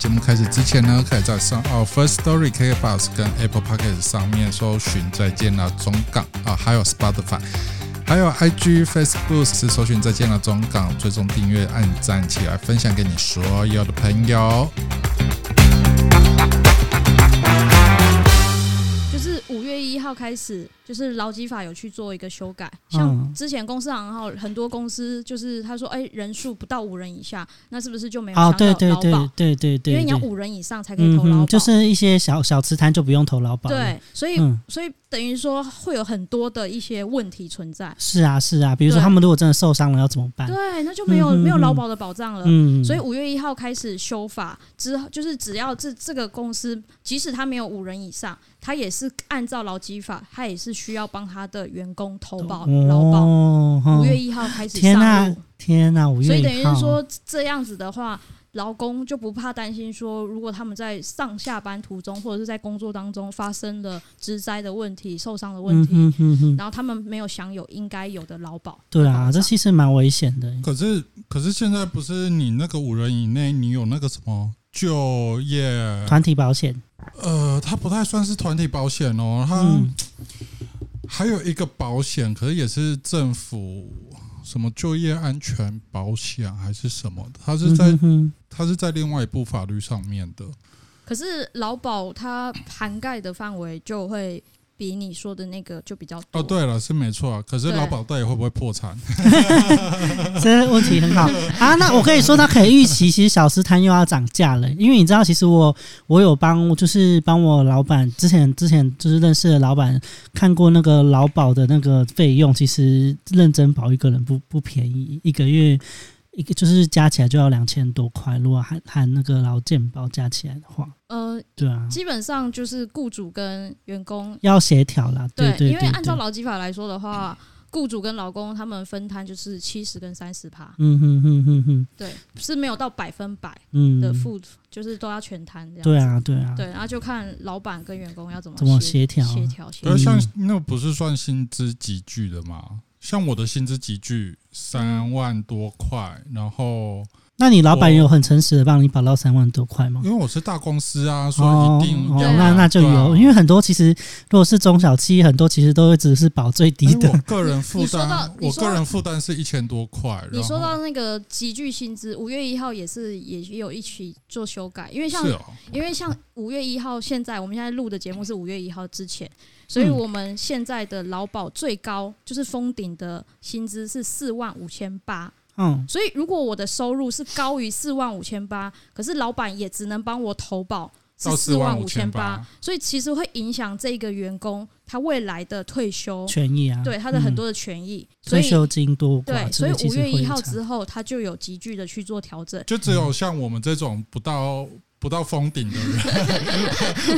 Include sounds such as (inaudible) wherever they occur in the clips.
节目开始之前呢，可以在上哦 First Story、KKBox 跟 Apple Podcast 上面搜寻“再见了中港”啊、还有 Spotify，还有 IG、Facebook 是搜寻“再见了中港”，追踪订阅、按赞起来，分享给你所有的朋友。就是五月一号开始，就是劳基法有去做一个修改，嗯像之前公司行号很多公司就是他说，哎、人数不到五人以下，那是不是就没有哦，享对有对劳对保？对对对，因为你要对五人以上才可以嗯投劳保，哼，就是一些小小吃摊就不用投劳保了。对，所以、嗯，所以等于说会有很多的一些问题存在，是啊是啊，比如说对他们如果真的受伤了要怎么办？对，那就没有、嗯哼没有哼劳保的保障了。嗯，所以五月一号开始修法之后，就是只要这这个公司，即使他没有五人以上，他也是按照劳基法，他也是需要帮他的员工投保劳保。保五月一号开始哦天上呐路，天呐，五月所以一等于号嗯是说这样子的话，劳工就不怕担心说，如果他们在上下班途中或者是在工作当中发生了职灾的问题、受伤的问题，嗯哼哼哼，然后他们没有享有应该有的劳保。对啊，保障这其实蛮危险的。可是，可是现在不是你那个五人以内，你有那个什么就业？团体保险，呃，它不太算是团体保险哦，它、嗯，还有一个保险，可是也是政府什么就业安全保险还是什么的，它是在、嗯哼它是在另外一部法律上面的。可是劳保它涵盖的范围就会比你说的那个就比较多。哦，对了，是没错啊。可是对劳保到底会不会破产？ (laughs) 哼这个问题很好啊。那我跟你说，它可以预期，其实小吃摊又要涨价了，因为你知道，其实我我有帮，就是帮我老板之前之前就是认识的老板看过那个劳保的那个费用，其实认真保一个人不不便宜，一个月。一个就是加起来就要两千多块，如果含含那个劳健保加起来的话，呃，对啊，基本上就是雇主跟员工，要协调啦。对对，因为对按照对劳基法来说的话，雇主跟劳工他们分摊就是七十跟三十趴，嗯哼哼哼哼，对，是没有到百分百嗯，的付，就是都要全摊这样。对啊，对啊，对，然后就看老板跟员工要怎么怎么协协调协调协可调嗯。是像那不是算薪资集聚的吗？像我的薪资集聚三万多块，然后那你老板有很诚实的帮你保到三万多块吗因？为我是大公司啊，所以一定哦要哦啊、那那就对啊有，因为很多其实如果是中小企业，很多其实都会只是保最低哎哎因为我的。个人负你说到担，你我说个人负担是一千多块。你说然到后那个集聚薪资，五月一号也是也也有一起做修改，因为像是哦，因为像五月一号，现在我们现在录的节目是五月一号之前，所以我们现在的劳保最高就是封顶的薪资是四万五千八。嗯，所以如果我的收入是高于四万五千八，可是老板也只能帮我投保是到四万五千八45,800，所以其实会影响这个员工他未来的退休，权益啊，对他的很嗯多的权益。所退以休金多寡对，之所类以其五实月会一号差之后，他就有急剧的去做调整。就只嗯有像我们这种不到不到封顶的人， (laughs)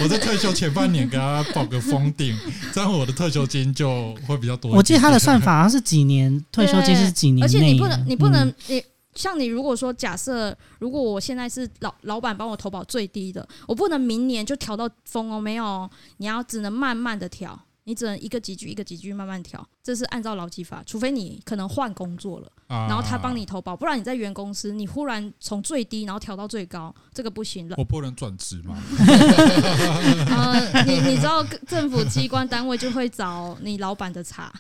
我在退休前半年给他保个封顶，这样我的退休金就会比较多一点。我记得他的算法好像是 (laughs) 几年退休金是几年而且内你的不能，你不能，嗯你像你如果说假设，如果我现在是老老板帮我投保最低的，我不能明年就调到峰哦，没有哦，你要只能慢慢的调，你只能一个集聚一个集聚慢慢调，这是按照劳基法，除非你可能换工作了，啊，然后他帮你投保，不然你在原公司，你忽然从最低然后调到最高，这个不行了。我不能转职嘛？呃，你你知道政府机关单位就会找你老板的茬，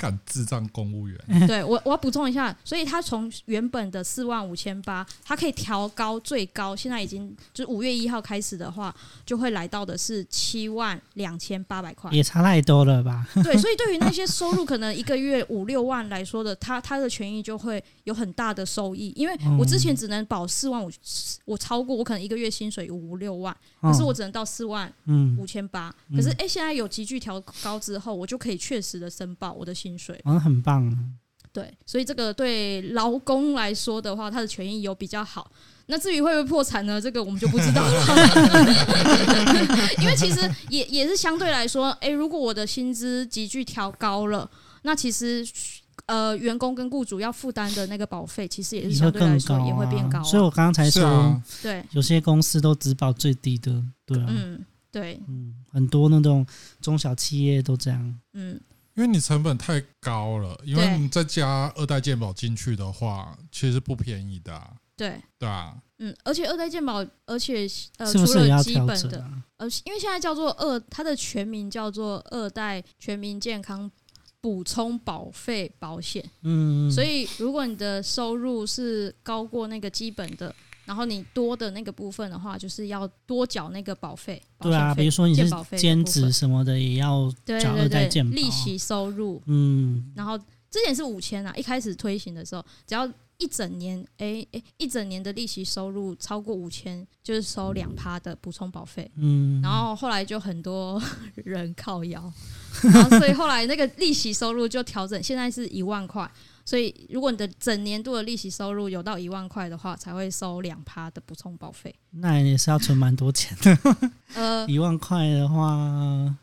干智障公务嗯员， (laughs) 对我，我要补充一下，所以他从原本的四万五千八，它可以调高最高，现在已经就是五月一号开始的话，就会来到的是七万两千八百块。也差太多了吧？对，所以对于那些收入可能一个月五六万来说的，他他的权益就会有很大的收益，因为嗯我之前只能保四万五，我超过我可能一个月薪水有五六万，可是我只能到四万哦嗯，五千八，可是诶，现在有急剧调高之后，我就可以确实的申报我的薪水。好像很棒啊。对，所以这个对劳工来说的话，他的权益有比较好。那至于会不会破产呢？这个我们就不知 (laughs) 道了，因为其实也也是相对来说，诶，如果我的薪资急剧调高了，那其实呃，员工跟雇主要负担的那个保费，其实也是也会相对来更说高啊，也会变高啊、所以我刚才是说，啊，对，有些公司都只保最低的，对啊，嗯，对，嗯，很多那种中小企业都这样。嗯，因为你成本太高了，因为对你再加二代健保进去的话，其实不便宜的啊、对。对啊，嗯，而且二代健保，而且呃，是不除是也了要基调本整的，啊？呃，因为现在叫做二，它的全名叫做二代全民健康补充保费保险。嗯，所以以如果你的收入是高过那个基本的，然后你多的那个部分的话，就是要多缴那个保费。对啊，保险费比如说你是健保费的兼部职分，什么的，也要对缴二代对对健，保啊利息收入，嗯，然后之前是五千啊，一开始推行的时候，只要一整年，哎、哎、一整年的利息收入超过五千，就是收两趴的补充保费。嗯，然后后来就很多 (laughs) 人靠腰，然后所以后来那个利息收入就调整，现在是一万块。所以如果你的整年度的利息收入有到一万块的话，才会收两趴的补充保费。那也是要存蛮多钱的，呃， (laughs) 一万块的话，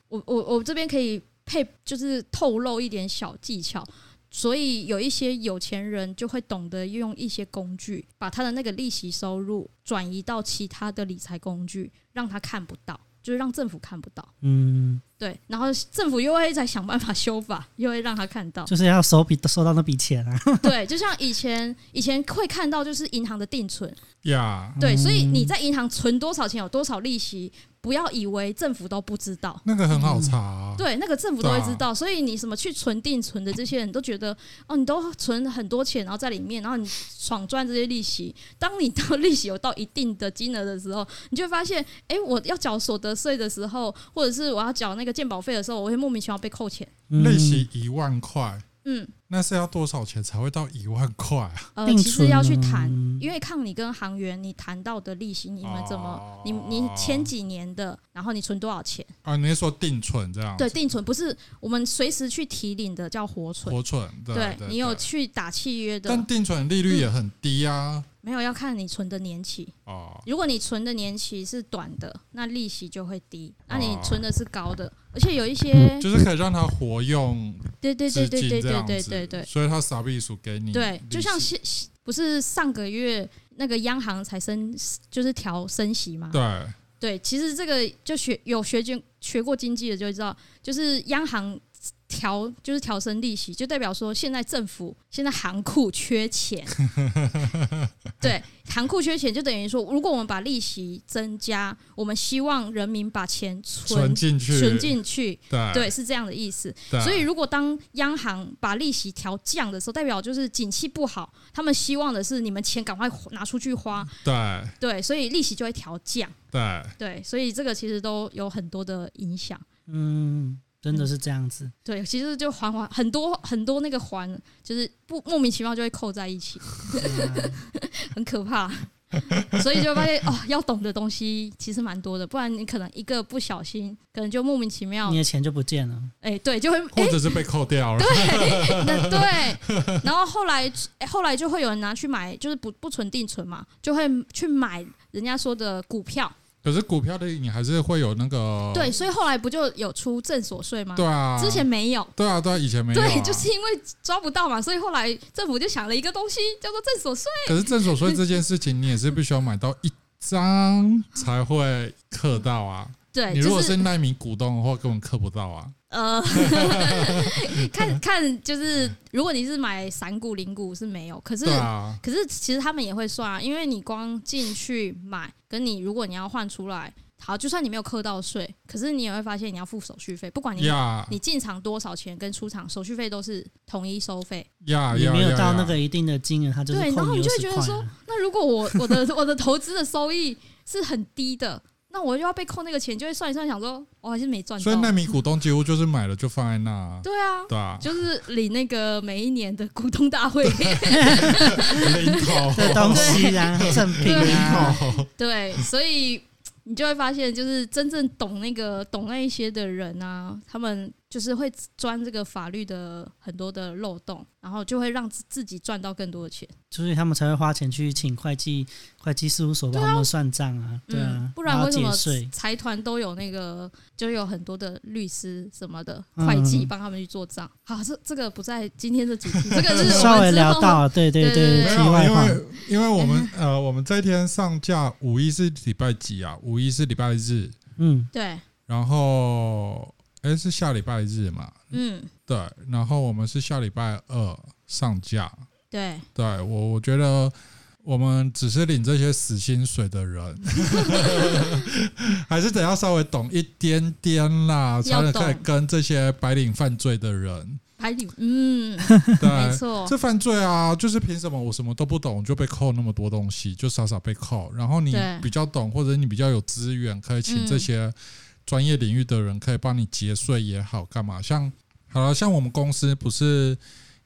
我我我这边可以配，就是透露一点小技巧。所以有一些有钱人就会懂得用一些工具，把他的那个利息收入转移到其他的理财工具，让他看不到，就是让政府看不到。嗯，对，然后政府又会再想办法修法，又会让他看到。就是要收笔收到那笔钱啊，对，就像以前以前会看到就是银行的定存，呀。对，所以你在银行存多少钱有多少利息，不要以为政府都不知道。那个很好查、啊，对，那个政府都会知道，所以你什么去存定存的这些人都觉得，哦，你都存很多钱，然后在里面，然后你爽赚这些利息。当你到 (laughs) 利息有到一定的金额的时候，你就会发现，哎、我要缴所得税的时候，或者是我要缴那个健保费的时候，我会莫名其妙被扣钱。(laughs) 嗯利息一万块，嗯，那是要多少钱才会到一万块 (laughs) 啊？呃，定其实要去存谈嗯，因为抗你跟航员你谈到的利息，你们怎么，哦你你前几年的，然后你存多少钱？啊，你是说定存这样？对，，定存不是我们随时去提领的叫活存，活存，对对对你有对去打契约但的，定存利率也很低啊。没有要看你存的年期。哦，如果你存的年期是短的，那利息就会低；那哦嗯你存的是高的，而且有一些，就是可以让它活用对对对资对金对这对样对子，对对所以它傻逼数给你利息，对，就像现不是上个月那个央行才升，就是调升息嘛，对对，其实这个就学有学经学过经济的就知道，就是央行调就是调升利息，就代表说现在政府现在行库缺 (laughs) 钱，对，行库缺钱就等于说，如果我们把利息增加，我们希望人民把钱存存进去，存进去，对对，是这样的意思。对，啊所以，如果当央行把利息调降的时候，代表就是景气不好，他们希望的是你们钱赶快拿出去嗯花，对对，所以利息就会调降。对对，所以这个其实都有很多的影响。嗯，真的是这样 (laughs) 子，对，其实就环环很多很多那个环，就是不莫名其妙就会扣在一起，啊很可怕。 (laughs) 所以就发现哦，要懂的东西其实蛮多的，不然你可能一个不小心，可能就莫名其妙你，的钱就不见了，哎、对，就会或 (laughs) 哎、者是被扣掉了，那对，然后后来、哎后来就会有人拿去买，就是不不存定存嘛，就会去买人家说的股票，可是股票的你还是会有那个对，所以后来不就有出正所税吗？哦对啊，之前没有，对啊对啊，以前没有啊，对，就是因为抓不到嘛，所以后来政府就想了一个东西，叫做正所税。可是正所说这件事情，你也是必须要买到一张才会刻到啊。对，你如就果是那名股东的话，根本刻不到啊。 (laughs) 呃，看看就是，如果你是买散股、零股是没有，可是、对啊，可是其实他们也会算啊，因为你光进去买，跟你如果你要换出来，好，就算你没有扣到税，可是你也会发现你要付手续费，不管你。呀你进场多少钱，跟出场手续费都是统一收费。呀呀你呀！没有到呀那个一定的金额，它就是对然扣后你你就二会十觉得块说啊。那如果我我的 (laughs) 我的投资的收益是很低的，那我就要被扣那个钱，就会算一算，想说我还是没赚所以那到。名股东几乎就是买了就放在那啊，对啊，对啊，就是领那个每一年的股东大会，零头，这东西啊，赠品啊，零头， (laughs) 对，所以你就会发现，就是真正懂那个懂那一些的人啊，他们就是会钻这个法律的很多的漏洞，然后就会让自自己赚到更多的钱。所以他们才会花钱去请会计、会计事务所帮他们算账啊，对啊嗯，，不然为什要么节税？财团都有那个，就有很多的律师什么的、嗯会计帮他们去做账。好，这这个不在今天的主 (laughs) 题，这个是我们稍微之聊后到了，对对啊对对没对题有，啊外因话，为因为我们呃，我们这一天上架五一是礼拜几啊？五一是礼拜日，嗯，对，然后哎是下礼拜日嘛？嗯，对，然后我们是下礼拜二上架。对，对我，我觉得我们只是领这些死薪水的 (laughs) 人，还是得要稍微懂一点点啦，才要能可以懂跟这些白领犯罪的 (laughs) 人。还有嗯，没对，错，呃这犯罪啊，就是凭什么我什么都不懂就被扣那么多东西，就傻傻被扣。然后你对比较懂，或者你比较有资源，可以请嗯这些专业领域的人可以帮你节税也好，干嘛？像好了，像我们公司不是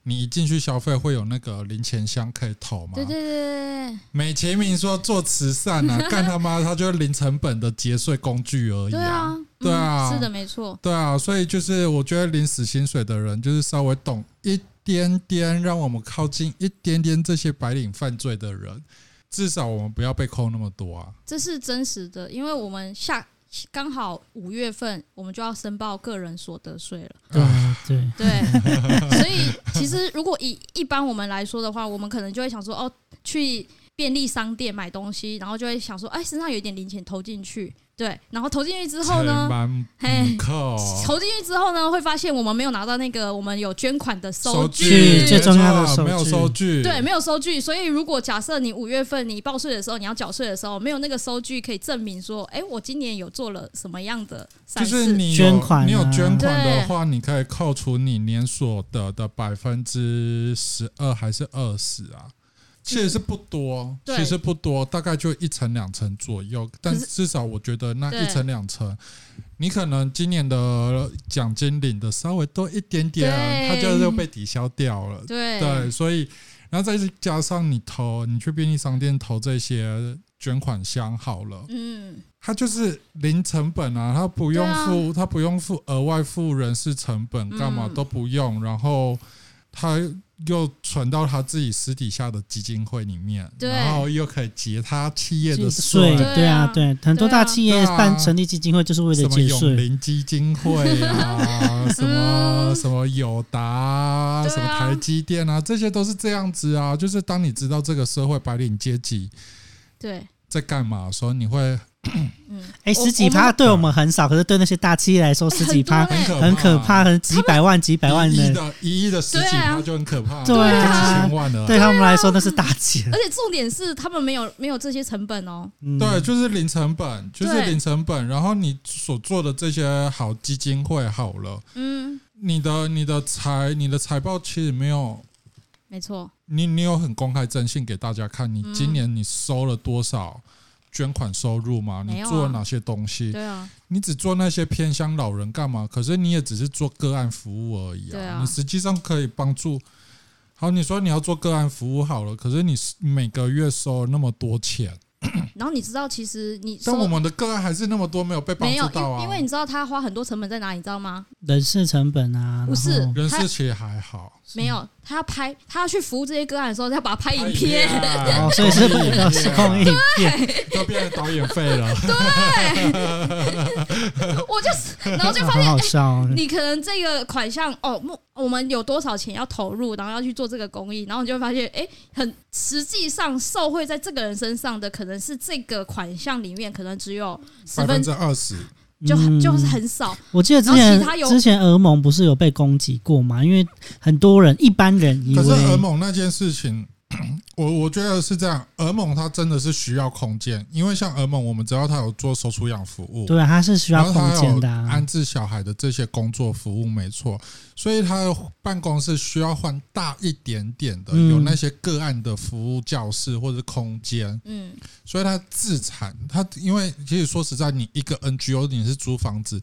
你一进去消费会有那个零钱箱可以投吗？对对对对美其名说做慈善啊， (laughs) 干他妈他就是零成本的节税工具而已对对啊，对啊嗯是的，没错，对啊，所以就是我觉得领死薪水的人，就是稍微懂一点点，让我们靠近一点点这些白领犯罪的人，至少我们不要被扣那么多啊。这是真实的，因为我们下刚好五月份我们就要申报个人所得税了。对对，对， (laughs) 所以其实如果以一般我们来说的话，我们可能就会想说，哦，去便利商店买东西，然后就会想说，哎，身上有一点零钱投进去，对，然后投进去之后呢，蛮嘿扣投进去之后呢，会发现我们没有拿到那个我们有捐款的收据最重要的哦没收错没有据收据，对，没有收据，所以如果假设你五月份你报税的时候，你要缴税的时候，没有那个收据可以证明说，哎、我今年有做了什么样的善就事，是你有捐款啊你有捐款的话，你可以扣除你年所得的百分之十二还是二十啊？其实是不多，嗯对其实不多，大概就一层两层左右。但可是至少我觉得那对一层两层，你可能今年的奖金领的稍微多一点点，对它就又被抵消掉了。对对，所以然后再加上你投，你去便利商店投这些捐款箱好了。嗯，他就是零成本啊，他不用付，他不用付额外付人事成本，干嘛嗯都不用，然后他又存到他自己私底下的基金会里面，对然后又可以节他企业的税税，对啊对对，很多大企业对啊办成立基金会就是为了什么节永税，林基金会啊，什么什么友达、啊，对啊什么台积电啊，这些都是这样子啊，就是当你知道这个社会白领阶级对，在干嘛的时候，你会嗯，哎，我十几趴，对我们很少，可是对那些大企业来说，十几趴很很对可啊很可怕，很几百万几百万一亿的，的一亿的十几对啊趴就很可怕，对啊就几千万了。对他们来说那是大钱 (laughs) (laughs) 而。且重点是他们没有没有这些成本哦，嗯对，就是零成本，就是对零成本。然后你所做的这些好基金会好了，嗯，你的你的财你的财报其实没有，没错，你你有很公开征信给大家看，你嗯今年你收了多少捐款收入吗？没你有啊做了哪些东西？对啊，你只做那些偏乡老人干嘛？可是你也只是做个案服务而已对啊！啊你实际上可以帮助。好，你说你要做个案服务好了，可是你每个月收那么多钱，然后你知道其实你收但我们的个案还是那么多没有被帮没有，助到因啊。因为你知道他花很多成本在哪里，你知道吗？人事成本啊，不是然后人事其实还好，没有，他要拍，他要去服务这些个案的时候，他要把它拍影片片，啊，哦，所以是控影片要啊失控一片，都变成导演费了。 (laughs) 我就是，然后就发很现好笑哦。你可能这个款项哦，目我们有多少钱要投入，然后要去做这个公益，然后你就会发现，哎，很实际上受惠在这个人身上的，可能是这个款项里面可能只有十百分分之二十，就嗯就是很少，我记得之然后前其他有之前俄盟不是有被攻击过嘛？因为很多人一般人以可是俄为蒙那件事情， (clears throat) 我我觉得是这样，俄蒙它真的是需要空间，因为像俄蒙，我们知道它有做手术养服务，对啊，他是需然后要空它有间的啊安。置小孩的这些工作服务，没错，所以他的办公室需要换大一点点的，嗯有那些个案的服务教室或者空间，嗯，所以他自产，他因为其实说实在，你一个 NGO 你是租房子，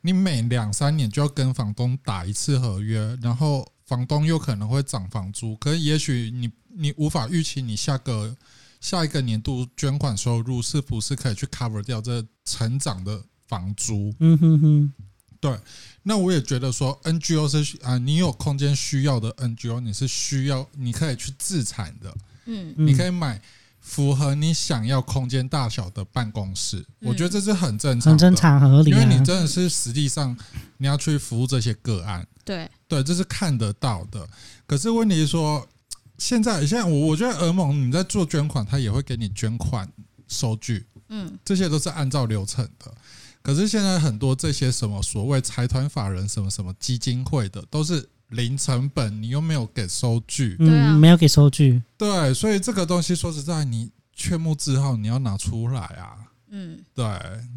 你每两三年就要跟房东打一次合约，然后房东又可能会涨房租，可是也许你你无法预期你下个下一个年度捐款收入是不是可以去 cover 掉这成长的房租。嗯哼哼，那我也觉得说 NGO 是需啊，你有空间需要的 NGO 你是需要，你可以去自产的。嗯，嗯你可以买符合你想要空间大小的办公室，我觉得这是很正常，很正，常，很合理因啊。为你真的是实际上你要去服务这些个案，对，对，这是看得到的。可是问题是说，现在现在我我觉得俄盟你在做捐款，他也会给你捐款收据，嗯，这些都是按照流程的。可是现在很多这些什么所谓财团法人什么什么基金会的，都是零成本，你又没有给收据，对啊嗯，没有给收据，对，所以这个东西说实在，你缺募资号你要拿出来啊，嗯，对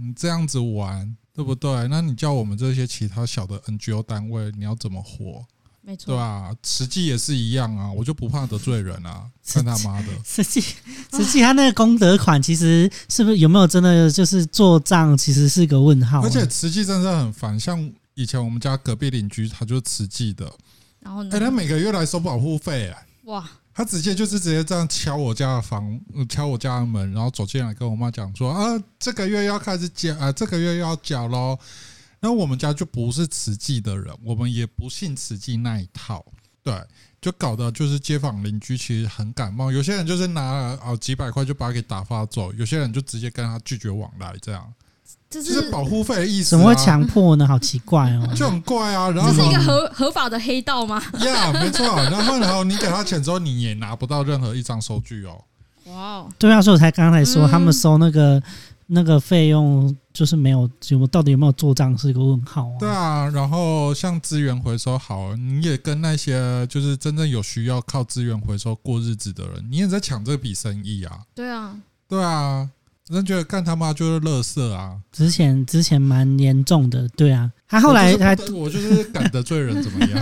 你这样子玩，对不对？那你叫我们这些其他小的 NGO 单位，你要怎么活，没对错，啊？慈济也是一样啊，我就不怕得罪人啊，慈看济他妈的， (laughs) 实际 (laughs) 实际他那个功德款其实是不是有没有真的就是做账，其实是个问号啊。而且慈济真的很烦，像以前我们家隔壁邻居，他就是慈济的，然后呢嗯哎、？他每个月来收保护费、哎哇，他直接就是直接这样敲我家的房，呃敲我家的门，然后走进来跟我妈讲说啊，这个月要开始缴啊，这个月要缴喽。那我们家就不是慈济的人，我们也不信慈济那一套，对，就搞得就是街坊邻居其实很感冒，有些人就是拿了哦几百块就把他给打发走，有些人就直接跟他拒绝往来，这样这就是是保护费的意思、啊，怎么会强迫呢？好奇怪 (laughs) 哦！就很怪啊。然后这是一个好合合法的黑道吗？呀没错。然后然后你给他钱之后，你也拿不到任何一张收据哦。哇哦，对啊，所以我才刚才说、嗯他们收那个那个费用，就是没有有到底有没有做账是一个问号啊。对啊，然后像资源回收好，你也跟那些就是真正有需要靠资源回收过日子的人，你也在抢这笔生意啊。对啊，对啊，我真觉得干他妈就是乐色啊！之前之前蛮严重的，对啊。他后来还我就是不得我就是敢得罪人怎么 (laughs) 样？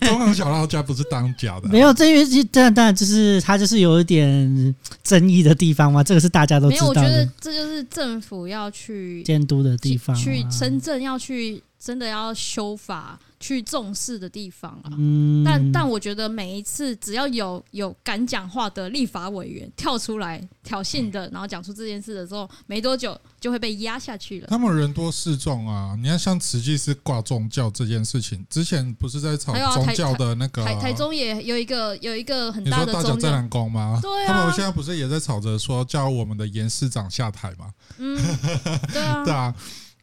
中港小辣椒不是当家的啊、没有，这因为这当然就是他就是有一点争议的地方嘛，这个是大家都没知有，道我觉得的这就是政府要去监督的地去方、啊。去深圳要去真的要修法去重视的地方啊。嗯，但但我觉得每一次只要有有敢讲话的立法委员跳出来挑衅的，然后讲出这件事的时候，没多久就会被压下去了。他们人多势众啊！你看，像慈济是挂宗教这件事情，之前不是在吵还有啊宗台教的那个台台中也有一个有一个很你大说的大脚宗在教，南宫吗？对啊他们现在不是也在吵着说叫我们的严市长下台吗？嗯，对 (laughs) 啊对，啊，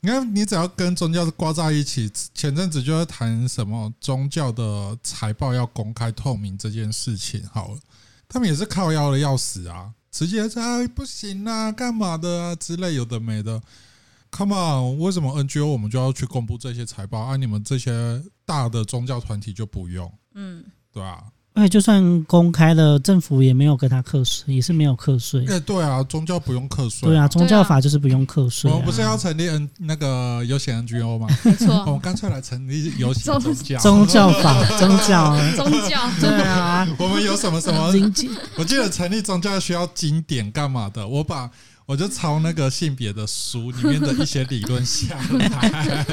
你看，你只要跟宗教挂在一起，前阵子就在谈什么宗教的财报要公开透明这件事情，好了，他们也是靠腰的要死啊，直接在、哎、不行啊，干嘛的啊之类有的没的。Come on，为什么 NGO 我们就要去公布这些财报，而、啊、你们这些大的宗教团体就不用，嗯，对吧、而且哎就算公开了，政府也没有给他课税，也是没有课税。哎、对啊，宗教不用课税、对啊，宗教法就是不用课税、我啊们不是要成立 N 那个有险 NGO 吗？哦没我错们，干脆来成立有险宗教。 (laughs) 宗教 (laughs) 法，宗教啊，宗教对啊，我们有什么什么？经济我记得成立宗教需要经典干嘛的？我把我就抄那个性别的书里面的一些理论下 (laughs) 来。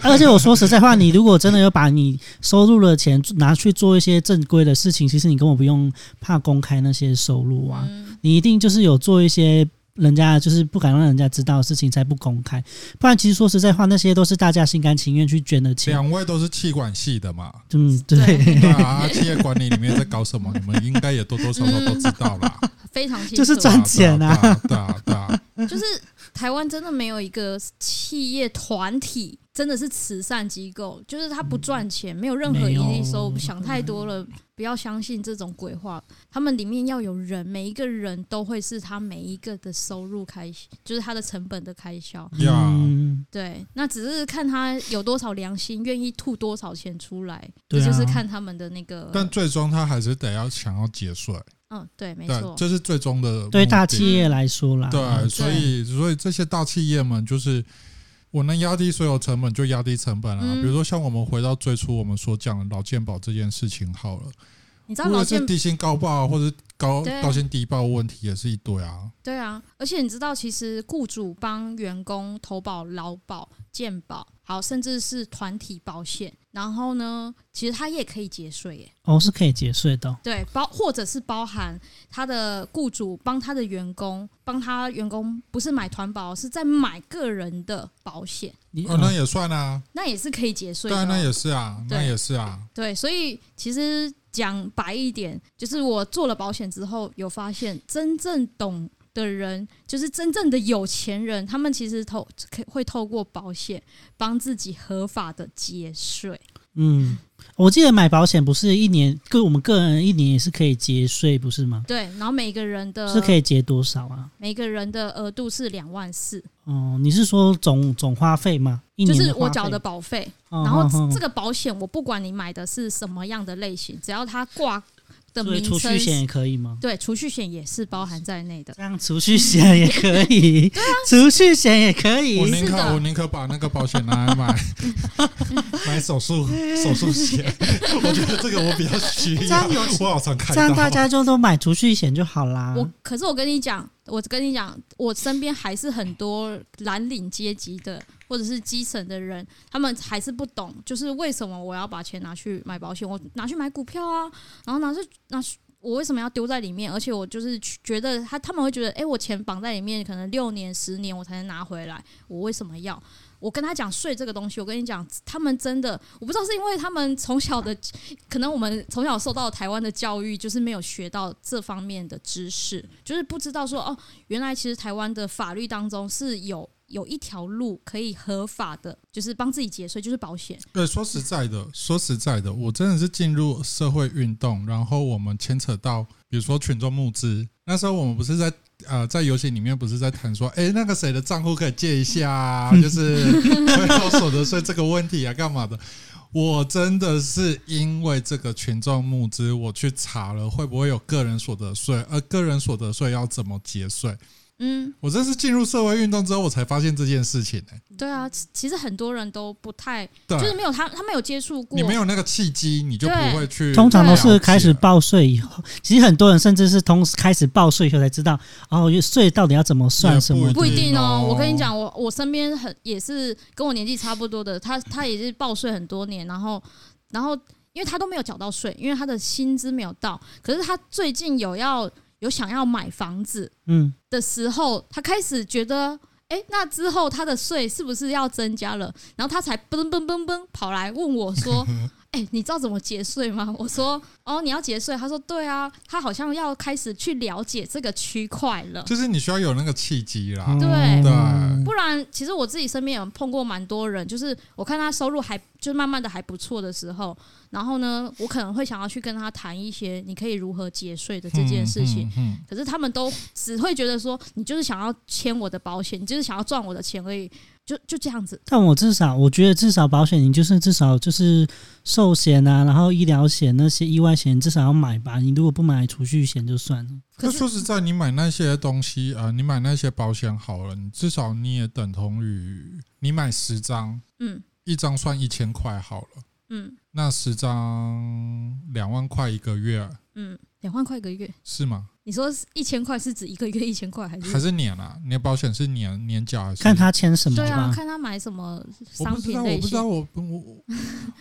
而且我说实在话，你如果真的有把你收入的钱拿去做一些正规的事情，其实你根本不用怕公开那些收入啊，嗯你一定就是有做一些。人家就是不敢让人家知道的事情才不公开，不然其实说实在话，那些都是大家心甘情愿去捐的钱。两位都是气管系的嘛？嗯，对，对啊，企业管理里面在搞什么，你们应该也多多少少都知道啦。非常清楚，就是 (laughs) 赚钱啊啊，对啊，对啊，就是台湾真的没有一个企业团体真的是慈善机构，就是它不赚钱，没有任何没盈有利收入。想太多了，不要相信这种鬼话。他们里面要有人，每一个人都会是他每一个的收入开，就是他的成本的开销。 (laughs) 呀、嗯，对，那只是看他有多少良心，愿意吐多少钱出来，这对啊就是看他们的那个。但最终他还是得要想要节税，嗯，对，没对，错，这是最终的对目的大企嗯业来说啦，对，啊所以所以这些大企业们就是我能压低所有成本就压低成本啊。嗯比如说像我们回到最初我们所讲的劳健保这件事情好了，你知道无老论是健低薪高报啊或者高对高薪低报问题也是一堆啊。对啊，而且你知道，其实雇主帮员工投保劳保、健保，好，甚至是团体保险，然后呢，其实他也可以节税耶。哦是可以节税的哦，对，包或者是包含他的雇主帮他的员工，帮他员工不是买团保，是在买个人的保险，你哦，那也算啊，那也是可以节税对啊，的哦。那也是啊，对那也是啊。对，所以其实讲白一点，就是我做了保险之后，有发现真正懂的人，就是真正的有钱人，他们其实透可以会透过保险帮自己合法的节税。嗯，我记得买保险不是一年，个我们个人一年也是可以节税，不是吗？对，然后每个人的是可以节多少啊？每个人的额度是两万四，哦，你是说总总花费吗？一就年是花我缴费嗯的，保费。然然后这个保险，我不管你买的是什么样的类型，只要它挂的嗯所以名储蓄称险是，也可以吗？对，储蓄险也是包含在内的。这样 (laughs) 储蓄险也可以，啊储蓄险也可我以。宁是可的我宁可把那个保险拿来买买手术手术险，我觉得这个我比较需这要样有，我好常看这到。样大家就都买储蓄险就好啦。我可是我跟你讲，我跟你讲，我身边还是很多蓝领阶级的或者是基层的人，他们还是不懂，就是为什么我要把钱拿去买保险，我拿去买股票啊，然后拿去拿去。我为什么要丢在里面？而且我就是觉得他他们会觉得，诶，我钱绑在里面，可能六年、十年我才能拿回来，我为什么要？我跟他讲税这个东西，我跟你讲，他们真的，我不知道是因为他们从小的可能我们从小受到台湾的教育，就是没有学到这方面的知识，就是不知道说哦，原来其实台湾的法律当中是有有一条路可以合法的，就是帮自己节税，就是保险。对，说实在的，说实在的，我真的是进入社会运动，然后我们牵扯到，比如说群众募资，那时候我们不是在呃在游戏里面不是在谈说，哎，那个谁的账户可以借一下、啊，就是回扣所得税这个问题啊，干嘛的？我真的是因为这个群众募资，我去查了会不会有个人所得税，而个人所得税要怎么节税？嗯，我真是进入社会运动之后，我才发现这件事情、欸。对啊，其其实很多人都不太，对，就是没有他，他没有接触过你。没有那个契机，你就不对会去。通常都是了开始解报税以后，其实很多人甚至是通开始报税以后才知道，哦，税到底要怎么也算不什么的。不一定哦哦，我跟你讲，我我身边很也是跟我年纪差不多的，他他也是报税很多年，然后然后因为他都没有缴到税，因为他的薪资没有到，可是他最近有要有想要买房子嗯，的时候，他开始觉得。诶，那之后他的税是不是要增加了？然后他才嘣嘣嘣嘣跑来问我说：“诶，你知道怎么节税吗？”我说：“哦，你要节税。”他说：“对啊，他好像要开始去了解这个区块了。”就是你需要有那个契机啦。嗯对对不然，其实我自己身边有碰过蛮多人，就是我看他收入还就慢慢的还不错的时候，然后呢，我可能会想要去跟他谈一些你可以如何节税的这件事情。嗯，嗯嗯可是他们都只会觉得说，你就是想要签我的保险，你就是想要赚我的钱而已，就就这样子。但我至少我觉得至少保险，你就是至少就是寿险啊，然后医疗险那些意外险至少要买吧。你如果不买储蓄险就算了。可那是说实在，你买那些东西啊、呃你买那些保险好了，你至少你也等同于你买十张，嗯一张算一千块好了，嗯那十张两万块一个月嗯，两万块一个月，是吗？你说一千块是指一个月一千块还还是？是年啊？你的保险是年年缴还是？看他签什么对啊吧，。看他买什么我商不知品道，我类不知道，型。我不我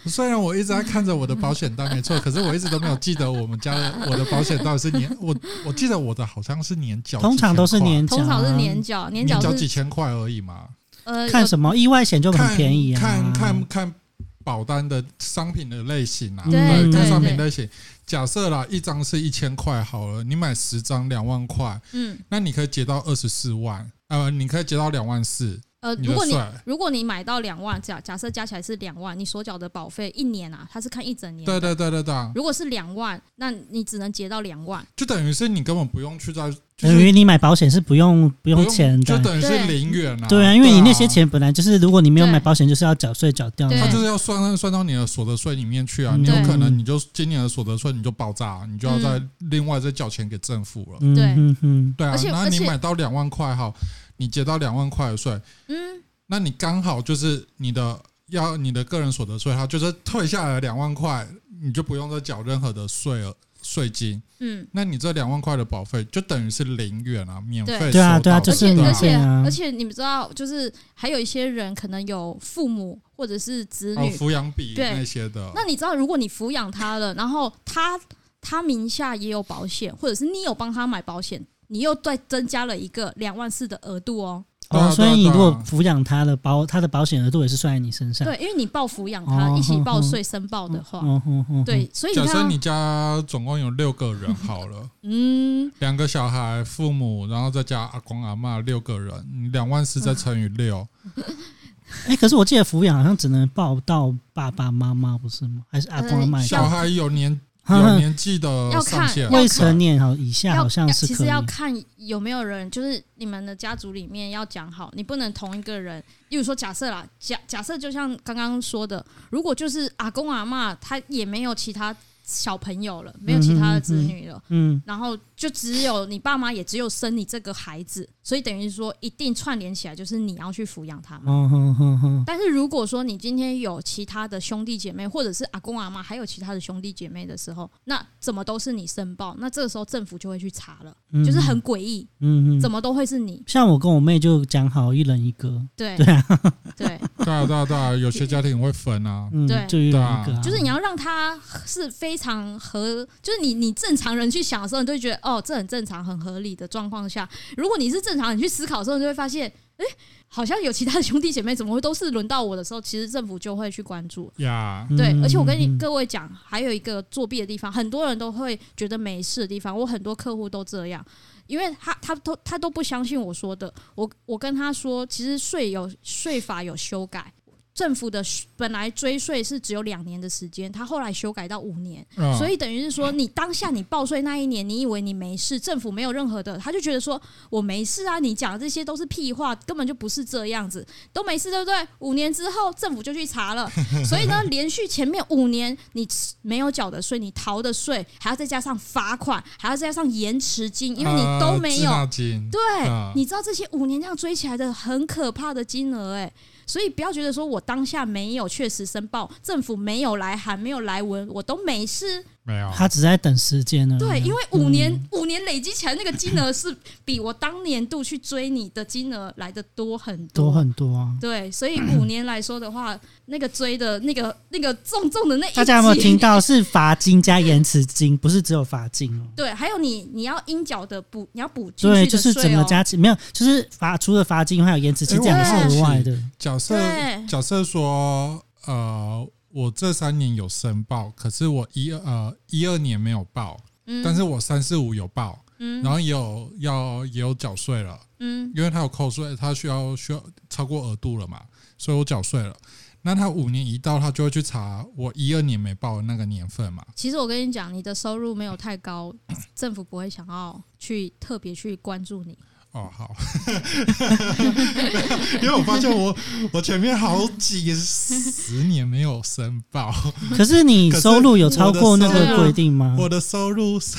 我虽然我一直在看着我的保险单，没错，可是我一直都没有记得我们家的我的保险到底是年，我我记得我的好像是年缴，通常都是年缴、啊，通常是年缴，年年缴缴是几千块而已嘛，呃有看什么意外险就很看便宜啊，看看看保单的商品的类型啊，对对，看对商对品类型。假设啦，一张是一千块好了，你买十张两万块，嗯那你可以结到二十四万，呃，你可以结到两万四，呃，你如的果你税。如果你买到两万，假假设加起来是两万，你所缴的保费一年啊，它是看一整年。对对对对对，如果是两万，那你只能结到两万。就等于是你根本不用去再，就是等于你买保险是不用不不用钱就的。等于是对零元啊。对啊，因为你那些，钱本来就是，如果你没有买保险，就是要缴税缴掉的。对它就是要算算到你的所得税里面去啊。嗯你有可能你就今年的所得税你就爆炸，啊你就嗯要再另外再缴钱给政府了。嗯对嗯嗯，对啊而，且然后而你且买到两万块哈，你结到两万块的税，嗯，那你刚好就是你的要你的个人所得税，它就是退下来两万块，你就不用再缴任何的税了。税金，嗯，那你这两万块的保费就等于是零元啊，免费对收对啊到对啊的就是而且而免且费啊而且你们知道，就是还有一些人可能有父母或者是子哦女，抚养比对那些的，那你知道，如果你抚养他了，然后他他名下也有保险，或者是你有帮他买保险，你又再增加了一个两万四的额度哦。对啊哦，所以对啊你对啊如果抚养他的保，他的保险额度也是算在你身上。对，因为你报抚养他，哦一起报哼税申报的话，嗯，嗯嗯，对，所以假你看设啊，你家总共有六个人好 (laughs) 了，嗯，两个小孩、父母，然后再加阿公阿嬷六个人，你两万四再乘以六，哎、可是我记得抚养好像只能报到爸爸妈妈，不是吗？还是阿公阿妈？小孩有年有年纪的嗯要上看限，嗯未成年好以下要好像要是其可实以。要看有没有人，就是你们的家族里面要讲好，你不能同一个人。例如说，假设啦，假假设就像刚刚说的，如果就是阿公阿嬷，他也没有其他小朋友了，没有其他的子女了。嗯，然后就只有你爸妈，也只有生你这个孩子，所以等于说一定串联起来，就是你要去抚养他们。哦哼哼哼，但是如果说你今天有其他的兄弟姐妹，或者是阿公阿妈，还有其他的兄弟姐妹的时候，那怎么都是你申报？那这个时候政府就会去查了，嗯就是很诡异，嗯嗯，怎么都会是你。像我跟我妹就讲好一人一个，对对啊，对，对啊对啊对啊，有些家庭会分啊，嗯，对就一人一个、啊，就是你要让他是非常合，就是你你正常人去想的时候，你就会觉得哦，这很正常、很合理的状况下，如果你是正常人去思考的时候，你就会发现，哎、好像有其他的兄弟姐妹，怎么会都是轮到我的时候，其实政府就会去关注。呀，对，嗯而且我跟你嗯各位讲，还有一个作弊的地方，很多人都会觉得没事的地方，我很多客户都这样，因为他他都他都不相信我说的，我我跟他说，其实税有税法有修改。政府的本来追税是只有两年的时间，他后来修改到五年，嗯所以等于是说，你当下你报税那一年，你以为你没事，政府没有任何的，他就觉得说我没事啊，你讲的这些都是屁话，根本就不是这样子，都没事，对不对？五年之后，政府就去查了，所以呢，连续前面五年你没有缴的税，你逃的税，还要再加上罚款，还要再加上延迟金，因为你都没有，呃滞纳金对，啊你知道这些五年这样追起来的很可怕的金额哎、所以不要觉得说我当下没有确实申报，政府没有来函，没有来文，我都没事。没有，她只是在等时间啊呢。对，因为为五年、五年累积起来那个金额是比我当年度去追你的金额来的多很多。多很多啊。对，所以五年来说的话，那个追的那个那个重重的那一大家有没有击听？到？是罚金加延迟金，不是只有罚金哦。对，还有你你要应缴的补，你要补进对，去的税、哦、就是整个加起没有，就是罚除了罚金还有延迟金，哎这两个是 (laughs) 额外的。假设对假设说，呃，我这三年有申报，可是我一呃一二年没有报，嗯，但是我三四五有报，嗯然后也有要也有缴税了，嗯因为他有扣税，他需要需要超过额度了嘛，所以我缴税了。那他五年一到，他就会去查我一二年没报的那个年份嘛。其实我跟你讲，你的收入没有太高，政府不会想要去特别去关注你。哦，好， (laughs) 因为我发现我我前面好几十年没有申报，可是你收入有超过那可是我的个收入规定吗？我的收入是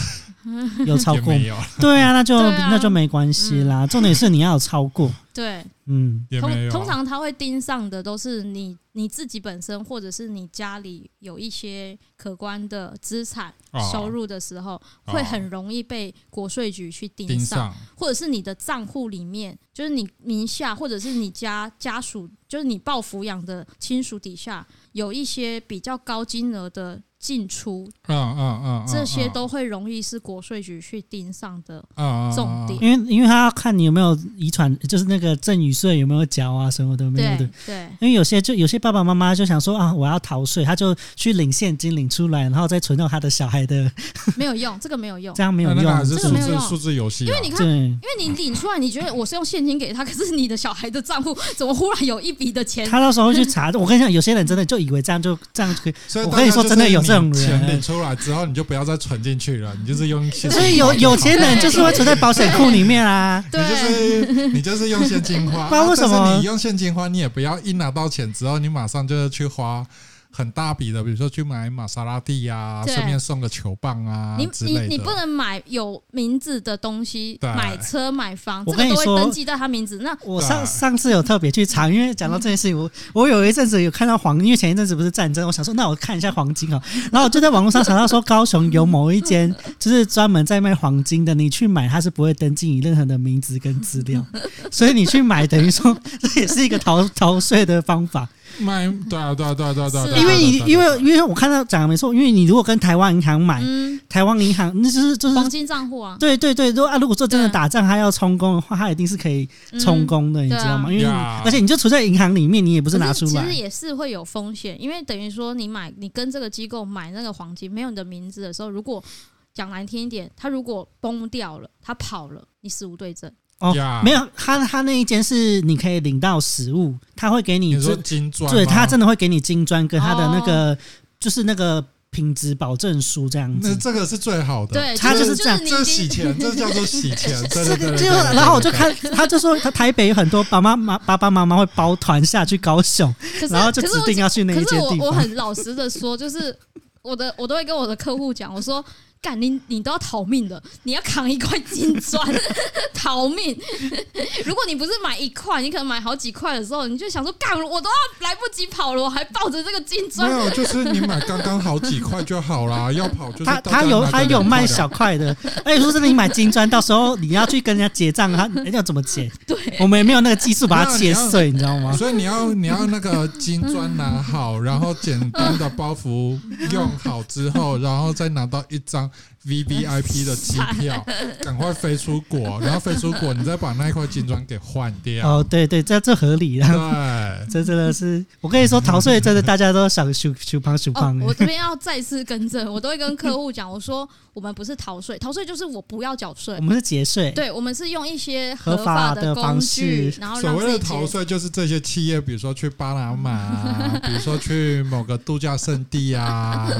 有超也过吗没？有， (laughs) 对啊，那就对啊嗯那就没关系啦。重点是你要有超过，对，嗯，也没通有。啊通常他会盯上的都是你你自己本身，或者是你家里有一些可观的资产、哦收入的时候，哦会很容易被国税局去盯盯上，上，或者是你的账户里面，就是你名下，或者是你家家属，就是你报抚养的亲属底下，有一些比较高金额的进出，嗯嗯嗯，嗯这些都会容易是国税局去盯上的。嗯嗯嗯嗯重点因为因为他要看你有没有遗传，就是那个赠与税有没有缴啊什么的，没有的对。对因为有些就有些爸爸妈妈就想说啊，我要逃税，他就去领现金领出来，然后再存到他的小孩的，没有用，这个没有用这，样没有那那个还用。啊是这个数没有字用数字游戏啊，因为你看。对，因为你领出来，你觉得我是用现金给他，可是你的小孩的账户怎么忽然有一笔的钱？他到时候会去查。我跟你讲，有些人真的就以为这样就这样就可以。所以我大跟你家说就真的是有这种你人钱领出来之后，你就不要再存进去了，你就是用现金 (laughs) 所以有花就有好钱人就是会存在保险库里面 (laughs) 啊。你就对，是你就是用现金花， (laughs) 不然为什么啊但是你用现金花，你也不要一拿到钱之后，你马上就是去花很大笔的，比如说去买玛莎拉蒂呀、啊，对顺便送个球棒啊你之你类你不的。能买有名字的东西，对买车买房，我这个跟你都会说登记在他名字。那我对啊上上次有特别去查，因为讲到这件事情，我我有一阵子有看到黄，因为前一阵子不是战争，我想说那我看一下黄金啊，然后我就在网络上查到说高雄有某一间就是专门在卖黄金的，你去买它是不会登记你任何的名字跟资 (laughs) 料，所以你去买等于说 (laughs) 这也是一个逃逃税的方法，卖对啊对啊对啊对啊对啊是对啊啊，因为你对啊因为因为我看到讲的没错，因为你如果跟台湾银行买，嗯，台湾银行那就是就是黄金账户啊，对对对，如果啊，如果说真的对打仗，他要充公的话，他一定是可以充公的，你对啊知道吗？因为你呀而且你就存在银行里面，你也不不是拿出其实来。也是会有风险，因为等于说你买你跟这个机构买那个黄金，没有你的名字的时候，如果讲难听一点，他如果崩掉了，他跑了，你死无对证。哦呀没有，他他那一间是你可以领到食物，他会给你你最说金砖吗，对他真的会给你金砖跟他的那哦个、就是那个品质保证书这样那子。这个是最好的，对，他就就是就这样是你这已洗经钱，这叫做洗 (laughs) 钱，对对对这个对就对对然后我就对看，他就说他台北有很多爸妈妈爸爸妈妈会包团下去高雄，可是然后就可是指我定要去那一可是间我地我方。很老实的说，就是我的 (laughs) 我都会跟我的客户讲，我说干你你都要逃命的，你要扛一块金砖 (laughs) 逃命。如果你不是买一块，你可能买好几块的时候，你就想说干我都要来不及跑了，我还抱着这个金没砖。有，就是你买刚刚好几块就好 (laughs) 啦，要跑就是他大他家有买个他有两卖块的小块的， (laughs) 而且说真的，你买金砖，到时候你要去跟人家结账，他人家怎么结？ (laughs) 对，我们也没有那个技术把没它有切你要碎，你知道吗？所以你要你要那个金砖拿好，然后简单的包袱用好之后，然后再拿到一张 V V I P 的机 (laughs) 票，赶快飞出国，然后飞出国，你再把那一块金砖给换掉。哦，对对，这这合理啦。对，啊 (laughs) 这真的是，我跟你说，逃税真的大家都想数数胖数哦胖，我的。这边要再次更正，我都会跟客户讲，我说我们不是逃税，逃税就是我不要缴税哎我。们是节税，对，我们是用一些合法法的方工具式，然后所让谓自己的逃节税就是这些企业，比如说去巴拿马、 (laughs) 啊，比如说去某个度假胜地啊，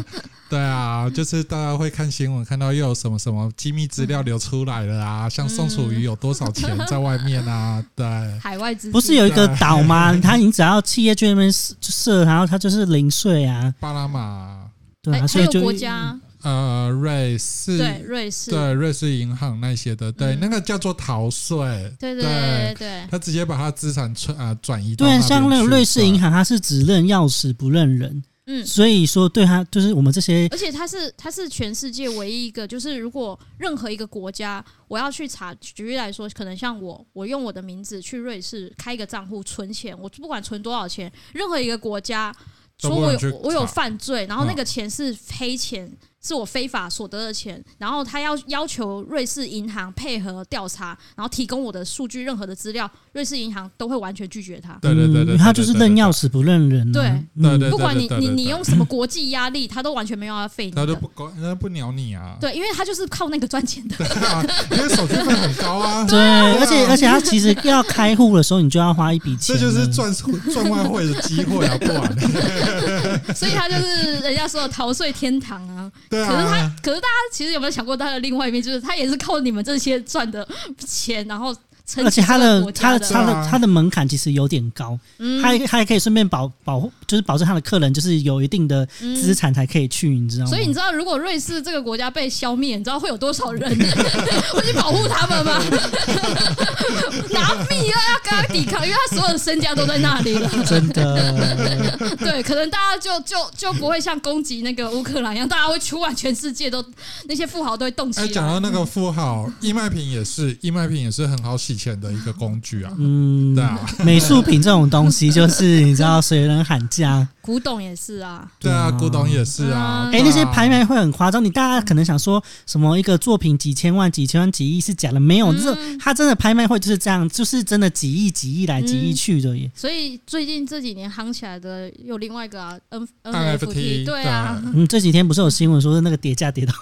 对啊，就是大家会看新闻看到又有什么什么机密资料流出来了啊，像宋楚瑜有多少钱在外面嗯啊，对。海外哎资不是有一个岛吗？啊他你只要企业去那边设，然后他就是零税啊，巴拿马、对啊，哎还所以有就国家呃，瑞士，对瑞士对瑞士银行那些的，对，那个叫做逃税，对对对对对他直接把他资产转啊转移到对，那像边那个去瑞士银，行，它是只认钥匙不认人，对，嗯。所以说对他就是我们这些而且它是它是全世界唯一一个，就是如果任何一个国家我要去查，举例来说，可能像我，我用我的名字去瑞士开一个账户存钱，我不管存多少钱，任何一个国家都说不能我有去我有查犯罪，然后那嗯个钱是黑钱，是我非法所得的钱，然后他要要求瑞士银行配合调查，然后提供我的数据任何的资料，瑞士银行都会完全拒绝他。对对对对对，嗯他就是对对认对钥匙不认人啊，对嗯对不管你对你对你对用什么国际压力，他都完全没有要费你他的就。不管，他不鸟你啊， (laughs) 对，因为他就是靠那个赚钱的。 (laughs) 对啊，因为手续费很高啊，对，而且而且他其实要开户的时候，你就要花一笔钱这了，就是赚赚外汇的机会啊，不 (laughs) 然，所以他就是人家说的逃税天堂啊。对可是他啊，，可是大家其实有没有想过他的另外一面，就是他也是靠你们这些赚的钱，然后撑而且起它这个的国家它的对它的啊它的门槛其实有点高，嗯它它也可以顺便保保护，就是保证他的客人就是有一定的资产才可以去，你知道吗？所以你知道，如果瑞士这个国家被消灭，你知道会有多少人 (laughs) 会去保护他们吗？ (laughs) 拿命啊，要跟他抵抗，因为他所有的身家都在那里了。真的，对，可能大家就就就不会像攻击那个乌克兰一样，大家会出完全世界都那些富豪都会动起哎，讲来。到那个富豪，义卖品也是，嗯义卖品也是很好洗钱的一个工具啊，嗯对，啊，美术品这种东西就是你知道谁能喊价？古董也是啊，对啊，对啊古董也是啊，嗯对哎、啊那些拍卖会很夸张，你大家可能想说什么一个作品几千万、几千万、几亿是假的，嗯没有，这他真的拍卖会就是这样，就是真的几亿、几亿来、几亿去的耶。所以最近这几年夯起来的有另外一个啊，N NFT 对啊，嗯，这几天不是有新闻说是那个跌价跌到？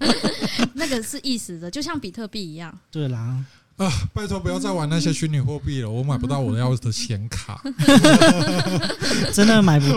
(laughs) 那个是意思的，就像比特币一样。对啦，啊，拜托不要再玩那些虚拟货币了，我买不到我要的显卡，真的买不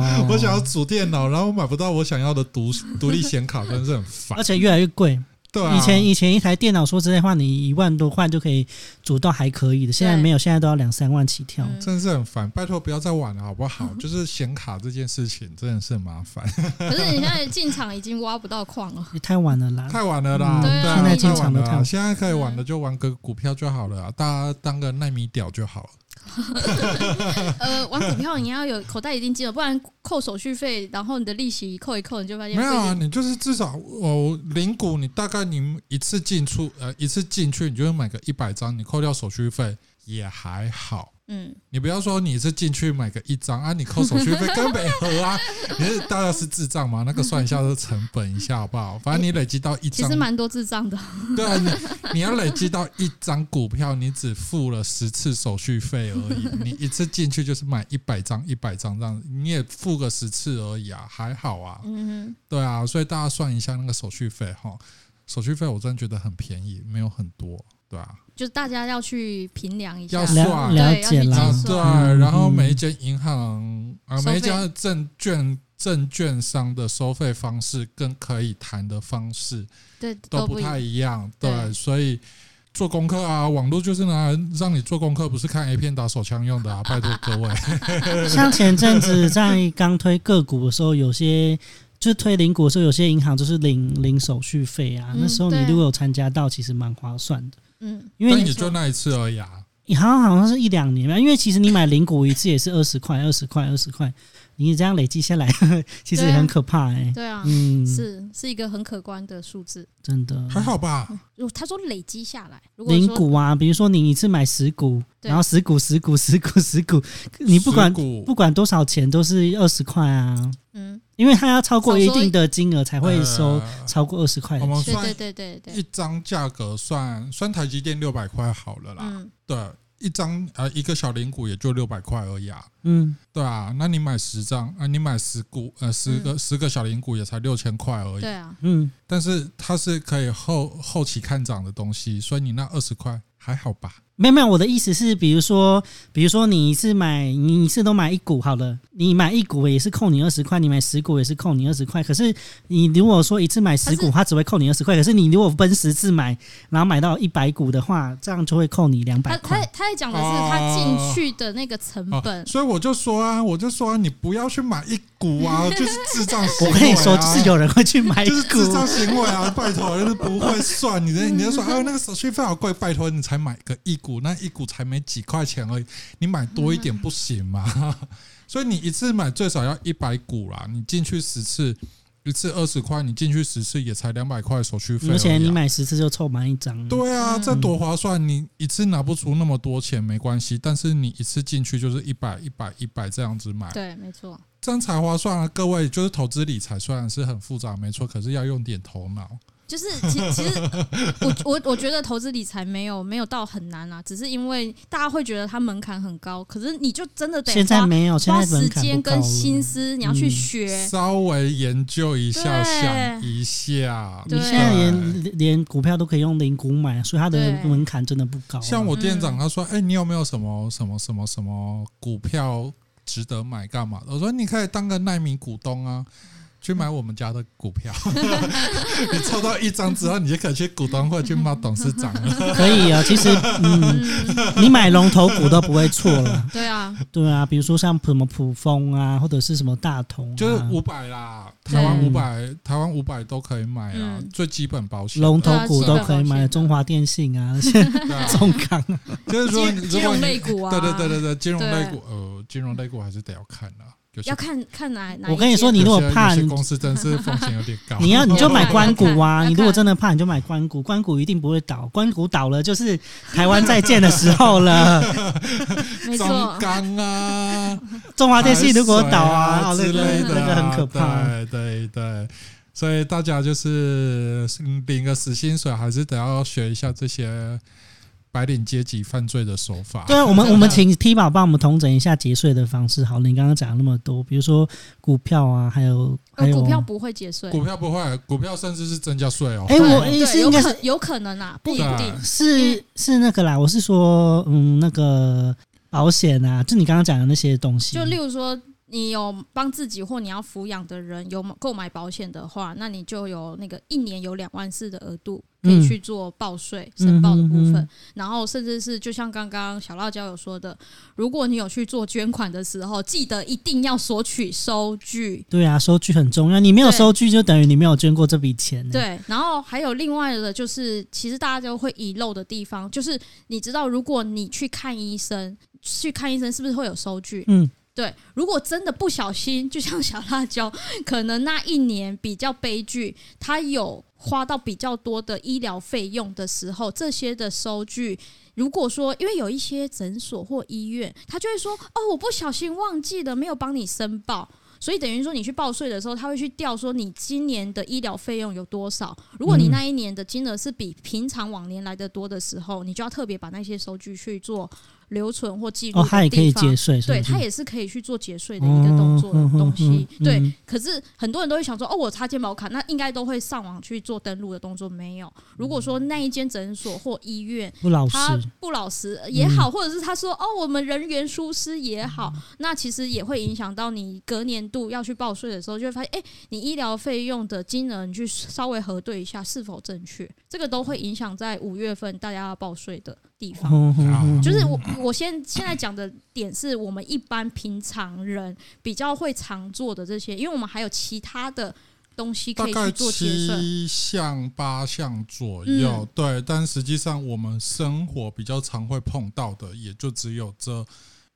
(laughs) 嗯我想要组电脑，然后买不到我想要的独独立显卡，真是很烦而。且越来越贵。对啊，以前以前一台电脑说实在话，你一万多块就可以组到还可以的，现在对没有，现在都要两三万起跳。嗯真是很烦，拜托不要再玩了好不 (laughs) 好？就是显卡这件事情真的是很麻烦，可是你现在进场已经挖不到矿 (laughs) 了。也太晚了 (laughs) 啦，太晚了啦，嗯对啊，现在太进晚场了都啦太晚现在可以玩的啊就玩个股票就好了啊，大家当个耐米屌就好了。呃，玩股票你要有口袋一定金额，不然扣手续费，然后你的利息扣一扣，你就发现没有不一啊，定你就是至少哦，零股你大概你一次进出呃一次进去，你就买个一百张，你扣掉手续费也还好。嗯，你不要说你是进去买个一张啊，你扣手续费 (laughs) 根本没合啊！你是大家是智障吗？那个算一下这成本一下好不好？反正你累积到一其张实，蛮多智障的。 (laughs) 对啊，你你要累积到一张股票，你只付了十次手续费而已。你一次进去就是买一百张，一百张这样，你也付个十次而已啊，还好啊。嗯，对啊，所以大家算一下那个手续费哈，手续费我真的觉得很便宜，没有很多。对啊，就是大家要去评量一下要，了算对要了解去然计啦算后，对啊，嗯然后每一间银行啊，收费每一家的证券证券商的收费方式跟可以谈的方式对，都不不一太样。一样，对对，所以。做功课啊，网络就是拿来让你做功课，不是看 A 片打手枪用的 (laughs) 啊！拜托各位，像前阵子在刚推个股的时候，有些就是推零股的时候，有些银行就是零零手续费啊。嗯那时候你对如果有参加到，其实蛮划算的，嗯，因但为也就那一次而已啊。你好像好像是一两年吧。因为其实你买零股一次也是二十块、二十块、二十块，你这样累积下来， (laughs) 其实也很可怕哎、对啊，嗯，是是一个很可观的数字。真嗯的。还好吧，如他说累积下来，如果零说股啊，比如说你一次买十股，对然后十股、十股、十股、十股，你不管持股不管多少钱都是二十块啊，嗯，因为它要超过少说一定的金额才会收呃超过二十块的我们对算对对对对，一张价格算算台积电六百块好了啦，嗯，对，一张呃一个小零股也就六百块而已啊，嗯，对啊，那你买十张啊、你买十股呃十嗯个十、个小零股也才六千块而已，对啊，嗯，但是它是可以后后期看涨的东西，所以你那二十块还好吧？没有没有，我的意思是，比如说，比如说你一次买，你一次都买一股好了，你买一股也是扣你二十块，你买十股也是扣你二十块。可是你如果说一次买十它股，是它只会扣你二十块。可是你如果分十次买，然后买到一百股的话，这样就会扣你两他百他块。他也讲的是哦他进去的那个成啊本，所以我就说啊，我就说啊，你不要去买一股啊，就是智障行为、我啊。跟你说，就是有人会去买就是股智，障行为啊！拜托，就是不会算，你这你就说，哎，那个手续费好贵，拜托你才买个一股，那一股才没几块钱而已，你买多一点不行吗？所以你一次买最少要一百股啦，你进去十次，一次二十块，你进去十次也才两百块手续费、啊，而且你买十次就凑满一张。对啊，嗯这多划算！你一次拿不出那么多钱没关系，但是你一次进去就是一百、一百、一百这样子买，对，没错，这样才划算啊！各位，就是投资理财虽然是很复杂，没错，可是要用点头脑。就是其其实 (laughs) 我我我觉得投资理财没有没有到很难啊，只是因为大家会觉得它门槛很高，可是你就真的得现在花没有，现花在门时槛间不高了跟心思，你要去嗯学，稍微研究一下，对想一下。对啊你现在连连连股票都可以用零股买，所以它的对门槛真的不高。啊像我店嗯长他说：“哎、你有没有什么什么什么什么股票值得买干嘛的？”我说：“你可以当个耐米股东啊。”去买我们家的股票， (laughs) 你抽到一张之后，你就可以去股东会去骂董事长了。可 (laughs) 以啊，其实嗯，嗯，你买龙头股都不会错了，对 (laughs) 啊，对啊，比如说像什么普丰啊，或者是什么大同啊、就是五百啦，台湾对五百，台湾五百都可以买啊，嗯最基本保险。龙头股都可对啊以基本保险买，的中华电信啊、对啊，中港 (laughs) 啊，就是说，金如金果融你类股啊，对对对对对，金融类对股，呃，金融类股还是得要看啊。有些要看看哪哪一间。我跟你说你如果怕有些有你。些公司真是风险有点高你要你就买关股要啊，看你如果真的怕，你就买关股，关股一定不会倒，关股倒了就是台湾再见的时候 (laughs) 了。没中错，钢 (laughs) 啊，中华电信如果倒海啊，哦水那之个类的那啊，个很可怕。对对对，所以大家就是嗯领个死薪水，还是得要学一下这些白领阶级犯罪的手法。对啊，我们我们请 T 宝帮我们统整一下节税的方式。好了，你刚刚讲了那么多，比如说股票啊，还有还呃有股票不会节税。股票不会，股票甚至是增加税哦。哎我对是有应该可是有可能啊，不一对啊定。是是那个啦，我是说，嗯，那个保险啊，就你刚刚讲的那些东西，就例如说，你有帮自己或你要抚养的人有购买保险的话，那你就有那个一年有两万四的额度可以去做报税、嗯申报的部分。嗯嗯嗯然后甚至是就像刚刚小辣椒有说的，如果你有去做捐款的时候，记得一定要索取收据。对啊，收据很重要，你没有对收据就等于你没有捐过这笔钱、欸。，对，然后还有另外的，就是其实大家就会遗漏的地方，就是你知道，如果你去看医生，去看医生是不是会有收据？嗯，对，如果真的不小心，就像小辣椒， (laughs) 可能那一年比较悲剧，他有花到比较多的医疗费用的时候，这些的收据。如果说，因为有一些诊所或医院，他就会说：“哦，我不小心忘记了，没有帮你申报。”所以等于说你去报税的时候，他会去调说你今年的医疗费用有多少。如果嗯你那一年的金额是比平常往年来的多的时候，你就要特别把那些收据去做留存或记录哦，它的也可地以方。节税，是不对，是它也是可以去做节税的一个动作的哦东西。嗯嗯嗯对嗯，可是很多人都会想说，哦，我插健保卡，那应该都会上网去做登录的动作，没有。如果说那一间诊所或医院不嗯老实，嗯他不老实也好，或者是他说哦，我们人员疏失也好，那其实也会影响到你隔年度要去报税的时候，就会发现，哎、你医疗费用的金额，你去稍微核对一下是否正确，这个都会影响在五月份大家要报税的地方。嗯嗯嗯就是我我现现在讲的点是我们一般平常人比较会常做的这些，因为我们还有其他的东西大可以概去做结算。七项八项左右，嗯对。但实际上，我们生活比较常会碰到的，也就只有这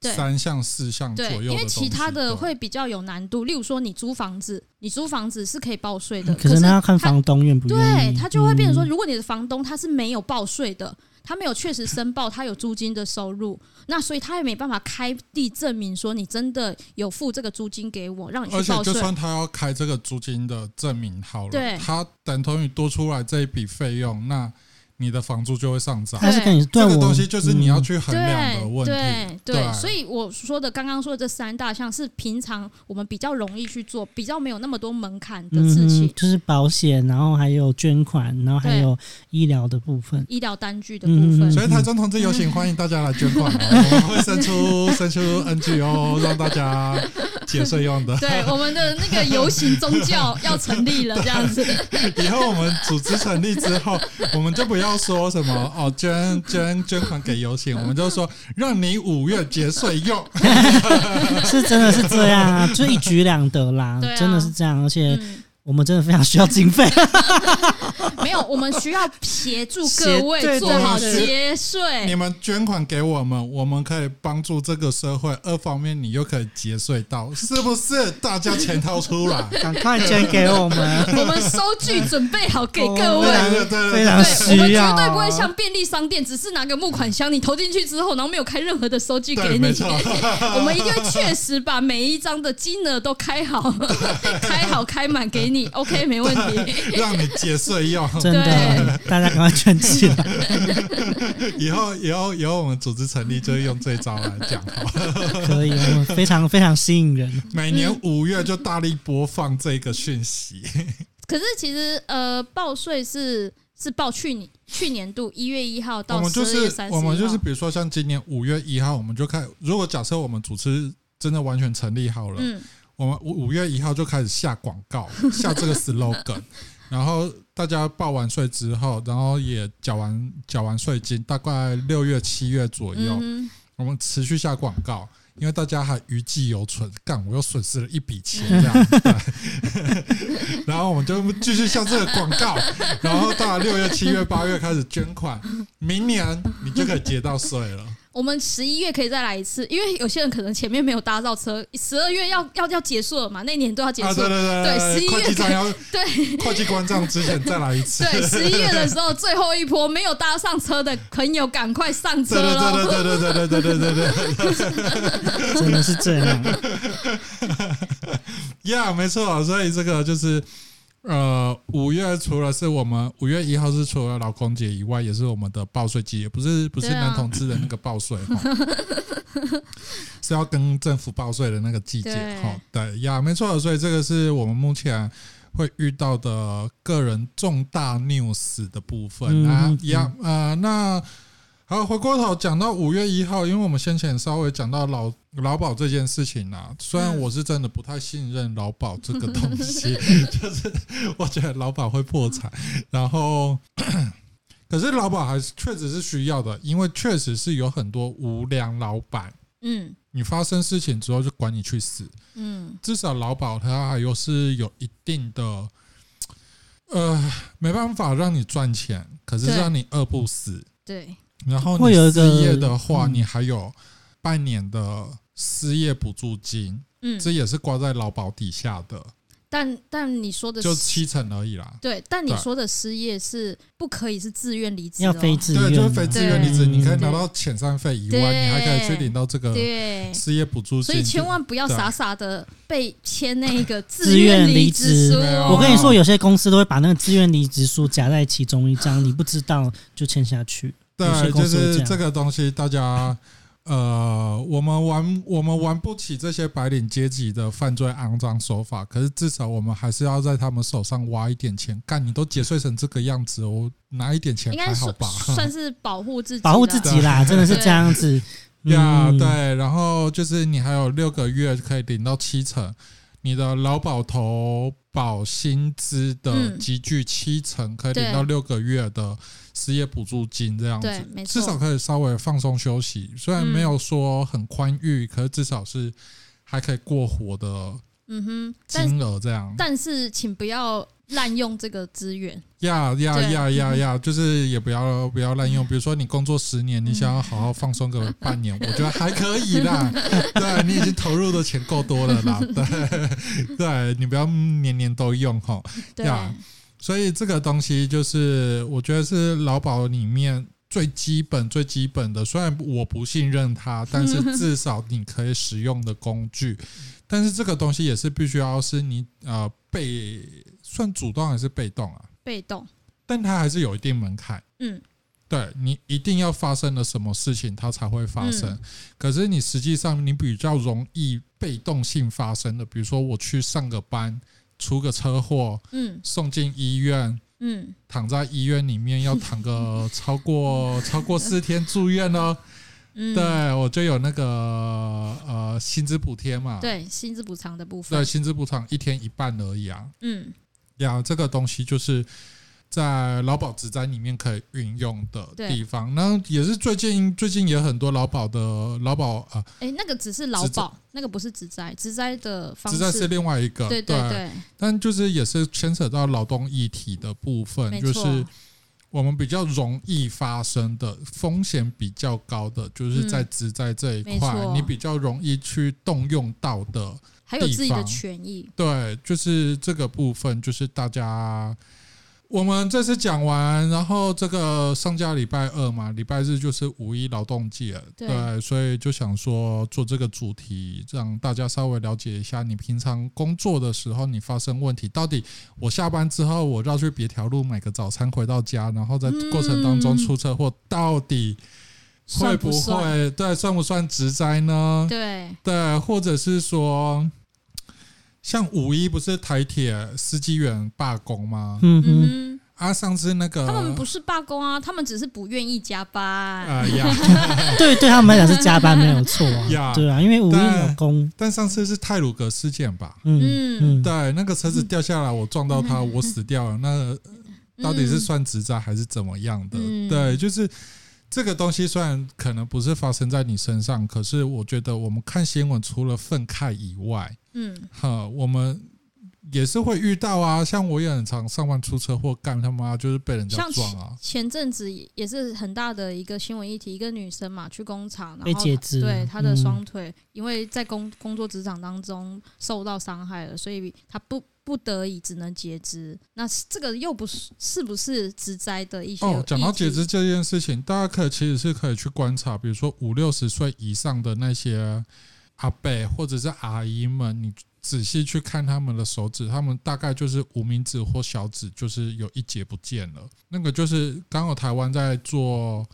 对三项四项左对，右的因为东其西他的对会比较有难度，例如说你租房子，你租房子是可以报税嗯的，可是是那要看他房东愿不愿对意，他就会变成说，嗯如果你的房东他是没有报税的，他没有确实申报他有租金的收入，那所以他也没办法开地证明说你真的有付这个租金给我，让你而去且报就税。算他要开这个租金的证明好了，对他等同于多出来这一笔费用，那你的房租就会上涨。他是跟你对这个我东西就是你要嗯去衡量的问题。对对对对，所以我说的刚刚说的这三大项是平常我们比较容易去做，比较没有那么多门槛的事情。嗯哼，就是保险，然后还有捐款，然后还有医疗的 (laughs) 部分。医疗单据的部分，嗯所以台中同志游行，欢迎大家来捐款、哦，我们会伸出 (laughs) 伸出 NGO 让大家节税用的。 (laughs) 对我们的那个游行宗教要成立了，这样 (laughs) 子。以后我们组织成立之后，我们就不要说什么哦捐捐捐款给游行，我们就说让你五月节税用。是真的是这样啊，就一举两得啦，对啊真的是这样，而且嗯我们真的非常需要经费。没有，我们需要协助协各位对做好对对节你税。们捐款给我们，我们可以帮助这个社会。二方面，你又可以节税到，是不是？大家钱掏出 (laughs) 来，赶快捐给我们，我们收据准备好给各 (laughs) 我位。对们对对非对，对，常我们需啊要。绝对不会像便利商店，只是拿个募款箱，你投进去之后，然后没有开任何的收据对给没你。错 (laughs) 我们一定会确实把每一张的金额都开好，开好开满给你。OK，没问题。 (laughs) 让你节税 (laughs) 用。 (laughs) 真的，大家赶快捐起来。 (laughs) 以后以后以后，我们组织成立就是用这招来 (laughs) 讲嗯好。可以，我们非常非常吸引人。每年五月就大力播放这个讯息，可是其实呃，报税是是报去年去年度一月一号我到们就十二月是三十我们就一是，号。比如说像今年五月一号，我们就开。如果假设我们组织真的完全成立好了，嗯，我们五五月一号就开始下广告， (laughs) 下这个 slogan，然后大家报完税之后，然后也缴完缴完税金，大概六月七月左右，嗯我们持续下广告，因为大家还余悸犹存，干我又损失了一笔钱这样，对 (laughs) 然后我们就继续下这个广告，然后到了六月七月八月开始捐款，明年你就可以结到税了。我们十一月可以再来一次，因为有些人可能前面没有搭到车，十二月要要要结束了嘛，那一年都要结啊，束对对了。对对11会计月账要对会计关账之前再来一次。对，十一月的时候最后一波没有搭上车的朋友，赶快上车对对喽！对对对对对对对对对真的是哦这样， ，Yeah，没错。所以这个就是呃，五月除了是我们五月一号是除了劳工节以外，也是我们的报税季，也不是不是对啊男同志的那个报 (laughs) 税哈，是要跟政府报税的那个季节对哈。对呀没错。所以这个是我们目前。会遇到的个人重大 news 的部分嗯啊嗯，一样啊，那好，回过头讲到五月一号，因为我们先前稍微讲到劳劳保这件事情啊，虽然嗯我是真的不太信任劳保这个东西， (laughs) 就是我觉得劳保会破产，然后。 (coughs) 可是劳保还是确实是需要的，因为确实是有很多无良老板，嗯你发生事情之后就管你去死，嗯，至少劳保它还有是有一定的，呃，没办法让你赚钱，可是对让你饿不死，对然后会有你一个失业的话，嗯你还有半年的失业补助金，嗯，这也是挂在劳保底下的。但但你说的就是七成而已啦。对，但你对说的失业是不可以是自愿离职、哦，要非自愿对，嘛，就是非自愿离职，对你可以拿到遣散费一万，对你还可以去领到这个对，失业补助金，所以千万不要傻傻的被签那个自愿离离职书对啊哦。我跟你说，有些公司都会把那个自愿离职书夹在其中一张，你不知道就签下去。有些对，公就司会这是样这个东西，大家呃，我们玩我们玩不起这些白领阶级的犯罪肮脏手法，可是至少我们还是要在他们手上挖一点钱。干，你都解碎成这个样子，我拿一点钱应该还好算吧？ (laughs) 算是保护自己啦，保护自己啦，真的是这样子。呀嗯对，然后就是你还有六个月可以领到七成，你的劳保投保薪资的嗯集聚七成，可以领对到六个月的失业补助金这样子对没，至少错可以稍微放松休息。虽然没嗯有说很宽裕，可是至少是还可以过活的嗯哼，但金额这样。但是请不要滥用这个资源，呀呀对呀呀呀！就是也不要不要滥用，比如说你工作十年，你想要好好放松个半年，我觉得还可以啦。对你已经投入的钱够多了啦，对 (laughs) 对，你不要年年都用哈。对呀所以这个东西就是我觉得是劳保里面最基本最基本的，虽然我不信任它，但是至少你可以使用的工具。但是这个东西也是必须要是你呃被算主动还是被动啊？被动，但它还是有一定门槛。嗯，对你一定要发生了什么事情，它才会发生。嗯可是你实际上你比较容易被动性发生的，比如说我去上个班，出个车祸，嗯送进医院，嗯，躺在医院里面要躺个超 (laughs) 过超过四天住院哦。嗯，对啊我就有那个呃薪资补贴嘛，对薪资补偿的部对，分，薪资补偿一天一半而已啊。嗯，呀，这个东西就是在劳保职单里面可以运用的地方。那也是最近最近也很多劳保的劳保啊，哎，那个只是劳保，那个不是职灾，职灾的方职单是式，另外一个对对，但就是也是牵扯到劳动议题的部分，没就错，是我们比较容易发生的风险比较高的，就是在嗯职在这一没块，错你比较容易去动用到的。还有自己地的方权益，对，就是这个部分，就是大家我们这次讲完，然后这个上架礼拜二嘛，礼拜日就是五一劳动节，对所以就想说做这个主题，让大家稍微了解一下，你平常工作的时候你发生问题，到底我下班之后我绕去别条路买个早餐回到家，然后在过程当中嗯出车祸，到底会算不算会对算不算职灾呢？对，对，或者是说，像五一不是台铁司机员罢工吗？嗯嗯哼，哼。啊，上次那个他们不是罢工啊，他们只是不愿意加班。啊呀， (laughs) 对，对他们来讲是加班没有错呀啊，对啊，因为五一但有工，但上次是泰鲁格事件吧？嗯嗯，对，那个车子掉下来，我撞到他，我死掉了。那嗯到底是算职灾还是怎么样的？嗯对，就是这个东西虽然可能不是发生在你身上，可是我觉得我们看新闻除了愤慨以外，嗯，哈，我们也是会遇到啊。像我也很常上班出车祸，干他妈就是被人家像撞啊。前阵子也是很大的一个新闻议题，一个女生嘛去工厂，然后被截肢对她的嗯双腿，因为在工工作职场当中受到伤害了，所以她不不得已只能截肢。那这个又不是是不是职灾的一些哦，讲到议题截肢，这件事情，大家可以其实是可以去观察，比如说五六十岁以上的那些阿伯或者是阿姨们，你仔细去看他们的手指，他们大概就是无名指或小指，就是有一节不见了。那个就是刚好台湾在做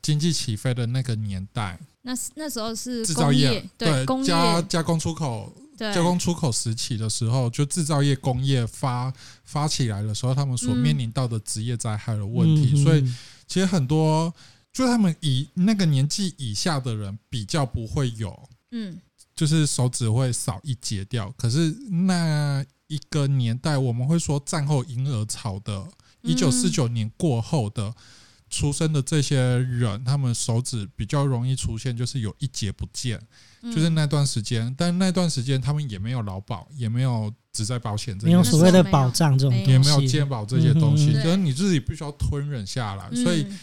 经济起飞的那个年代，那是那时候是制造工业啊对工业加加工出口对加工出口时期的时候，就制造业工业发发起来的时候，他们所面临到的职业灾害的问题，嗯所以其实很多就他们以那个年纪以下的人比较不会有，嗯就是手指会少一截掉。可是那一个年代，我们会说战后婴儿潮的，一嗯九四九年过后的。出生的这些人，他们手指比较容易出现，就是有一节不见，嗯就是那段时间，但那段时间他们也没有劳保，也没有只在保险这没有件所事，谓的保障这种东西，也没有健保这些东西，嗯哼所以你自己必须要吞忍下来。啊所以嗯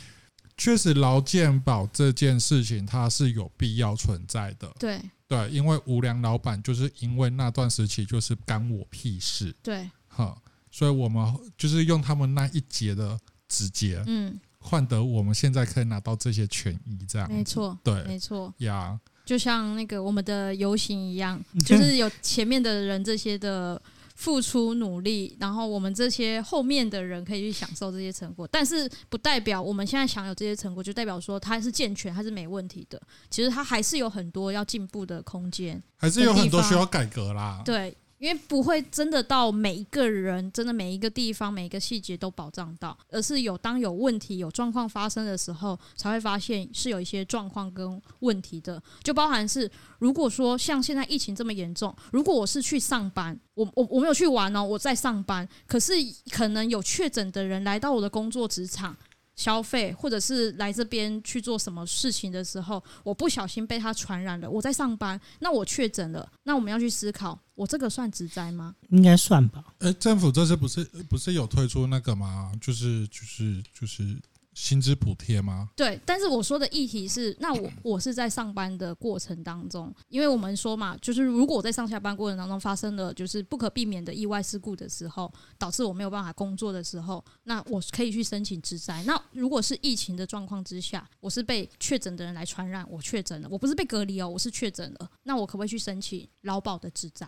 确实劳健保这件事情它是有必要存在的，对对，因为无良老板就是因为那段时期就是干我屁事，对，哈，所以我们就是用他们那一节的直接嗯，换得我们现在可以拿到这些权益，这样没错，啊对没错，呀，就像那个我们的游行一 (laughs) 样，就是有前面的人这些的付出努力，然后我们这些后面的人可以去享受这些成果，但是不代表我们现在享有这些成果，就代表说它是健全，它是没问题的。其实它还是有很多要进步的空间，还是有很多需要改革啦。对。因为不会真的到每一个人，真的每一个地方、每一个细节都保障到，而是有当有问题、有状况发生的时候，才会发现是有一些状况跟问题的。就包含是，如果说像现在疫情这么严重，如果我是去上班，我我我没有去玩哦，我在上班，可是可能有确诊的人来到我的工作职场。消费，或者是来这边去做什么事情的时候，我不小心被他传染了，我在上班，那我确诊了，那我们要去思考，我这个算职灾吗？应该算吧。哎，政府这次不是不是有推出那个吗？就是就是就是薪资补贴吗？对，但是我说的议题是，那我我是在上班的过程当中，因为我们说嘛，就是如果我在上下班过程当中发生了就是不可避免的意外事故的时候，导致我没有办法工作的时候，那我可以去申请职灾。那如果是疫情的状况之下，我是被确诊的人来传染，我确诊了，我不是被隔离哦，我是确诊了，那我可不可以去申请劳保的职灾？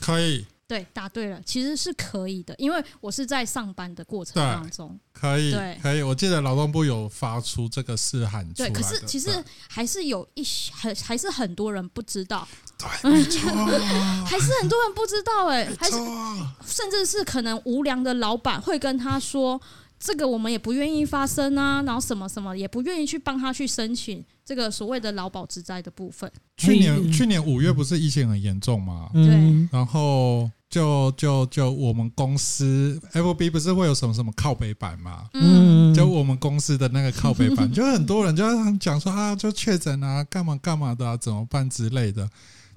可以，对，答对了，其实是可以的，因为我是在上班的过程当中，可以对，可以。我记得劳动部有发出这个示函出对。来的。可是其实对还是有一些，还还是很多人不知道， (laughs) 对，没错，啊哦还是很多人不知 (laughs) 道、哎，嗯还没是错，啊甚至是可能无良的老板会跟他说，这个我们也不愿意发生啊，然后什么什么也不愿意去帮他去申请这个所谓的劳保之灾的部分。去所以年去年五月不是疫情很严重吗？嗯，然后就就就我们公司 FB 不是会有什么什么靠背板嘛？嗯，就我们公司的那个靠背板， (laughs) 就很多人就在讲说啊，就确诊啊，干嘛干嘛的、啊，怎么办之类的，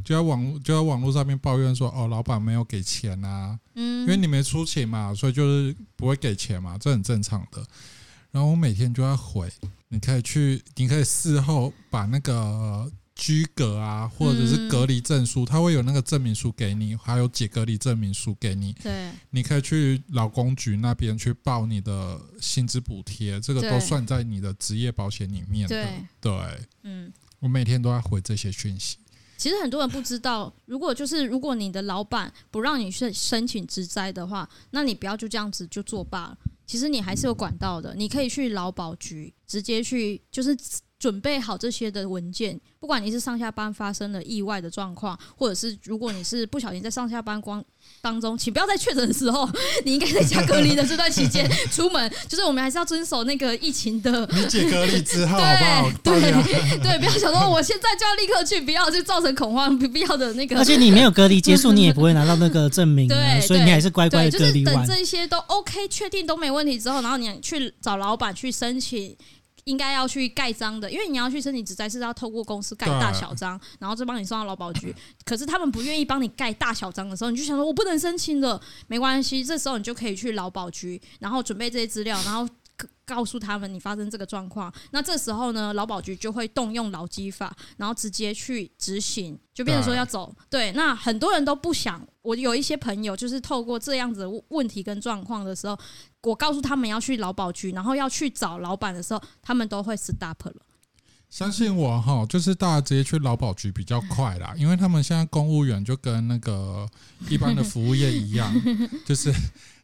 就在网就在网络上面抱怨说，哦，老板没有给钱啊，嗯，因为你没出勤嘛，所以就是不会给钱嘛，这很正常的。然后我每天就要回，你可以去，你可以事后把那个呃居隔啊，或者嗯是隔离证书，他会有那个证明书给你，还有解隔离证明书给你，对你可以去劳工局那边去报你的薪资补贴，这个对都算在你的职业保险里面的。对，对嗯。我每天都要回这些讯 (laughs) 息，其实很多人不知道，如果就是如果你的老板不让你去申请职灾的话，那你不要就这样子就作罢了。其实你还是有管道的，你可以去劳保局直接去，就是准备好这些的文件。不管你是上下班发生了意外的状况，或者是如果你是不小心在上下班光当中，请不要在确诊的时候， (laughs) 你应该在家隔离的这段期间出门。就是我们还是要遵守那个疫情的你解隔离之后好不好？对大家对 (laughs) 对，不要想说我现在就要立刻去，不要就造成恐慌， (laughs) 不必要的那个。而且你没有隔离结束，你也不会拿到那个证明啊， (laughs) 对所以你还是乖乖对，的就隔是离等完。这些都 OK，确定都没问题之后，然后你去找老板去申请。应该要去盖章的，因为你要去申请职灾是要透过公司盖对大小章，然后再帮你送到劳保局。可是他们不愿意帮你盖大小章的时候，你就想说我不能申请了，没关系，这时候你就可以去劳保局，然后准备这些资料，然后告告诉他们你发生这个状况。那这时候呢，劳保局就会动用劳基法，然后直接去执行，就变成说对要走。对，那很多人都不想。我有一些朋友就是透过这样子的问题跟状况的时候，我告诉他们要去劳保局，然后要去找老板的时候，他们都会 stop 了。相信我哈，就是大家直接去劳保局比较快啦，因为他们现在公务员就跟那个一般的服务业一 (laughs) 样，就是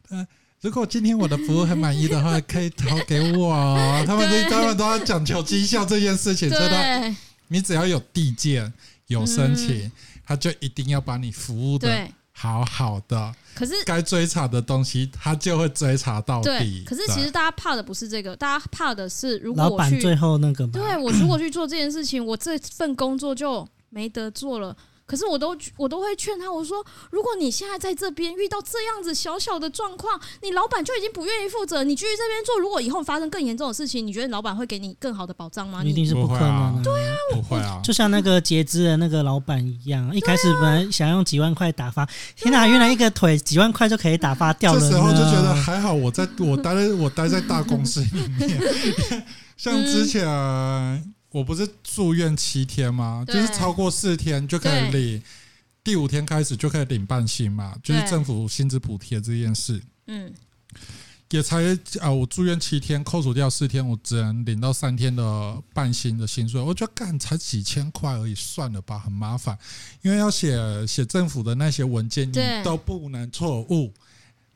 呃，如果今天我的服务很满意的话，可以投给我 (laughs) 哦。他们对就他们都要讲求绩效这件事情，真的。对你只要有地件、有申请，他就一定要把你服务的嗯对，好好的，可是该追查的东西他就会追查到对底。，可是其实大家怕的不是这个，大家怕的是如果老我板去最后那个吧，对啊我如果去做这件事情，我这份工作就没得做了。可是我都我都会劝他，我说，如果你现在在这边遇到这样子小小的状况，你老板就已经不愿意负责，你继续这边做，如果以后发生更严重的事情，你觉得老板会给你更好的保障吗？一你定是不可能的。对啊，对不会啊，就像那个截肢的那个老板一啊样，一开始本来想用几万块打发，天哪，原来一个腿几万块就可以打发掉啊这了呢。时候就觉得还好，我 (laughs) 在我待在我待在大公司里面，像之前我不是住院七天吗？就对是超过四天就可以领，第五天开始就可以领半薪嘛，就是对政府薪资补贴这件事。嗯，也才啊、我住院七天，扣除掉四天，我只能领到三天的半薪的薪水。我觉得干才几千块而已，算了吧，很麻烦，因为要写写政府的那些文件，你对都不能错误，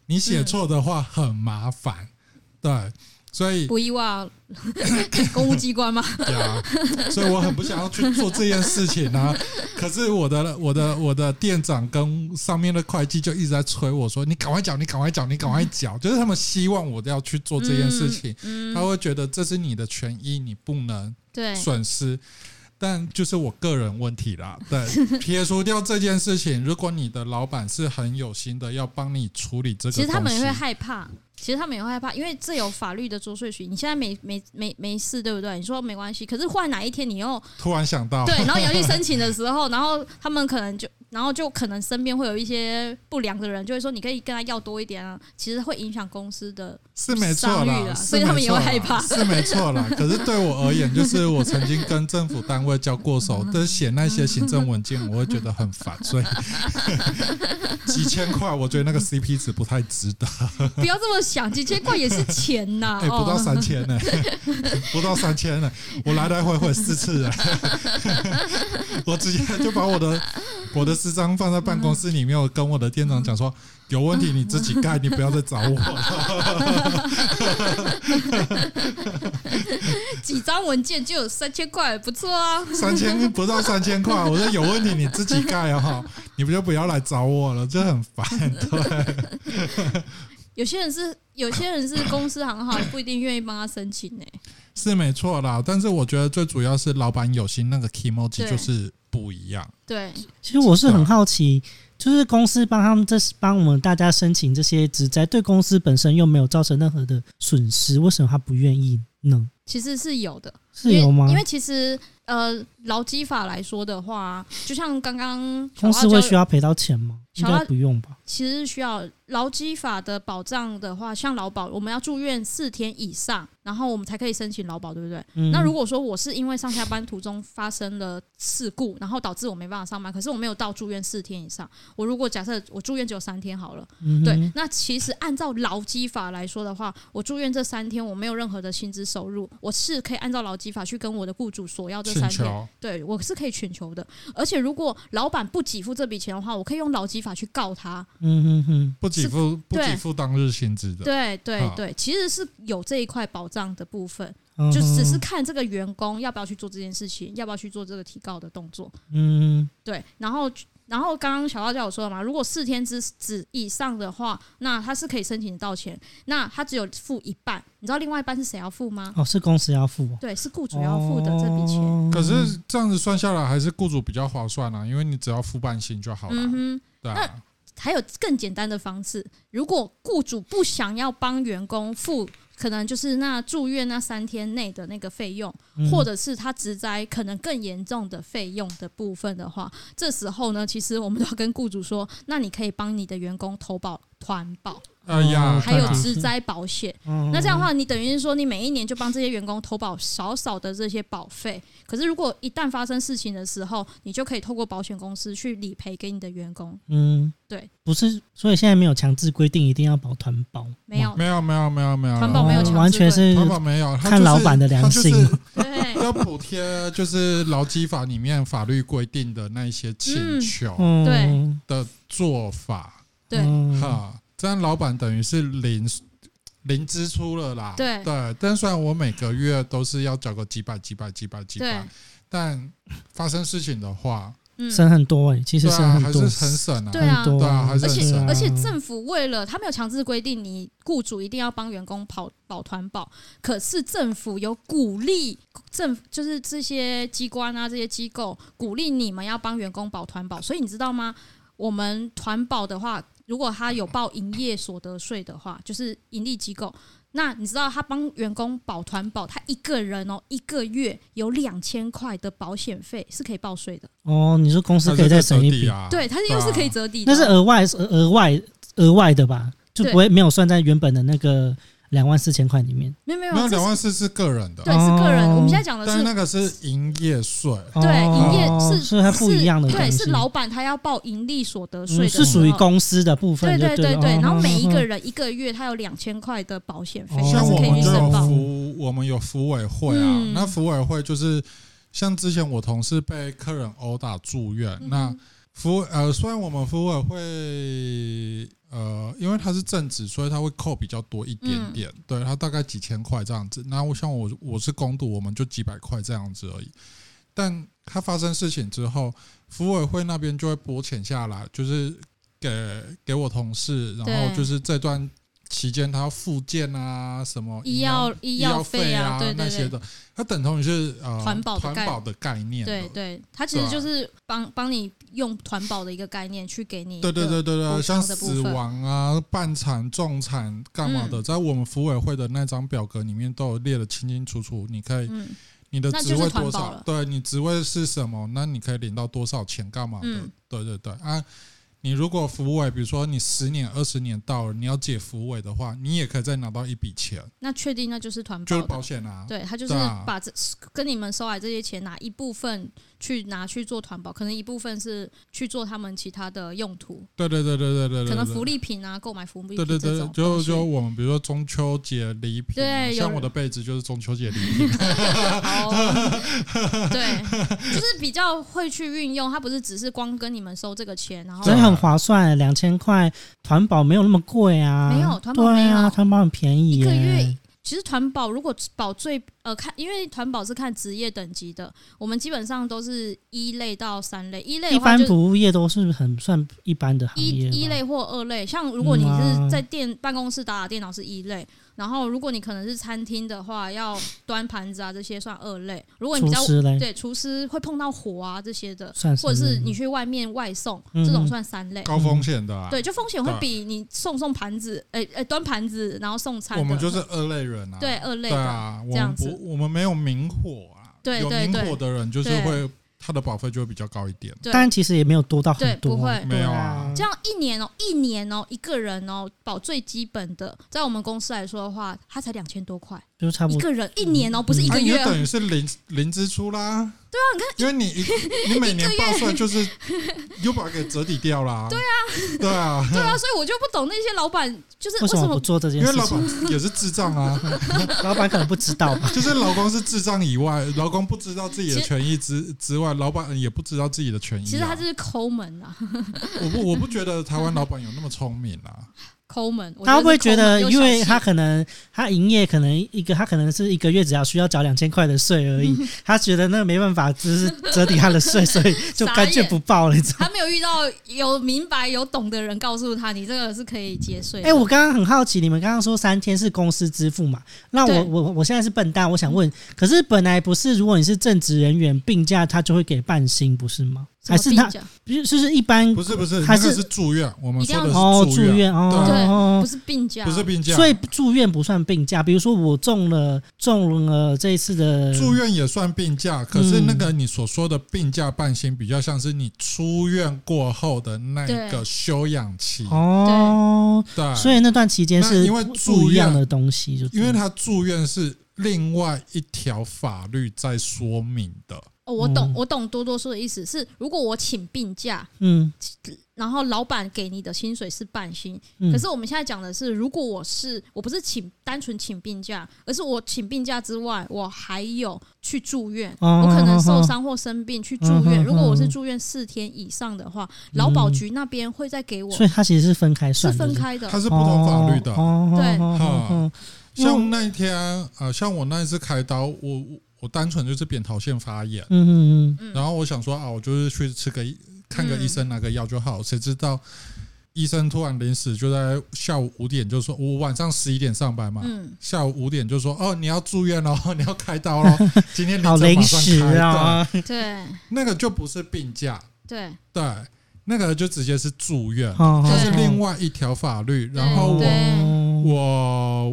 你写错的话很麻烦，对，所以不意外啊，公务机关嘛，呀，所以我很不想要去做这件事情啊。可是我的我的我的店长跟上面的会计就一直在催我说：“你赶快缴，你赶快缴，你赶快缴。”就是他们希望我要去做这件事情，他会觉得这是你的权益，你不能嗯对，损失。但就是我个人问题啦， (laughs) 对，撇除掉这件事情，如果你的老板是很有心的要帮你处理这个其东西，实他们也会害怕，其实他们也会害怕，因为这有法律的酌税权。你现在没没没没事，对不对？你说没关系，可是换哪一天你又突然想到，对，然后你要去申请的时候，然后他们可能就，然后就可能身边会有一些不良的人，就会说你可以跟他要多一点啊，其实会影响公司的。是没错商誉啦，啦是啊所以他们也没会错啦害怕是没错 (laughs) 啦。可是对我而言，就是我曾经跟政府单位交过 (laughs) 手，但是写那些行政文件，我会觉得很烦，所以几千块，我觉得那个 CP 值不太值得。不要这么想，几千块也是钱呐、哎、不到哦，三千 (laughs) 呢、不到三千呢、我来来回回四次了， (laughs) 我直接就把我的我的私章放在办公室里面，我跟我的店长讲说，有问题你自己盖，你不要再找我了。几张文件就有三千块，不错啊。三千不到三千块，我说有问题你自己盖啊哈，你不就不要来找我了，这很烦。有些人是，有些人是公司行好，不一定愿意帮他申请呢、是没错啦，但是我觉得最主要是老板有心，那个 emoji 对哦就是不一样。对，其实我是很好奇，就是公司帮他们这帮我们大家申请这些职灾，对公司本身又没有造成任何的损失，为什么他不愿意呢？其实是有的。是有吗？因为因为其实呃，劳基法来说的话，就像刚刚小公花司教会需要赔到钱吗？应小花该不用吧？其实需要劳基法的保障的话，像劳保，我们要住院四天以上，然后我们才可以申请劳保，对不对？嗯那如果说我是因为上下班途中发生了事故，然后导致我没办法上班，可是我没有到住院四天以上，我如果假设我住院只有三天好了，嗯哼对，那其实按照劳基法来说的话，我住院这三天我没有任何的薪资收入，我是可以按照劳基法去跟我的雇主索要这请三天。求对我是可以请求的，而且如果老板不给付这笔钱的话，我可以用劳基法去告他。嗯哼哼，不给付不给付当日薪资的，对对好对，其实是有这一块保障的部分，嗯哼就只是看这个员工要不要去做这件事情，要不要去做这个提告的动作。嗯对，然后然后刚刚小花教我说了嘛，如果四天之之以上的话，那他是可以申请到钱，那他只有付一半，你知道另外一半是谁要付吗？哦，是公司要付哦，对，是雇主要付的这笔钱。哦可是这样子算下来还是雇主比较划算啊，因为你只要付半薪就好了，嗯哼，对啊。还有更简单的方式，如果雇主不想要帮员工付，可能就是那住院那三天内的那个费用，嗯或者是他职灾可能更严重的费用的部分的话，这时候呢，其实我们都要跟雇主说，那你可以帮你的员工投保团保，哎呀，哦还有对啊职灾保险。嗯那这样的话，你等于是说，你每一年就帮这些员工投保少少的这些保费。可是如果一旦发生事情的时候，你就可以透过保险公司去理赔给你的员工。嗯，对，不是，所以现在没有强制规定一定要保团保，嗯没有，没有没有没有没有，环保没有强制完全是淘宝没有，他看就是老板的良心他就是对。要补贴就是劳基法里面法律规定的那一些请求嗯对的做法，对嗯哈，这样老板等于是零零支出了啦。对对，但虽然我每个月都是要缴个几百几百几百几百对，但发生事情的话，嗯，省很多哎、其实对省啊，还很是多，很省啊。对啊很多对啊还是而很且省而且政府为了他没有强制规定你雇主一定要帮员工跑保团保，可是政府有鼓励政就是这些机关啊这些机构鼓励你们要帮员工保团保，所以你知道吗？我们团保的话，如果他有报营业所得税的话，就是盈利机构。那你知道他帮员工保团保，他一个人哦，一个月有两千块的保险费是可以报税的，哦，你说公司还可以在再省一折抵笔，啊。对，他又是可以折抵的那哦。是额外额外额外的吧？就不会没有算在原本的那个两万四千块里面。没有没有没有这两是万四是个人的，对是个人，哦我们现在讲的但是是那个是营业税，对营业哦是所以它不一样的是东对，西是老板他要报盈利所得税嗯的时候，是属于公司的部分对对就对对了对，哦然后每一个哦人一个月他有两千块的保险费，哦他像是我可以们去就有申报。服，我们有服委会啊，嗯那服委会就是像之前我同事被客人殴打住院，那嗯服呃，虽然我们服委会呃，因为他是正职，所以他会扣比较多一点点，嗯对他大概几千块这样子。那我像我我是工读，我们就几百块这样子而已。但他发生事情之后，服委会那边就会拨钱下来，就是给给我同事，然后对就是这段期间他要复健啊，什么医药医医药费费啊对对那些对的，它等同于是呃环保的概环保的概念了，对对，他其啊实就是帮帮你用团保的一个概念去给你一对个。对对对补对，像偿的部死分嗯亡啊、半产、重产干嘛的，在我们服委会的那张表格里面都有列的清清楚楚。你可以，嗯你的那职就是位团多保少了？对你职位是什么？那你可以领到多少钱干嘛的嗯？对对对啊！你如果服委，比如说你十年、二十年到了，你要解服委的话，你也可以再拿到一笔钱，那确定那就是团就是保保的。险啊。对他就是对啊把这跟你们收来这些钱，拿一部分去拿去做团保，可能一部分是去做他们其他的用途，对对对对对对对，可能对福利品啊，购买福利对品对这对种，就东西就我们比如说中秋节礼品啊、对有像我的被子就是中秋节礼 (laughs) 品， (laughs) 好， (laughs) 对，就是比较会去运用，它不是只是光跟你们收这个钱，然后对真的很划算，两千块团保没有那么贵啊，没有团保对没啊，有团保很便宜一耶，个月。其实团保如果保最呃看，因为团保是看职业等级的，我们基本上都是一类到三类，一类一的话般就服务业都是很算一般的行一业吧，一类或二类。像如果嗯你啊是在电办公室打打电脑是一类，然后如果你可能是餐厅的话，要端盘子啊这些算二类。如果你比厨较师嘞，对厨师会碰到火啊这些的，算或者是类你去外面外送，嗯这种算三类。高风险的、啊。对，就风险会对比你送送盘子，诶、诶、端盘子，然后送餐的，我们就是二类人啊。对二类对的，啊，我这们样子不，我们没有明火啊。对有对明对火的人就是对会他的保费就会比较高一点。对但其实也没有多到对很多不啊，会。没有啊这样一年哦、一年哦、一个人哦、保最基本的，在我们公司来说的话，他才两千多块就差不一多。啊个人，一年哦、不是一那个你就月哦、啊等于是零零支出啦。对啊，你看，因为你一你每年报 (laughs) 出来就是又把它给折抵掉啦。对啊，对啊， (laughs) 对啊，所以我就不懂那些老板就是为为什么什不么做这件因为事老情？板也是智障啊， (laughs) (laughs) 老板可能不知道吧。就是老公是智障以外，老公不知道自己的权益之之外，老板也不知道自己的权益、啊。其实他就是抠门啊， (laughs) 我不我不觉得台湾老板有那么聪明啊。抠门。我他会不会是抠觉门得，又因为小气他可能他营业可能一个他可能是一个月只要需要缴两千块的税而嗯已，他觉得那个没办法，只是折抵他的税，所以就干脆不报 (laughs) 了，你知道吗？他没有遇到有明白有懂的人告诉他，你这个是可以节税的。哎、我刚刚很好奇，你们刚刚说三天是公司支付嘛？那我对我我现在是笨蛋，我想问，可是本来不是，如果你是正职人员病假，他就会给半薪，不是吗？什还么是病他假就是一般不是不是，嗯还那个是是住院，我们一定说要的哦是住院，院哦对对哦不是病假，不是病假。所以住院不算病假。比如说我中了中了这一次的住院也算病假，可是那嗯个你所说的病假半薪，比较像是你出院过后的那一个对休养期。哦，对，所以那段期间是那因为不住院一样的东西，就因为他住院是另外一条法律在说明的。哦，我懂嗯，我懂多多说的意思是，如果我请病假，嗯然后老板给你的薪水是半薪，嗯，可是我们现在讲的是，如果我是我不是请单纯请病假，而是我请病假之外，我还有去住院。哦我可能受伤或生病去住嗯嗯嗯院，嗯如果我是住院四天以上的话，劳保局那边会再给我，所以它其实是分开是算的，分开的它。是不同法律的哦对哦哦哦像那一天，呃，像我那一次开刀，我我我单纯就是扁桃腺发炎，嗯嗯嗯，嗯然后我想说啊，我就是去吃个医看个医生拿个药就好，谁知道医生突然临时就在下午五点就说，我晚上十一点上班嘛，嗯，下午五点就说哦你要住院哦， (laughs) 你要开刀 (laughs) 喽，今天你好马临上时开刀，啊，对那个就不是病假，对，对，那个就直接是住院，哦嗯它是对另外一条法律，然后对我我我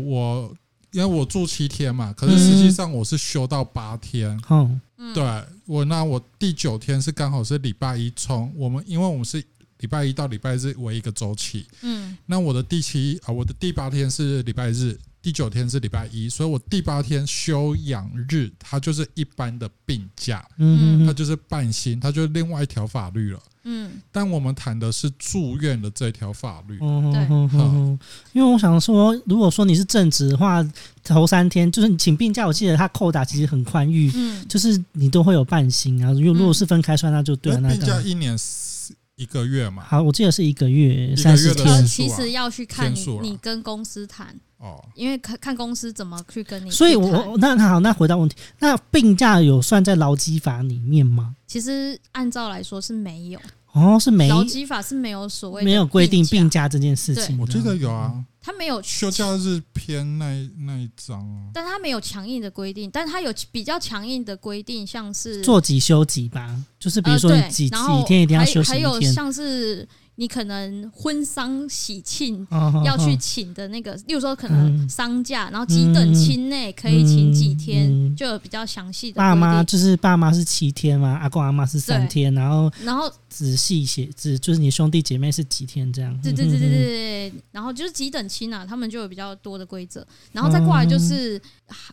我，因为我住七天嘛，可是实际上我是休到八天。嗯嗯对我，那我第九天是刚好是礼拜一冲，我们因为我们是礼拜一到礼拜日为一个周期，嗯那我的第七啊，我的第八天是礼拜日，第九天是礼拜一，所以我第八天休养日，它就是一般的病假，嗯，嗯它嗯就是半薪，它就是另外一条法律了。嗯，但我们谈的是住院的这条法律，嗯对嗯嗯嗯因为我想说，如果说你是正职的话，头三天就是你请病假，我记得他扣打其实很宽裕，嗯，就是你都会有半薪啊。如果如果是分开算，那就对了。因为啊那病假当然一年是一个月嘛，好，我记得是一个月个三十月的天时呃，间，其实要去看天你数啦你跟公司谈，哦，因为看看公司怎么去跟你去谈。所以我，我那那好，那回到问题，那病假有算在劳基法里面吗？其实按照来说是没有，哦，是没劳基法是没有所谓的没有规定病病假，假这件事情的。我记得有嗯啊，他没有休假日篇那一那一章啊，但他没有强硬的规定，但他有比较强硬的规定，像是做几休几吧，就是比呃如说你对几、然后几天一定要还休息还一有天，像是你可能婚丧喜庆。哦要去哦请的那个，例如说可能嗯丧假，然后几等亲内可以请几天，嗯嗯就有比较详细的爸妈规定。就是爸妈是七天嘛，阿公阿妈是三天，然后然后，仔细写只就是你兄弟姐妹是几天这样。对对对嗯对对，对然后就是几等亲啊，他们就有比较多的规则。然后再过来嗯就是，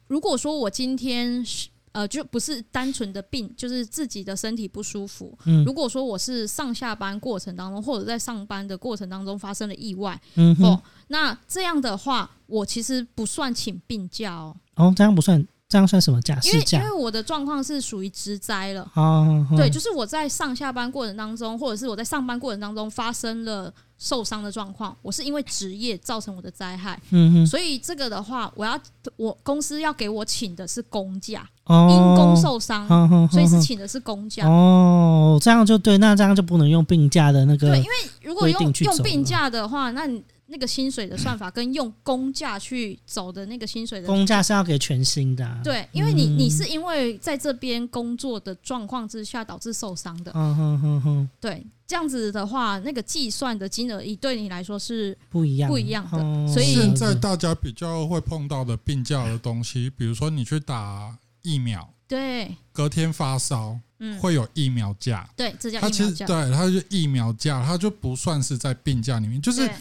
如果说我今天是呃，就不是单纯的病，就是自己的身体不舒服，嗯如果说我是上下班过程当中，或者在上班的过程当中发生了意外，嗯哼哦，那这样的话，我其实不算请病假哦，哦，这样不算，这样算什么假？因为事因啊假为我的状况是属于职灾了。哦，哦对，就是我在上下班过程当中，或者是我在上班过程当中发生了受伤的状况，我是因为职业造成我的灾害，嗯哼所以这个的话，我要我公司要给我请的是公假，因哦，公受伤，哦，哦所以哦是哦请的是公假。哦，这样就对，那这样就不能用病假的那个，对，因为如果规用定去用走病了假的话，那你那个薪水的算法跟用公假去走的那个薪水的公假是要给全薪的、啊。，对，因为嗯你你是因为在这边工作的状况之下导致受伤哦的，嗯哼哼哼，对，这样子的话，那个计算的金额一对你来说是不一样，不一样的哦所以现在大家比较会碰到的病假的东西，比如说你去打疫苗，对，隔天发烧嗯，会有疫苗假，对，这叫它疫其苗实假，对，它就疫苗假，它就不算是在病假里面，就是对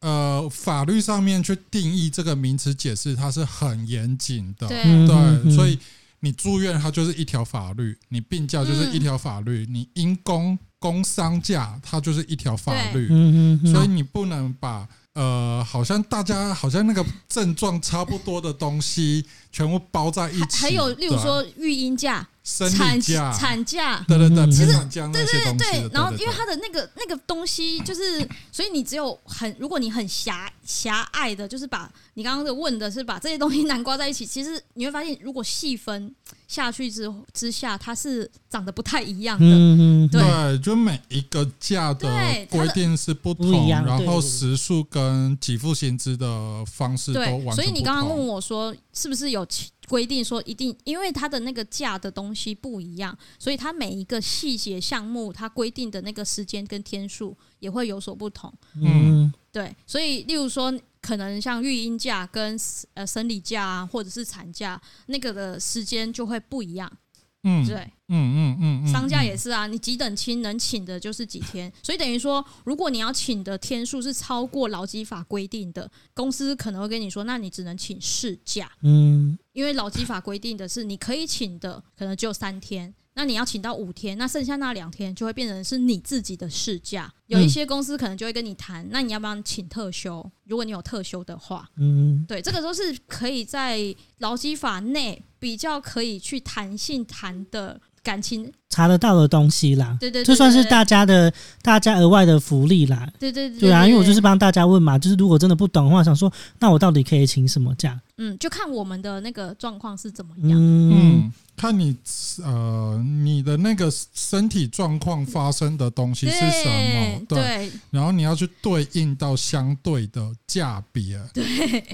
呃，法律上面去定义这个名词解释，它是很严谨的。对嗯对，嗯所以你住院它就是一条法律，你病假就是一条法律，你因公工伤假它就是一条法律，嗯哼所以哼，你不能把。呃，好像大家好像那个症状差不多的东西，全部包在一还起。还有例如对啊说育婴假、生产理假，产假，对对对，嗯陪产假那些东西的，对，然后因为对它的那个那个东西就是，所以你只有很，如果你很狭狭隘的，就是把你刚刚的问的是把这些东西南瓜在一起，其实你会发现，如果细分下去之后之下，它是长得不太一样的。嗯哼对对，就每一个假的对它的规定是不不同，一样对然后对对时数跟给付薪资的方式都完全不对，同。所以你刚刚问我说，是不是有其规定说一定，因为它的那个价的东西不一样，所以它每一个细节项目，它规定的那个时间跟天数也会有所不同。嗯对，所以例如说，可能像育婴假跟呃生理假啊，或者是产假，那个的时间就会不一样。嗯，嗯对，嗯嗯嗯，嗯商假也是啊，你几等亲能请的就是几天，所以等于说，如果你要请的天数是超过劳基法规定的，公司可能会跟你说，那你只能请事假，嗯因为劳基法规定的是你可以请的可能只有三天。那你要请到五天，那剩下那两天就会变成是你自己的事假。有一些公司可能就会跟你谈，那你要不要请特休？如果你有特休的话，嗯对，这个都是可以在劳基法内比较可以去弹性谈的感情，查得到的东西啦，对对对，这算是对大家的大家额外的福利啦。对对对对啊，因为我就对是帮大家问嘛，就是如果真的不懂的话，想说那我到底可以请什么假？嗯，就看我们的那个状况是怎么样。嗯，嗯，看你呃你的那个身体状况发生的东西对是什么，对，对然后你要去对应到相对的价别，对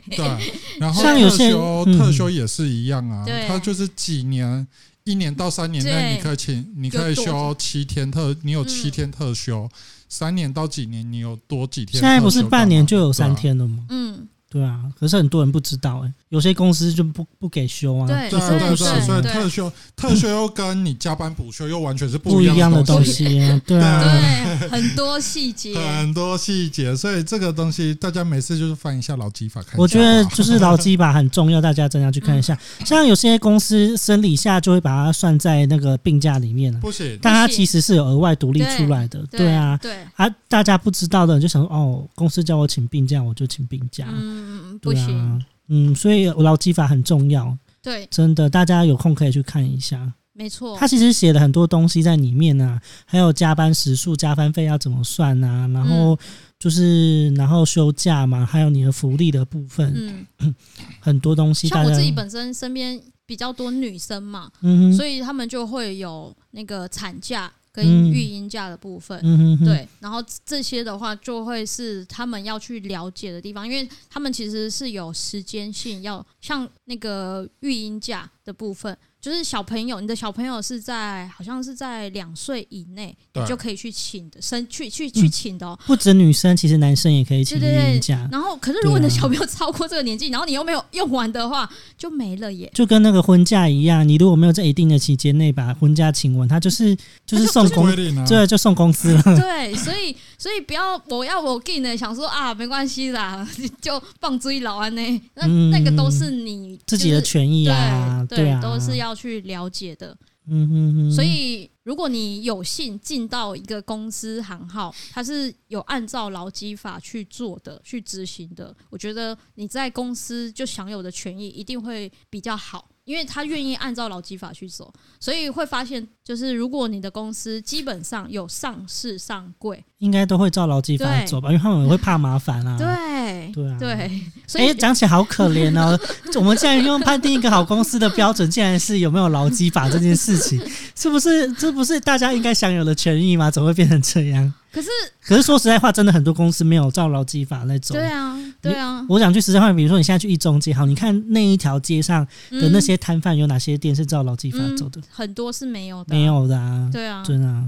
然后像有特些休嗯特休也是一样啊对，它就是几年。一年到三年内，对你可以请，你可以有多休七天特，你有嗯七天特休。三年到几年，你有多几天？啊现在不是半年就有三，天了吗？嗯，对啊，可是很多人不知道哎、有些公司就不不给休啊。对对啊，所以对啊对啊，对所以对特休特休又跟你加班补休又完全是不一一样的东东。西啊， (laughs) 对啊，对，很多细节。很多细节，所以这个东西大家没事就是翻一下劳基法看一下。我觉得好不好就是劳基法很重要，大家真的要去看一下。嗯像有些公司生理假就会把它算在那个病假里面啊，不行，但它其实是有额外独立出来的，对啊。对，啊，大家不知道的人就想说，哦，公司叫我请病假，我就请病假，嗯，不对啊行，，嗯，所以劳基法很重要，对，真的，大家有空可以去看一下。没错他，其实写了很多东西在里面啊，还有加班时数、加班费要怎么算啊，然嗯后就是、然后休假嘛，还有你的福利的部分，嗯，很多东西像大家我自己本身身边比较多女生嘛，嗯哼所以他们就会有那个产假跟嗯育婴假的部分。嗯哼哼，对，然后这些的话就会是他们要去了解的地方，因为他们其实是有时间性要，像那个育婴假的部分，就是小朋友，你的小朋友是在好像是在两岁以内，对你就可以去请的，生去去嗯去请的哦。不止女生，其实男生也可以请对对对孕假，然后，可是如果你的对啊小朋友超过这个年纪，然后你又没有用完的话，就没了耶。就跟那个婚假一样，你如果没有在一定的期间内把婚假请完，他嗯就是就是送公规，定啊，对，就送公司了。对，所以所以不要我要我给呢，想说啊，没关系啦， (laughs) 就放追老安呢。那、嗯那个都是你自己的就是权益啊，对啊，都是，要去了解的。嗯哼哼，所以，如果你有幸进到一个公司行号，它是有按照劳基法去做的、去执行的，我觉得你在公司就享有的权益一定会比较好，因为他愿意按照劳基法去走，所以会发现，就是如果你的公司基本上有上市上柜，应该都会照劳基法对走吧，因为他们也会怕麻烦啊，对对啊，对，所哎，以讲起来好可怜 (laughs) 哦！我们竟然用判定一个好公司的标准，竟然是有没有劳基法这件事情，是不是？这不是大家应该享有的权益吗？怎么会变成这样？可是可是说实在话，真的很多公司没有照劳基法在走对。啊，对啊，我想去实在话，比如说你现在去一中街，好，你看那一条街上的那些摊贩有哪些店是照劳基法走的嗯？很多是没有的，没，有的啊，对啊，真的啊。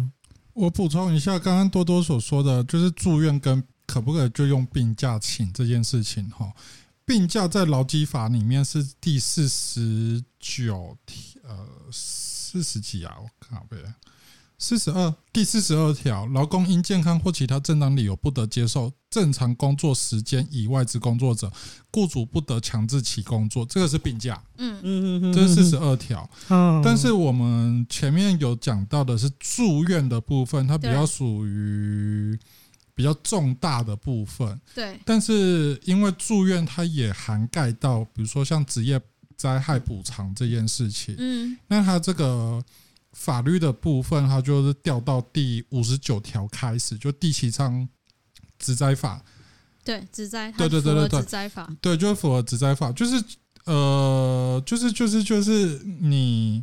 我补充一下，刚刚多多所说的，就是住院跟可不可以就用病假请这件事情哈。病假在劳基法里面是第四十九条，呃，四十几啊，我靠背，四十二，第四十二条，劳工因健康或其他正当理由不得接受正常工作时间以外之工作者，雇主不得强制其工作，这个是病假，嗯嗯嗯嗯，这是四十二条。嗯但是我们前面有讲到的是住院的部分，它比对较属于比较重大的部分。对，但是因为住院，它也涵盖到，比如说像职业灾害补偿这件事情。嗯那它这个法律的部分，它就是调到第五十九条开始，就第七章职灾法，对，职灾，对对对对对职灾法，对，就是符合职灾法，就是呃，就是就是就是你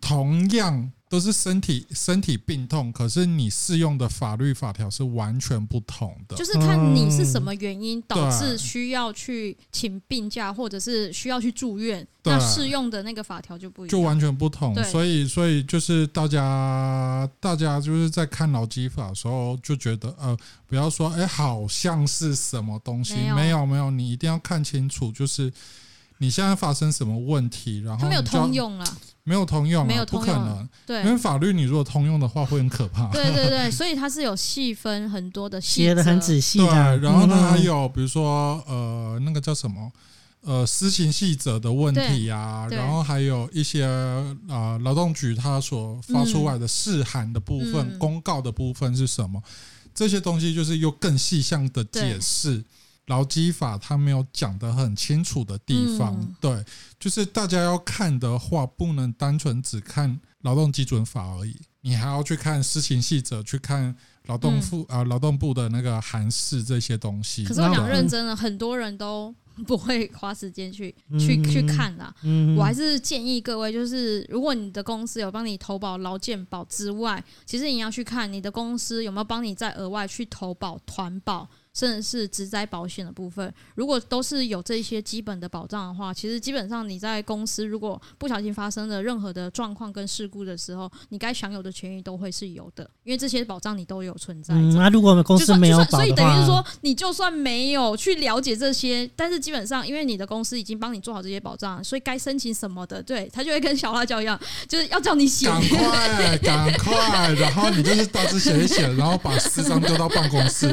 同样都是身体身体病痛，可是你适用的法律法条是完全不同的。就是看你嗯是什么原因导对致需要去请病假，或者是需要去住院，对那适用的那个法条就不一就样。完全不同，对所以所以就是大家大家就是在看劳基法的时候就觉得呃，不要说哎、好像是什么东西，没有没有没有，你一定要看清楚，就是你现在发生什么问题，然后它没有你就要通，用啦，没有通用、啊，没有不通可用啊能，对因为法律你如果通用的话会很可怕。对对对，所以它是有细分很多的细则，写的很仔细对，的啊。然后呢嗯还有比如说呃那个叫什么呃施行细则的问题啊，对对然后还有一些呃劳动局它所发出来的示函的部分、嗯公告的部分是什么，这些东西就是又更细项的解释。劳基法它没有讲得很清楚的地方，嗯对，就是大家要看的话，不能单纯只看劳动基准法而已，你还要去看施行细则，去看劳动部啊、劳动部的那个函释这些东西。嗯可是我对讲认真的，很多人都不会花时间去去嗯去看啦。嗯我还是建议各位，就是如果你的公司有帮你投保劳健保之外，其实你要去看你的公司有没有帮你再额外去投保团保，甚至是职灾保险的部分，如果都是有这些基本的保障的话，其实基本上你在公司如果不小心发生了任何的状况跟事故的时候，你该享有的权益都会是有的，因为这些保障你都有存在着。嗯，那如果我们公就司算没有就保算，所以的等于是话，说，你就算没有去了解这些，但是基本上，因为你的公司已经帮你做好这些保障，所以该申请什么的，对他就会跟小辣椒一样，就是要叫你写。赶快，赶快！然后你就是大致写一写，然后把私章丢到办公 (laughs) 室，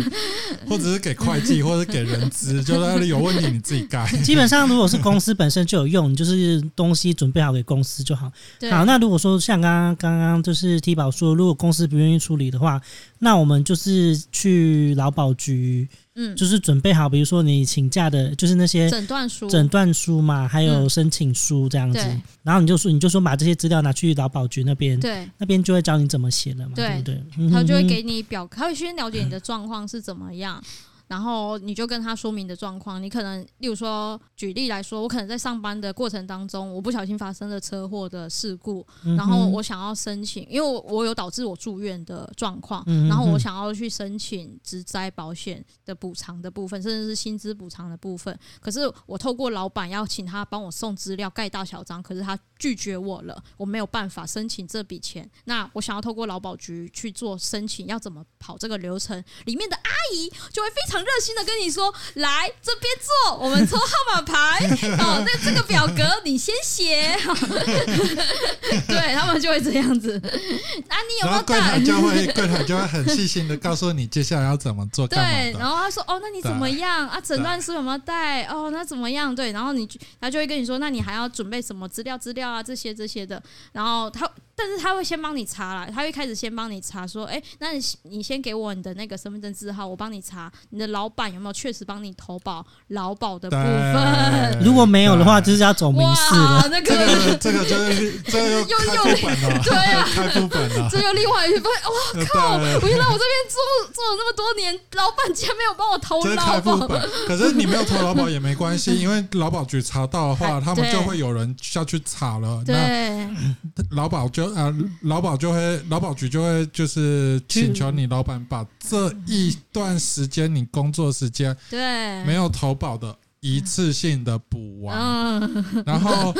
或者是给会计，或者是给人资，就那里有问题你自己改。基本上如果是公司本身就有用，你就是东西准备好给公司就好。对，好，那如果说像刚刚刚刚就是提保说，如果公司不愿意处理的话，那我们就是去劳保局，嗯，就是准备好，比如说你请假的，就是那些诊断书，诊断书嘛，还有申请书这样子。对然后你就说，你就说把这些资料拿去劳保局那边，对，那边就会教你怎么写了嘛，对对不对？嗯他就会哼给你表，他会先了解你的状况是怎么样，然后你就跟他说明你的状况。你可能，例如说，举例来说，我可能在上班的过程当中，我不小心发生了车祸的事故，嗯哼然后我想要申请，因为我我有导致我住院的状况嗯哼，然后我想要去申请职灾保险的补偿的部分，甚至是薪资补偿的部分。可是我透过老板要请他帮我送资料、盖大小章，可是他拒绝我了，我没有办法申请这笔钱。那我想要透过劳保局去做申请，要怎么跑这个流程？里面的阿姨就会非常热心的跟你说：“来这边坐，我们抽号 (laughs) 码牌哦，那这个表格你先写。” (laughs) 对他们就会这样子。啊，你有然没后有柜台带？就会柜台就会很细心的告诉你接下来要怎么做，干对，嘛然 (laughs) 的。后他说：“哦，那你怎么样啊？诊断书有没有带？哦，那怎么样？对，然后你就他就会跟你说，那你还要准备什么资料、资料啊，这些这些的。然后他，但是他会先帮你查啦，他会开始先帮你查，说，哎，那你你先给我你的那个身份证字号，我帮你查你的劳保有没有确实帮你投保劳保的部 (laughs) 分。对如果没有的话，就对是要走民事了。(laughs) 哇，那这个。”个这个就是这个又又开副本了， (laughs) 对啊开副本了。这又另外一份，哇对靠！我原来我这边做做了那么多年，老板竟然没有帮我投 (laughs) 这是劳开副保，本，可是你没有投劳保也没关 (laughs) 系，因为劳保局查到的话，哎他们对就会有人下去查了。那对劳保就呃，劳保就会劳保局就会就是请求你老板把这一段时间你工作时间对，没有投保的一次性的补完，哎嗯，然后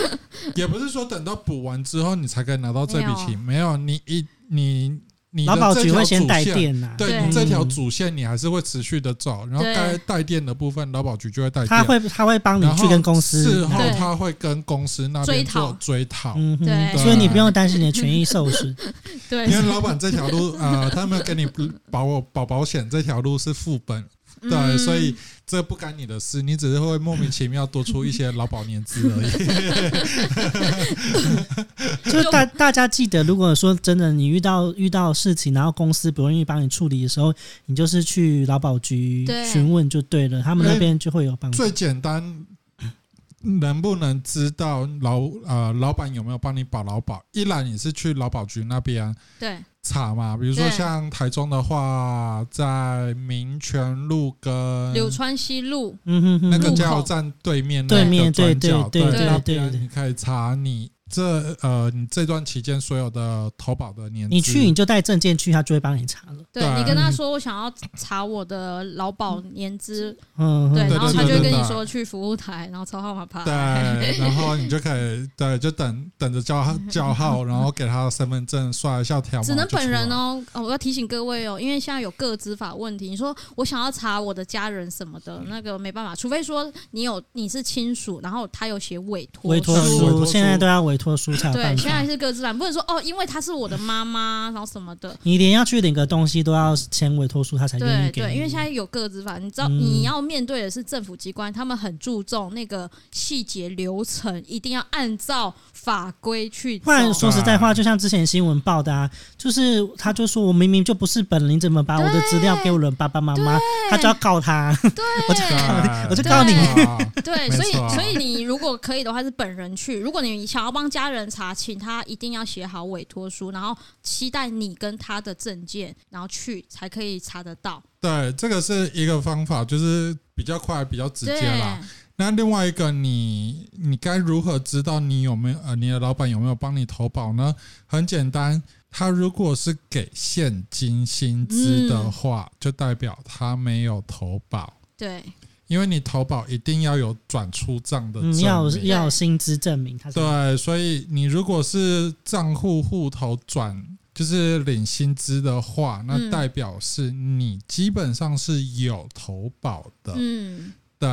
也不是说等到补完之后你才可以拿到这笔钱，没有你一你你劳的保这局条会主先带线。电啊呐、对对你这条主线，你还是会持续的走，然后对该带电的部分，劳保局就会带电。他会他会帮你然后去跟公司事后拿对他会跟公司那边做追讨，嗯哼对所以你不用担心你的权益受 (laughs) 损。对，因为老板这条路 (laughs) 呃，他没有给你保我保保险这条路是副本，对，嗯所以这不干你的事，你只是会莫名其妙多出一些劳保年资而 (laughs) 已。就是大大家记得，如果说真的你遇到遇到事情，然后公司不愿意帮你处理的时候，你就是去劳保局对询问就对了，他们那边就会有帮助。最简单，能不能知道老呃老板有没有帮你保劳保？一来你是去劳保局那边对查嘛，比如说对像台中的话，在民权路跟柳川西路，嗯哼那个哼，加油站对面对面对角，对对对那对对边对你可以查你这呃你这段期间所有的投保的年资，你去你就带证件去，他就会帮你查了。对对你跟他说我想要查我的劳保年资，嗯，对，哼然后对他就对会对跟你对说去服务台，然后抽号码牌， (laughs) 对，然后你就可以对就等等着叫他叫号，然后给他身份证刷一下条码，只能本人就出来。哦。哦我要提醒各位哦，因为现在有个资法问题，你说我想要查我的家人什么的，那个没办法，除非说你有你是亲属，然后他有写委托委托委托书书现在都要委托书才有对办，现在法。是个资栏，不能说哦，因为她是我的妈妈，然后什么的，你连要去领个东西都要签委托书，他才愿对意给对，你。因为现在有个资法，你知道嗯你要面对的是政府机关，他们很注重那个细节流程，一定要按照法规去走不。然说实在话，就像之前新闻报的啊，就是他就说我明明就不是本人，你怎么把我的资料给我的爸爸妈妈？他就要告他，我就告你， (laughs) 我就告你。对啊对，没所以错所以你如果可以的话，是本人去。如果你想要帮家人查，请他一定要写好委托书，然后期待你跟他的证件，然后去才可以查得到。对，这个是一个方法，就是比较快、比较直对接啦。那另外一个你，你该如何知道你有没有呃你的老板有没有帮你投保呢？很简单，他如果是给现金薪资的话，嗯就代表他没有投保，对因为你投保一定要有转出账的证嗯，明。要有要有薪资证明，他是啊对，所以你如果是账户户头转，就是领薪资的话，那嗯代表是你基本上是有投保的。嗯，对，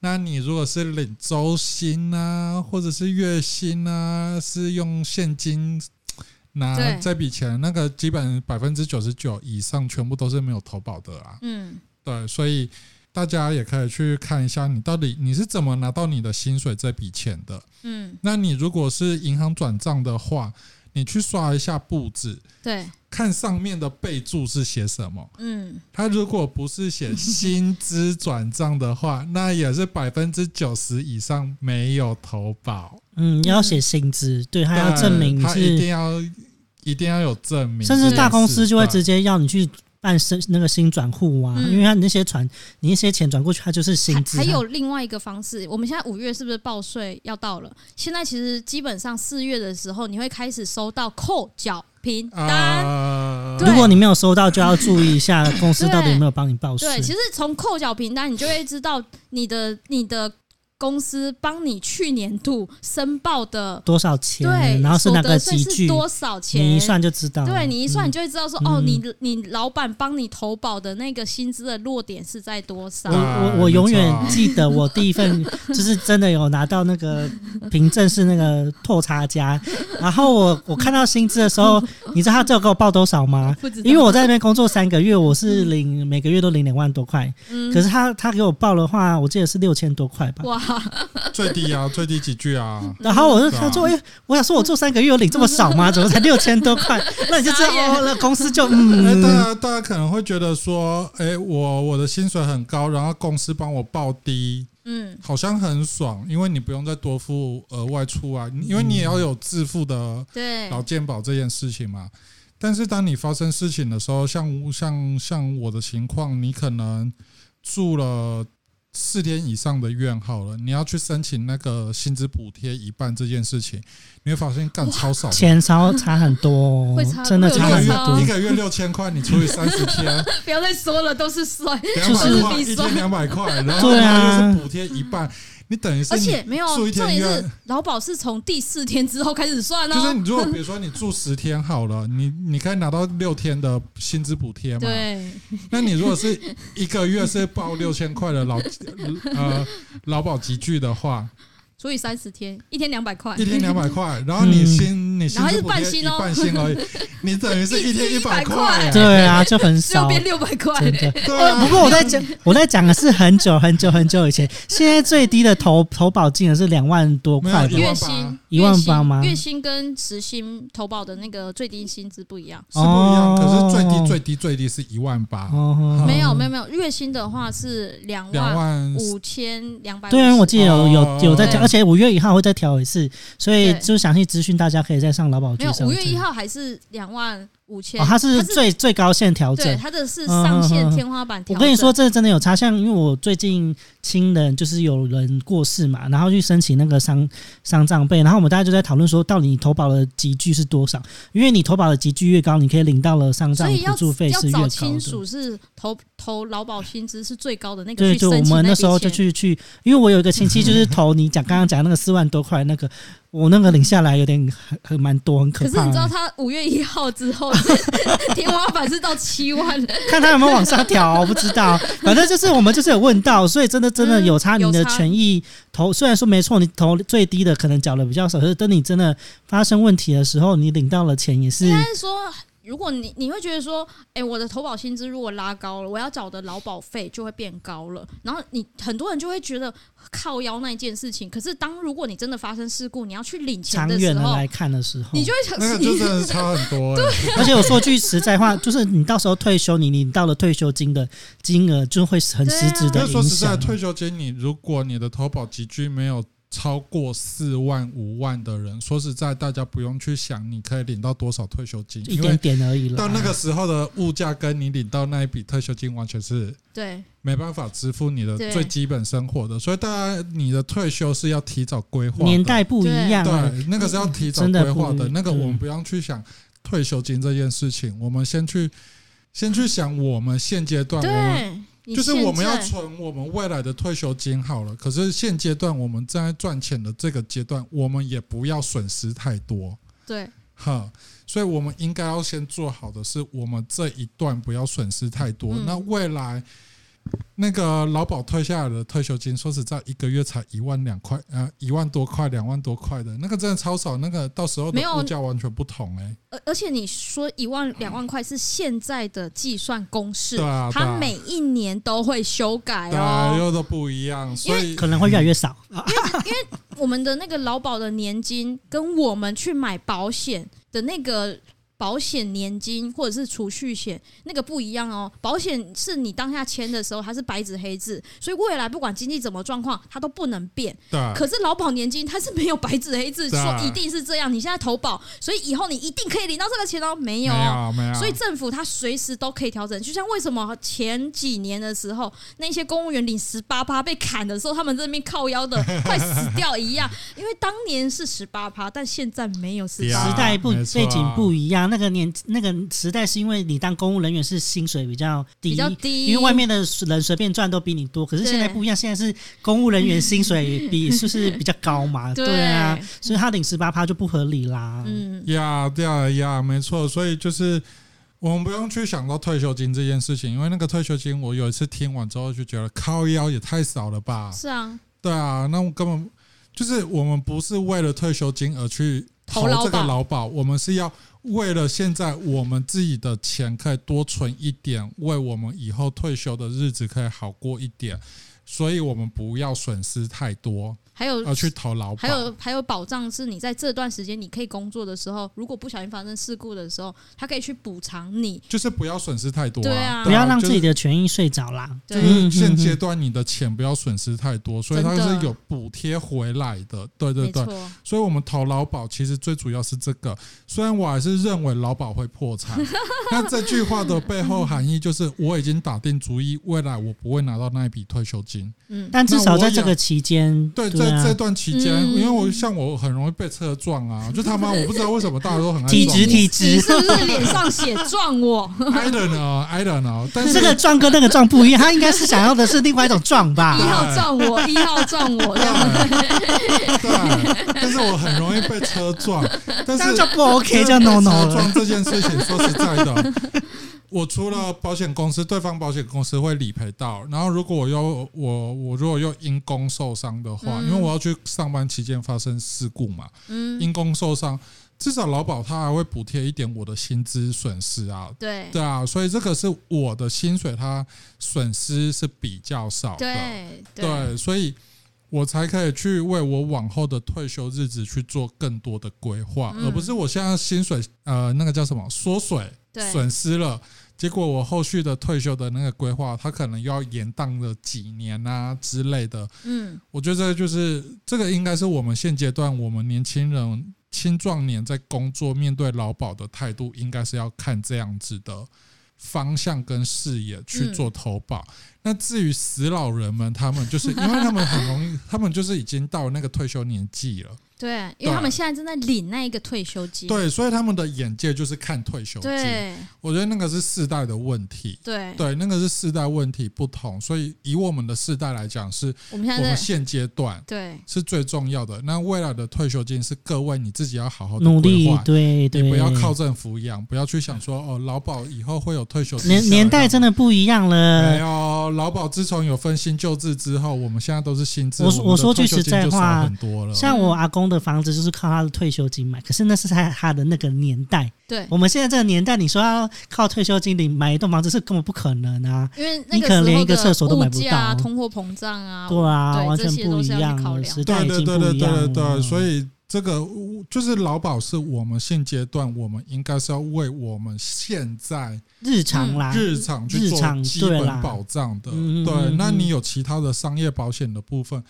那你如果是领周薪啊，或者是月薪啊，是用现金拿对这笔钱，那个基本百分之九十九以上全部都是没有投保的啊。嗯，对，所以大家也可以去看一下，你到底你是怎么拿到你的薪水这笔钱的。嗯，那你如果是银行转账的话，你去刷一下簿子，对，看上面的备注是写什么。嗯，他如果不是写薪资转账的 (laughs) 话，那也是百分之九十以上没有投保，嗯，要写薪资，对他要对证明你啊他一定是，要一定要有证明，甚至大公司就会直接接要你去办身那个新转户啊，啊嗯因为他那些转你那些钱转过去，他就是薪还资，还啊有另外一个方式，我们现在五月是不是报税要到了？现在其实基本上四月的时候，你会开始收到扣缴凭单。啊对如果你没有收到，就要注意一下公司到底有没有帮你报税对，。其实从扣缴凭单，你就会知道你的你的公司帮你去年度申报的多少钱对，，啊然后是所哪得个税集是聚，多少钱？你一算就知道了。对你一算，嗯你就会知道说，嗯哦，你你老板帮你投保的那个薪资的落点是在多少？我我啊我永远记得我第一份 (laughs) 就是真的有拿到那个凭证是那个拓差 (laughs) 家，然后我我看到薪资的时候，你知道他最后给我报多少吗？不知道因为我在那边工作三个月，我是领每个月都领两万多块，嗯可是他他给我报的话，我记得是六千多块吧。哇，最低啊，最低几句啊，然后我就他说，哎、我想说我做三个月有领这么少 (laughs) 吗？怎么才六千多块？那你就知道傻眼哦，那公司就那哎大嗯，家大家可能会觉得说，哎，我我的薪水很高，然后公司帮我报低，嗯，好像很爽，因为你不用再多付额外出啊，因为你也要有自付的对，劳健保这件事情嘛。但是当你发生事情的时候，像像像我的情况，你可能住了四天以上的院好了，你要去申请那个薪资补贴一半这件事情，你会发现干超少的，钱差差很多、哦会差，真的一差个很会有落差月多一。个月六千块，你除以三十天，不要再说了，都是税，两 (laughs) 就是百块，比一说天两百块，然后对啊它又是补贴一半，你等于是而你且没有，住一重天点院是。劳保是从第四天之后开始算就是哦。你如果比如说你住十天好了，你你可以拿到六天的薪资补贴嘛？对，那你如果是一个月是报六千块的劳呃劳保集聚的 (laughs) 话，除以三十天，一天两百块一，天 (laughs) 两百块，然后你薪你薪然后资是补半贴薪一哦半薪而已，你等于是一天一一百一块， (laughs) 对啊，就很只有少。变六百块真。的。对呃 (laughs) 不啊，过我在讲，我在讲的是很久很久很久以前，现在最低的投投保金额是两万多块没有万月吧？八薪一万八月薪吗月薪跟时薪投保的那个最低薪资不一样。是不一样。哦可是最低最低最低是一万八，哦，没有没有没有，月薪的话是两两万万五千两百。对啊，我记得有有有在对调，而且五月一号会再调一次，所以哦对就详细资讯大家可以再上劳保没局有上。五月一，号还是两万五千哦，，它是它是最最高线调对，整。它的是上限嗯嗯嗯嗯天花板调我整。跟你说，这真的有差。像因为我最近亲人就是有人过世嘛，然后去申请那个丧丧葬费，然后我们大家就在讨论说，到底你投保的集聚是多少？因为你投保的集聚越高，你可以领到了丧所葬以要补助费要是越高找的。亲属是投投劳保薪资是最高的那个对，去申就我请们那那时候就笔钱去去，因为我有一个亲戚就是投你讲刚刚讲那个四万多块那个，我那个领下来有点很很蛮多，很可可怕。是你知道，他五月一号之后 (laughs) 是天花板是到七万， (laughs) 看他有没有往上调，啊我不知 (laughs) 道。反正就是我们就是有问到，所以真的真的嗯有差。有你的差权益投虽然说没错，你投最低的可能缴的比较少，可是等你真的发生问题的时候，你领到了钱也是应该说。如果你你会觉得说，哎、我的投保薪资如果拉高了，我要缴的劳保费就会变高了。然后你很多人就会觉得靠腰那一件事情。可是当如果你真的发生事故，你要去领钱长的时远的候，来看的时候，你就会想，那个就真的差很多。哎而且我说句实在话，就是你到时候退休，你领到了退休金的金额就会很实质因的为啊说影实在，响。退休金你如果你的投保集聚没有超过四万五万的人，说实在，大家不用去想你可以领到多少退休金，一因为点点而已了。到那个时候的物价跟你领到那一笔退休金完全是对没办法支付你的对最基本生活的，所以大家你的退休是要提早规划的，年代不一样啊，对那个是要提早真的规划不的，一那个我们嗯不用去想。退休金这件事情，我们先去先去想我们现阶段我们对，(laughs) 你就是现我们要在存我们未来的退休金好了。可是现阶段我们在赚钱的这个阶段，我们也不要损失太多。对哈，所以我们应该要先做好的是，我们这一段不要损失太多。嗯那未来那个劳保退下来的退休金，说实在，一个月才一万两块，呃，一万多块，两万多块的那个真的超少，那个到时候没有的物价完全不同哎、而而且你说一万两万块是现在的计算公式，对啊对啊它哦每一年都会修改对，啊哦。又都不一样，所以可能会越来越少。我们的那个劳保的年金跟我们去买保险的那个保险年金或者是储蓄险那个不一样哦。保险是你当下签的时候它是白纸黑字，所以未来不管经济怎么状况，它都不能变。对可是劳保年金它是没有白纸黑字啊对啊说一定是这样，你现在投保，所以以后你一定可以领到这个钱哦，没没有哦。有没有，所以政府它随时都可以调整，就像为什么前几年的时候，那些公务员领十八趴被砍的时候，他们这边靠腰 (laughs) 的快死掉一样，因为当年是十八趴，但现在没有十对啊八时。代不没错背景不一样，那个年那个时代是因为你当公务人员是薪水比较低，比较低因为外面的人随便赚都比你多。可是对现在不一样，现在是公务人员薪水比就是比较高 (laughs) 嘛，对对啊，所以他领十八趴就不合理啦。嗯，呀，对啊，呀，没错，所以就是我们不用去想到退休金这件事情，因为那个退休金，我有一次听完之后就觉得靠腰也太少了吧？是啊，对啊，那我根本就是我们不是为了退休金而去投投劳这个保劳保，我们是要为了现在我们自己的钱可以多存一点，为我们以后退休的日子可以好过一点，所以我们不要损失太多，还有而去投劳保。啊还有还有保障是你在这段时间你可以工作的时候，如果不小心发生事故的时候，它可以去补偿你。就是不要损失太多、对啊不要让就自是己的权益睡着啦。对就是嗯现阶嗯段你的钱不要损失太多，所以它真的是有补贴回来的。对对没对错，，所以我们投劳保其实最主要是这个。虽然我还是认为劳保会破产，那这句话的背后含义就是我已经打定主意，未来我不会拿到那一笔退休金。嗯，但至少在这那我个期间，对，对在啊这段期间，嗯因为我像我很容易被车撞啊，就他妈我不知道为什么大家都 (laughs) 很爱体撞质我体你质，是不是脸上写撞 (laughs) 我？ I don't know, I don't know，但是这个撞跟那个撞不一样，他应该是想要的是另外一种撞吧一。号撞我，一号撞我，这样对，对，但是我很容易被车撞， (laughs) 但这样是就不 OK，这样 no 被 no 车了。撞这件事情，说实在的，我除了保险公司，对方保险公司会理赔到，然后如果我又我我如果又因公受伤的话，嗯因为我要去上班期间发生事故嘛，嗯，因公受伤，至少劳保他还会补贴一点我的薪资损失啊。对对啊，所以这个是我的薪水，它损失是比较少的。对对，所以我才可以去为我往后的退休日子去做更多的规划，嗯而不是我现在薪水呃那个叫什么缩水对损失了，结果我后续的退休的那个规划，它可能又要延宕了几年啊之类的。嗯，我觉得这就是这个应该是我们现阶段我们年轻人。青壮年在工作面对劳保的态度，应该是要看这样子的方向跟视野去做投保。那至于死老人们，他们就是因为他们很容易，他们就是已经到那个退休年纪了，对，因为他们现在正在领那一个退休金，对，所以他们的眼界就是看退休金。对我觉得那个是世代的问题，对，对，那个是世代问题不同，所以以我们的世代来讲，是我们现我在们在现阶段对是最重要的。那未来的退休金是各位你自己要好好地努哦规力划，对你对，不要靠政府养，不要去想说哦，劳保以后会有退休金年下来年干代嘛真的不一样没了。有，劳保自从有分新旧制之后，我们现在都是新制。我们的我说句退休金实在就少话很多了。像我阿公的房子就是靠他的退休金买，可是那是他他的那个年代。对，我们现在这个年代，你说要靠退休金领买一栋房子是根本不可能啊，因为那你个可能连一个时候厕所都的买物不价啊、到通货膨胀啊，对啊，对完这全些都不一是要去样考了，量时代对已对经对不对一对样了。对对，所以这个就是劳保是我们现阶段我们应该是要为我们现在日常啦，日常去日做常基对本啦保障的。嗯嗯对嗯，那你嗯有其他的商业保险的部分，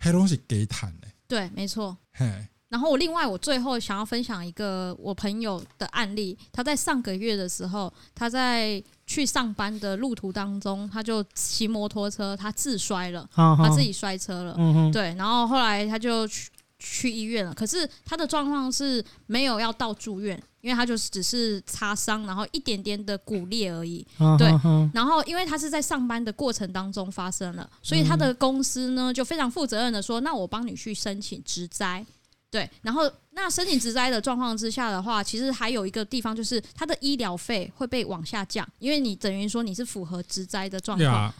黑东西给谈嘞，对，没错。嘿，然后我另外我最后想要分享一个我朋友的案例，他在上个月的时候，他在去上班的路途当中，他就骑摩托车，他自摔了，好好他自己摔车了。嗯哼，对，然后后来他就去去医院了，可是他的状况是没有要到住院，因为它就是只是擦伤，然后一点点的骨裂而已。嗯对嗯嗯然后因为他是在上班的过程当中发生了，所以他的公司呢就非常负责任的说，那我帮你去申请职灾。对，然后那申请职灾的状况之下的话，其实还有一个地方就是他的医疗费会被往下降，因为你等于说你是符合职灾的状况。呀，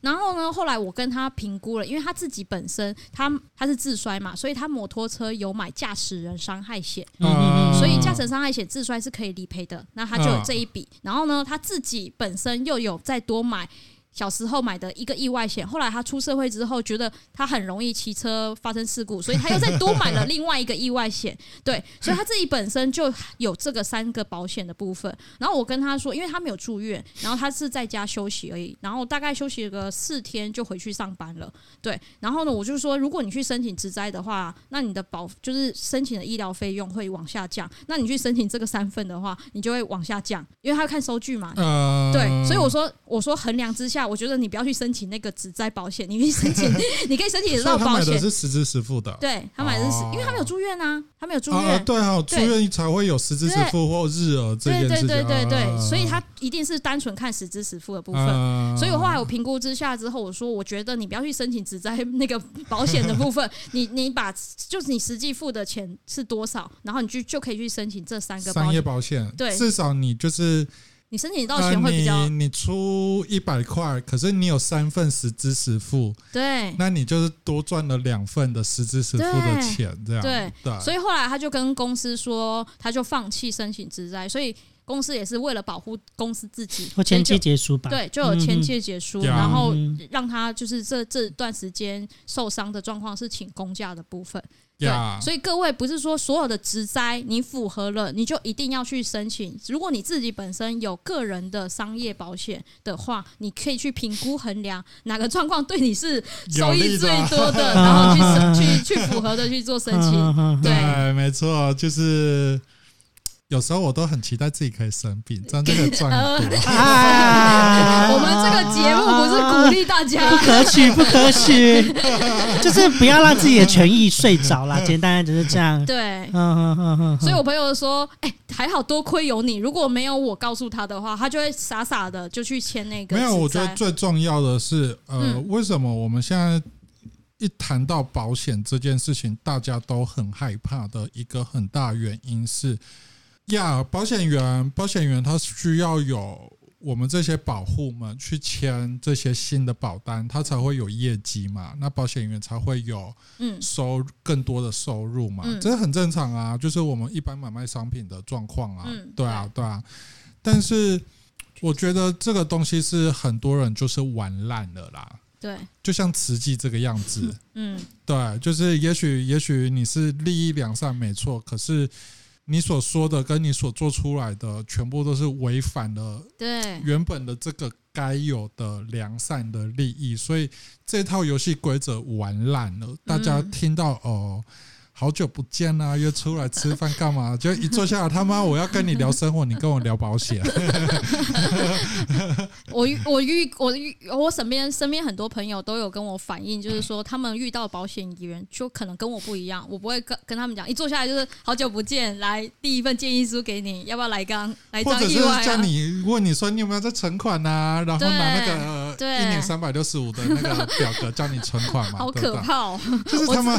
然后呢，后来我跟他评估了，因为他自己本身他他是自摔嘛，所以他摩托车有买驾驶人伤害险。嗯嗯嗯所以驾驶伤害险自摔是可以理赔的，那他就有这一笔。然后呢，他自己本身又有再多买小时候买的一个意外险，后来他出社会之后，觉得他很容易骑车发生事故，所以他又再多买了另外一个意外险。对，所以他自己本身就有这个三个保险的部分。然后我跟他说，因为他没有住院，然后他是在家休息而已，然后大概休息个四天就回去上班了。对，然后呢，我就说，如果你去申请职灾的话，那你的保就是申请的医疗费用会往下降。那你去申请这个三份的话，你就会往下降，因为他要看收据嘛。呃，对，所以我说，我说衡量之下，我觉得你不要去申请那个职灾保险，你可以申请，你可以申请得所到以他保买的险。是实支实付的。对他买的是，哦因为他没有住院啊，他没有住啊，院，啊对哈，住院才会有实支实付或日额这件对事对情。对对对，啊所以他一定是单纯看实支实付的部分。呃啊所以我后来我评估之下之后，我说我觉得你不要去申请只在那个保险的部分， (laughs) 你你把就是你实际付的钱是多少，然后你就就可以去申请这三个保商业险，保险，对至少你就是你申请到呃，钱会比较你你出一百块，可是你有三份实支实付，对。那你就是多赚了两份的实支实付的对钱，这样对对，所以后来他就跟公司说，他就放弃申请职灾，所以公司也是为了保护公司自己，或签所以借就结束吧。对，就有签借解书，嗯然后嗯让他就是这这段时间受伤的状况是请公假的部分。呀对，，所以各位不是说所有的职灾你符合了，你就一定要去申请。如果你自己本身有个人的商业保险的话，你可以去评估衡量哪个状况对你是收益最多啊的，然后去申去去符合的去做申请。嗯嗯嗯对对，没错，就是有时候我都很期待自己可以生病，这样就可以赚 (laughs) 呃，很多。啊嗯 (laughs) 我们这个节目不是鼓励大不家。可取，不可取，就是不要让自己的权益睡着啦。简单就是这样。对嗯，嗯嗯嗯嗯。所以我朋友说，哎、还好多亏有你，如果没有我告诉他的话，他就会傻傻的就去签那个没有，我职觉灾。得最重要的是，呃，嗯为什么我们现在一谈到保险这件事情，大家都很害怕的一个很大原因是，呀，保险员，保险员他需要有我们这些保护们去签这些新的保单，他才会有业绩嘛，那保险员才会有嗯收更多的收入嘛，嗯这很正常啊，就是我们一般买卖商品的状况啊，嗯对啊，对啊。但是我觉得这个东西是很多人就是玩烂了啦，对，就像慈济这个样子，嗯对，就是也许也许你是利益良善没错，可是你所说的跟你所做出来的全部都是违反了对。原本的这个该有的良善的利益，所以这套游戏规则玩烂了。大家听到哦，好久不见啊，约出来吃饭干嘛？就一坐下来，他妈我要跟你聊生活，你跟我聊保 (laughs) 险，我遇我遇我遇我身边身边很多朋友都有跟我反映，就是说他们遇到保险员就可能跟我不一样，我不会跟跟他们讲，一坐下来就是好久不见，来第一份建议书给你，要不要来刚来一或张者意是外、叫啊？你问你说你有没有在存款啊，然后拿那个对呃对一年三百六十五的那个表格叫你存款嘛， (laughs) 好对不可对？怕、 (laughs) 哦！就是他妈，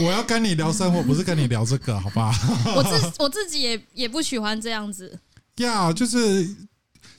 我要跟你聊生活，不是跟你聊这个，好吧？ (laughs) 我自我自己也也不喜欢这样子，呀，就是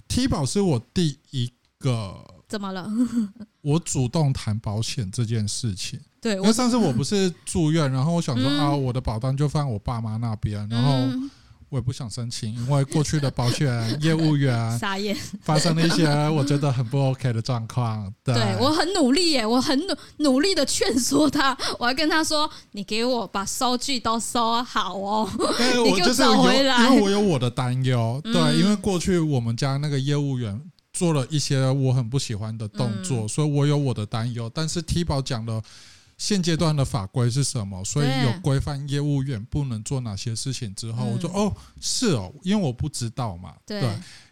踢保是我第一个。怎么了？ (laughs) 我主动谈保险这件事情，对因我为上次我不是住院，然后我想说嗯啊，我的保单就放我爸妈那边，然后嗯我也不想申请，因为过去的保险业务员傻眼，发生了一些我觉得很不 OK 的状况。对对我很努力耶，我很努努力的劝说他，我还跟他说，你给我把收据都收好哦。 (laughs) 因为你我给就我是找有，回来因为我有我的担 (laughs) 忧，嗯对，因为过去我们家那个业务员做了一些我很不喜欢的动嗯作，所以我有我的担忧。但是 T 宝讲的现阶段的法规是什么，所以对有规范业务员不能做哪些事情之后，嗯我说哦，是哦，因为我不知道嘛，对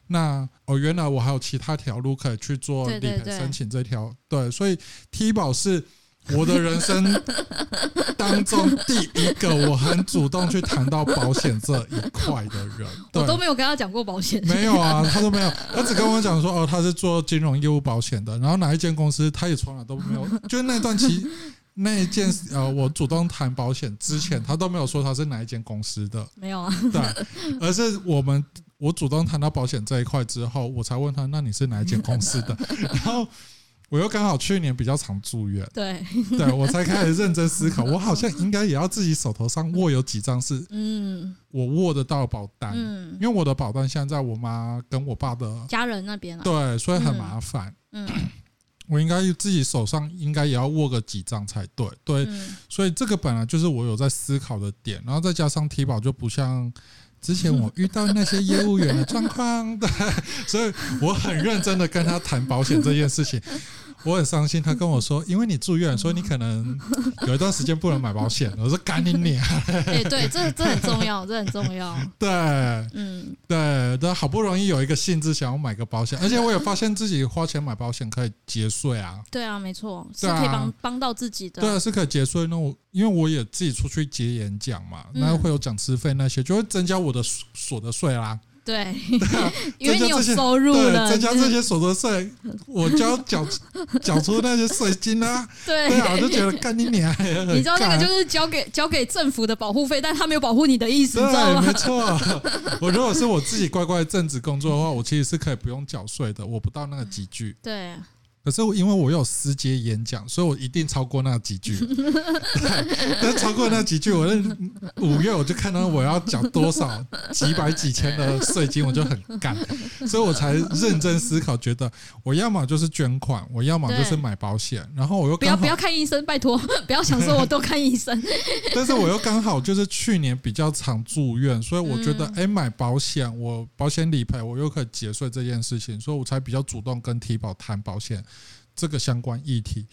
那哦，原来我还有其他条路可以去做对理对赔对申请这条，对，所以 T 宝是我的人 (laughs) 生当中第一个我很主动去谈到保险这一块的人，对我，都没有跟他讲过保险。 (laughs) 没有啊，他都没有，他只跟我讲说，哦，他是做金融业务保险的，然后哪一间公司他也从来都没有，就是那段 (laughs) 期那一件呃，我主动谈保险之前，他都没有说他是哪一间公司的，没有啊，对，而是我们我主动谈到保险这一块之后，我才问他，那你是哪一间公司的？然后我又刚好去年比较常住院，对，对我才开始认真思考，我好像应该也要自己手头上握有几张是嗯我握得到的保单，嗯因，为我的保单现在在我妈跟我爸的，家人那边啊，对，所以很麻烦。嗯我应该自己手上应该也要握个几张才对，对，嗯所以这个本来就是我有在思考的点，然后再加上提保就不像之前我遇到那些业务员的状况， (laughs) 对，所以我很认真的跟他谈保险这件事情，我很伤心，他跟我说，因为你住院，所以你可能有一段时间不能买保险，我说赶紧你，哎、对，这这很重要，这很重要，对，嗯，对，但好不容易有一个兴致想要买个保险，而且我也发现自己花钱买保险可以节税啊。对啊，没错，是对啊可以帮帮到自己的，对啊，是可以节税。那我因为我也自己出去接演讲嘛，嗯那会有讲师费那些，就会增加我的所所得税啦。对，啊因为你有增加这些收入对，了，增加这就是些所得 (laughs) 税，我就要缴缴出那些税金啊。对 (laughs) 啊，我就觉得干你娘！你知道那个就是交给交给政府的保护费，但他没有保护你的意思，你知道对，吗？没错。我如果是我自己乖乖正职工作的话，我其实是可以不用缴税的，我不到那个集聚。对，可是我因为我有私接演讲，所以我一定超过那几 (laughs) 句。对，但超过那几句，我那五月我就看到我要缴多少几百几千的税金，我就很干，所以我才认真思考，觉得我要么就是捐款，我要么就是对买保险，然后我又不要刚不好要，看医生，拜托，不要想说我都看医生，但是我又刚好就是去年比较常住院，所以我觉得嗯哎、诶买保险，我保险理赔我又可以节税这件事情，所以我才比较主动跟提保谈保险这个相关议题。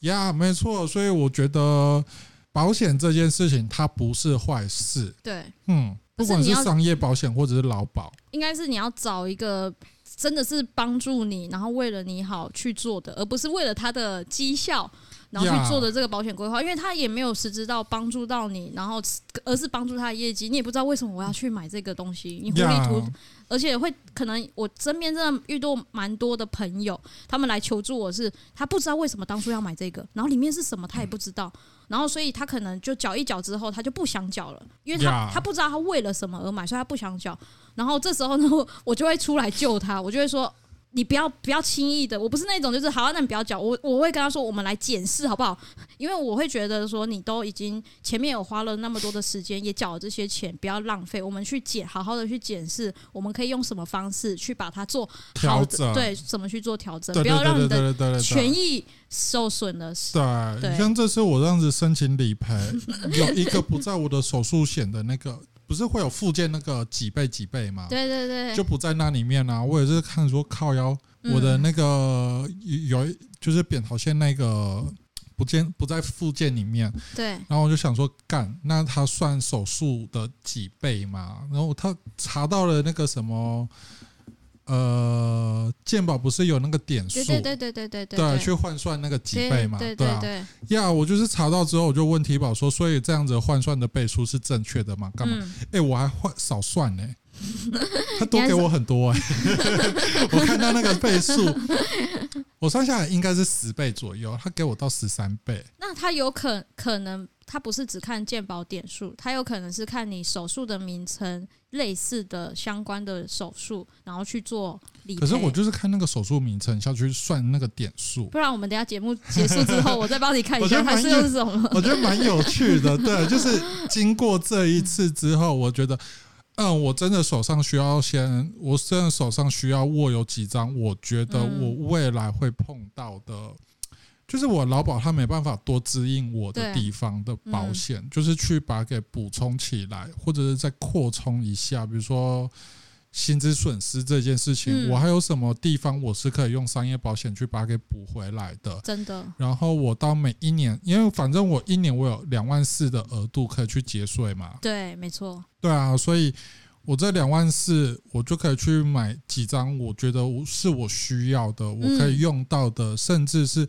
呀、没错，所以我觉得保险这件事情它不是坏事，对，嗯，不不是管你是要商业保险或者是劳保，应该是你要找一个。真的是帮助你，然后为了你好去做的，而不是为了它的绩效，然后去呀做的这个保险规划，因为它也没有实质到帮助到你，然后而是帮助它的业绩，你也不知道为什么我要去买这个东西，你糊里呀糊而且会可能我身边真的遇到蛮多的朋友，他们来求助我是，他不知道为什么当初要买这个，然后里面是什么他也不知道，然后所以他可能就缴一缴之后他就不想缴了，因为他 Yeah. 他不知道他为了什么而买，所以他不想缴。然后这时候呢，我我就会出来救他，我就会说。你不要不要轻易的，我不是那种就是好、啊，那你不要缴，我我会跟他说，我们来检视好不好？因为我会觉得说，你都已经前面有花了那么多的时间，也缴了这些钱，不要浪费。我们去检，好好的去检视，我们可以用什么方式去把它做好调的整对，怎么去做调整，对不对要对让对你的对对对对，权益受损了。对，对你像这次我这样子申请理 (laughs) 赔，有一个不在我的手术险的那个，不是会有附件那个几倍几倍吗？对对对，就不在那里面啦、啊我也是看说靠腰，嗯我的那个有有就是扁桃腺那个不见不在附件里面，对然后我就想说干，那它算手术的几倍嘛？然后他查到了那个什么。呃，健保不是有那个点数，对对对对对对对对对，去换算那个几倍嘛，对啊对，对，呀我就是查到之后，我就问体保说，所以这样子换算的倍数是正确的吗？干嘛？嗯，哎、我还换少算呢、他多给我很多哎、 (laughs) 我看到那个倍数，我算下来应该是十倍左右，他给我到十三倍。那他有可可能，他不是只看健保点数，他有可能是看你手术的名称、类似的相关的手术，然后去做理赔。可是我就是看那个手术名称下去算那个点数，不然我们等一下节目结束 (laughs) 之后，我再帮你看一我觉下得它蛮是用 (laughs) 什么。我觉得蛮有趣的。对，就是经过这一次之后，我觉得，嗯，我真的手上需要先，我真的手上需要握有几张，我觉得我未来会碰到的。就是我劳保他没办法多支应我的对地方的保险，就是去把它给补充起来，或者是再扩充一下，比如说薪资损失这件事情，嗯我还有什么地方我是可以用商业保险去把它给补回来的？真的，然后我到每一年，因为反正我一年我有两万四的额度可以去节税嘛，对，没错，对啊，所以我这两万四我就可以去买几 (laughs) 张我觉得我是我需要的，我可以用到的，甚至是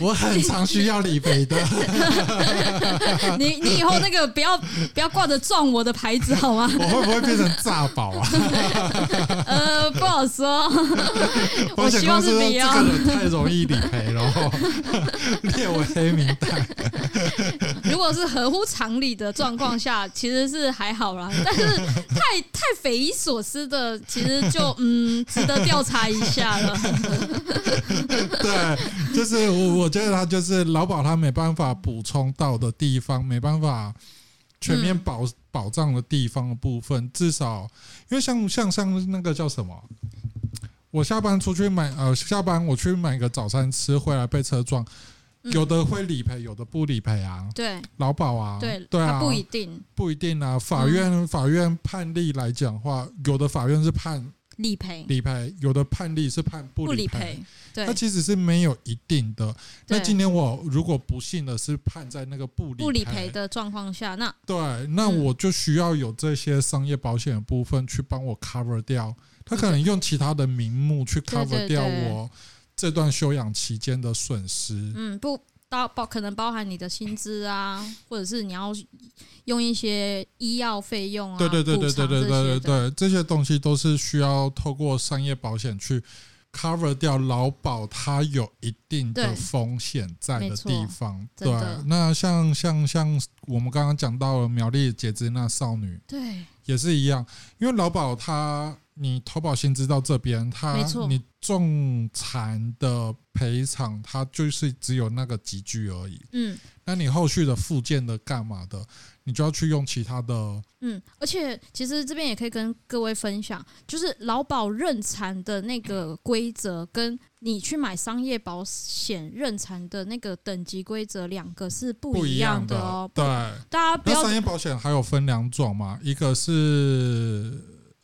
我很常需要理赔的。啊你你以后那个不要不要挂着撞我的牌子 (laughs) 好吗？我会不会变成诈保啊？呃，不好说。我保险希望公是司说哦不这要。个人太容易理赔了哦， (laughs) 列为黑名单。如果是合乎常理的状况下，其实是还好啦。但是太太匪夷所思的，其实 (laughs) 就嗯，值得调查一下了。 (laughs) 对，就是我我觉得他就是劳保他没办法补充到的地方，没办法全嗯面保、保障的地方的部分，至少因为像像像那个叫什么，我下班出去买呃下班我去买个早餐吃回来被车撞，嗯有的会理赔，有的不理赔啊，对劳保啊，对，对啊，它不一嗯定不一定啊，法院、法院判例来讲的话，有的法院是判理赔理赔，有的判例是判不不理理赔赔。。对它，其实是没有一定的。那对今天我如果不幸的是判在那个不理不理赔，的状况下，那对，那嗯我就需要有这些商业保险的部分去帮我 cover 掉。他可能用其他的名目去对对 cover 掉对我这段休养期间的损失。嗯，不包包可能包含你的薪资啊，或者是你要用一些医药费用啊，对对对对对对补偿对对这些对，的这些东西都是需要透过商业保险去 cover 掉劳保它有一定的对风险在的没错地方。真对啊的，那像像像我们刚刚讲到了苗栗截肢那少女对也是一样，因为劳保它你投保薪资到这边，它没错你重残的赔偿它就是只有那个集聚而已。嗯那你后续的附件的干嘛的，你就要去用其他的嗯，而且其实这边也可以跟各位分享，就是劳保认残的那个规则，跟你去买商业保险认残的那个等级规则，两个是不一样的哦。对，大家不那要商业保险还有分两种嘛，一个是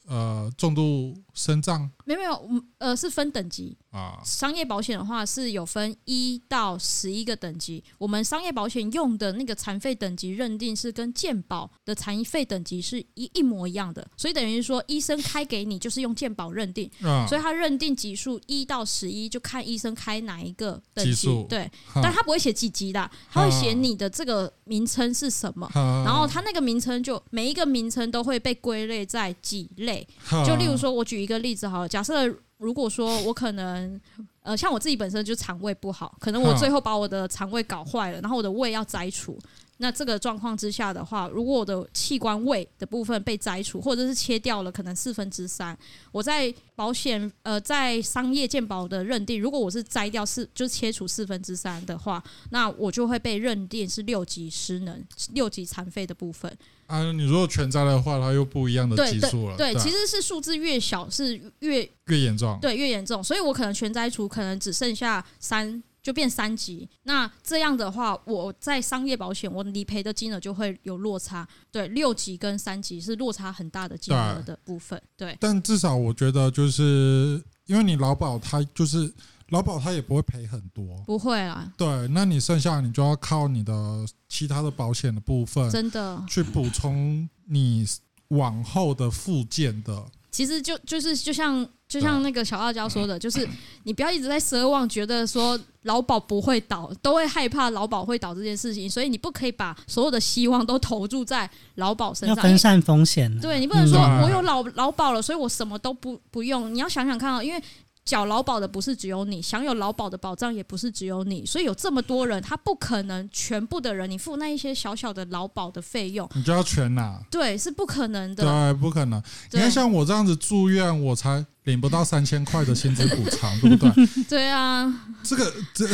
呃重度身障没有没有，嗯呃，是分等级，啊，商业保险的话是有分一到十一个等级，我们商业保险用的那个残废等级认定是跟健保的残废等级是一一模一样的，所以等于说医生开给你就是用健保认定，啊所以他认定级数一到十一就看医生开哪一个等级数级，对，哈但他不会写几级的，他会写你的这个名称是什么。哈然后他那个名称就每一个名称都会被归类在几类，哈就例如说，我举一个例子好了，假设如果说我可能，呃，像我自己本身就肠胃不好，可能我嗯最后把我的肠胃搞坏了，然后我的胃要摘除。那这个状况之下的话，如果我的器官胃的部分被摘除，或者是切掉了，可能四分之三，我在保险呃在商业健保的认定，如果我是摘掉四就是切除四分之三的话，那我就会被认定是六级失能、六级残废的部分。啊，你如果全摘的话，它又不一样的对级数了，对，其实实是数字越小是越越严重，对，越严重，所以我可能全摘除，可能只剩下三，就变三级。那这样的话，我在商业保险我理赔的金额就会有落差，对，六级跟三级是落差很大的金额的部分，对，但至少我觉得就是因为你劳保它就是劳保它也不会赔很多，不会啦，对，那你剩下你就要靠你的其他的保险的部分真的，去补充你往后的附件的。其实就就是就像就像那个小傲娇说的，就是你不要一直在奢望，觉得说劳保不会倒，都会害怕劳保会倒这件事情，所以你不可以把所有的希望都投注在劳保身要上，因分为散风险啊。对你不能说嗯我有劳劳保了，所以我什么都不不用。你要想想看哦，因为缴劳保的不是只有你，享有劳保的保障也不是只有你，所以有这么多人，他不可能全部的人你付那一些小小的劳保的费用，你就要全拿，对，是不可能的。对，啊不可能。你对看，像我这样子住院，我才领不到三千块的薪资补偿，对不对？ (laughs) 对啊，这个这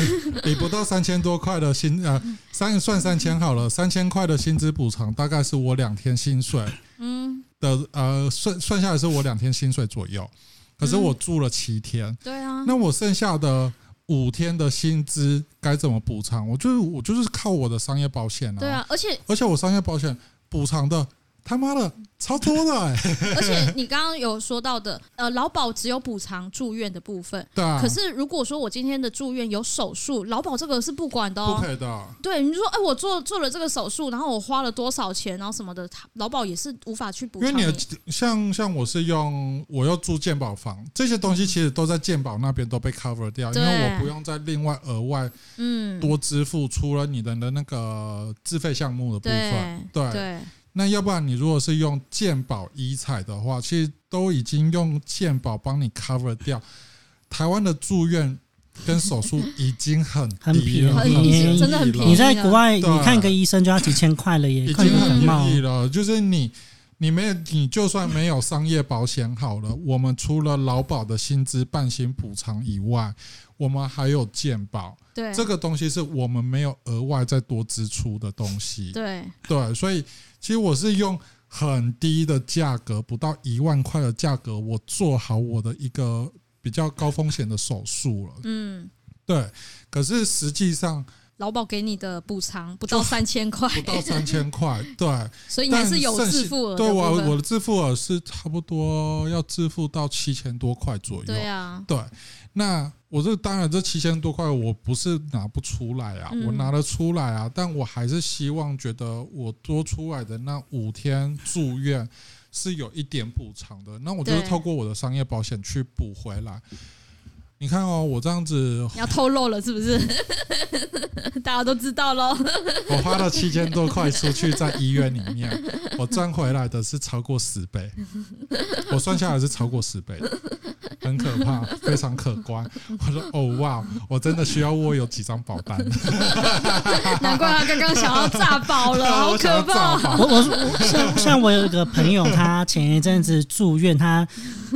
领不到三千多块的薪呃，三算三千好了，三千块的薪资补偿大概是我两天薪水嗯，的呃，算算下来是我两天薪水左右。可是我住了七天，对啊，那我剩下的五天的薪资该怎么补偿？我就是我就是靠我的商业保险对啊，而且而且我商业保险补偿的他妈的超多的、欸，而且你刚刚有说到的，呃，劳保只有补偿住院的部分，对啊，可是如果说我今天的住院有手术，劳保这个是不管的不哦。赔的，对，你说，哎，我做做了这个手术，然后我花了多少钱，然后什么的，他劳保也是无法去补因为偿你的像像我是用我要住健保房，这些东西其实都在健保那边都被 cover 掉，因嗯对为我不用再另外额外嗯，多支付出了你的那个自费项目的部分对。对，对，那要不然你如果是用健保医彩的话，其实都已经用健保帮你 cover 掉台湾的住院跟手术已经很很低了，便宜已经低真的很了便宜你在国外，你对啊看个医生就要几千块了耶，已快经点很感冒便。宜了。就是你，你没有，你就算没有商业保险好了，我们除了劳保的薪资半薪补偿以外，我们还有健保，对，这个东西是我们没有额外再多支出的东西。对，对，所以其实我是用很低的价格，不到一万块的价格，我做好我的一个比较高风险的手术了。嗯，对，可是实际上劳保给你的补偿不到三千块，不到三千块，对，所以你还但是有剩自下付额的对我部分我的自付额是差不多要自付到七千多块左右。对啊，对，那我这当然这七千多块我不是拿不出来啊，嗯我拿得出来啊，但我还是希望觉得我多出来的那五天住院是有一点补偿的，那我就是对透过我的商业保险去补回来。你看哦，我这样子你要透露了是不是？ (laughs) 大家都知道喽。我花了七千多块出去在医院里面， (laughs) 我赚回来的是超过十倍，我算下来是超过十倍的，很可怕，非常可观。我说哦哇，我真的需要我有几张保单，难怪他刚刚想要炸爆 (laughs) 了，好我想要可造怕！访哦我我我啊像像我有一个朋友，他前一阵子住院，他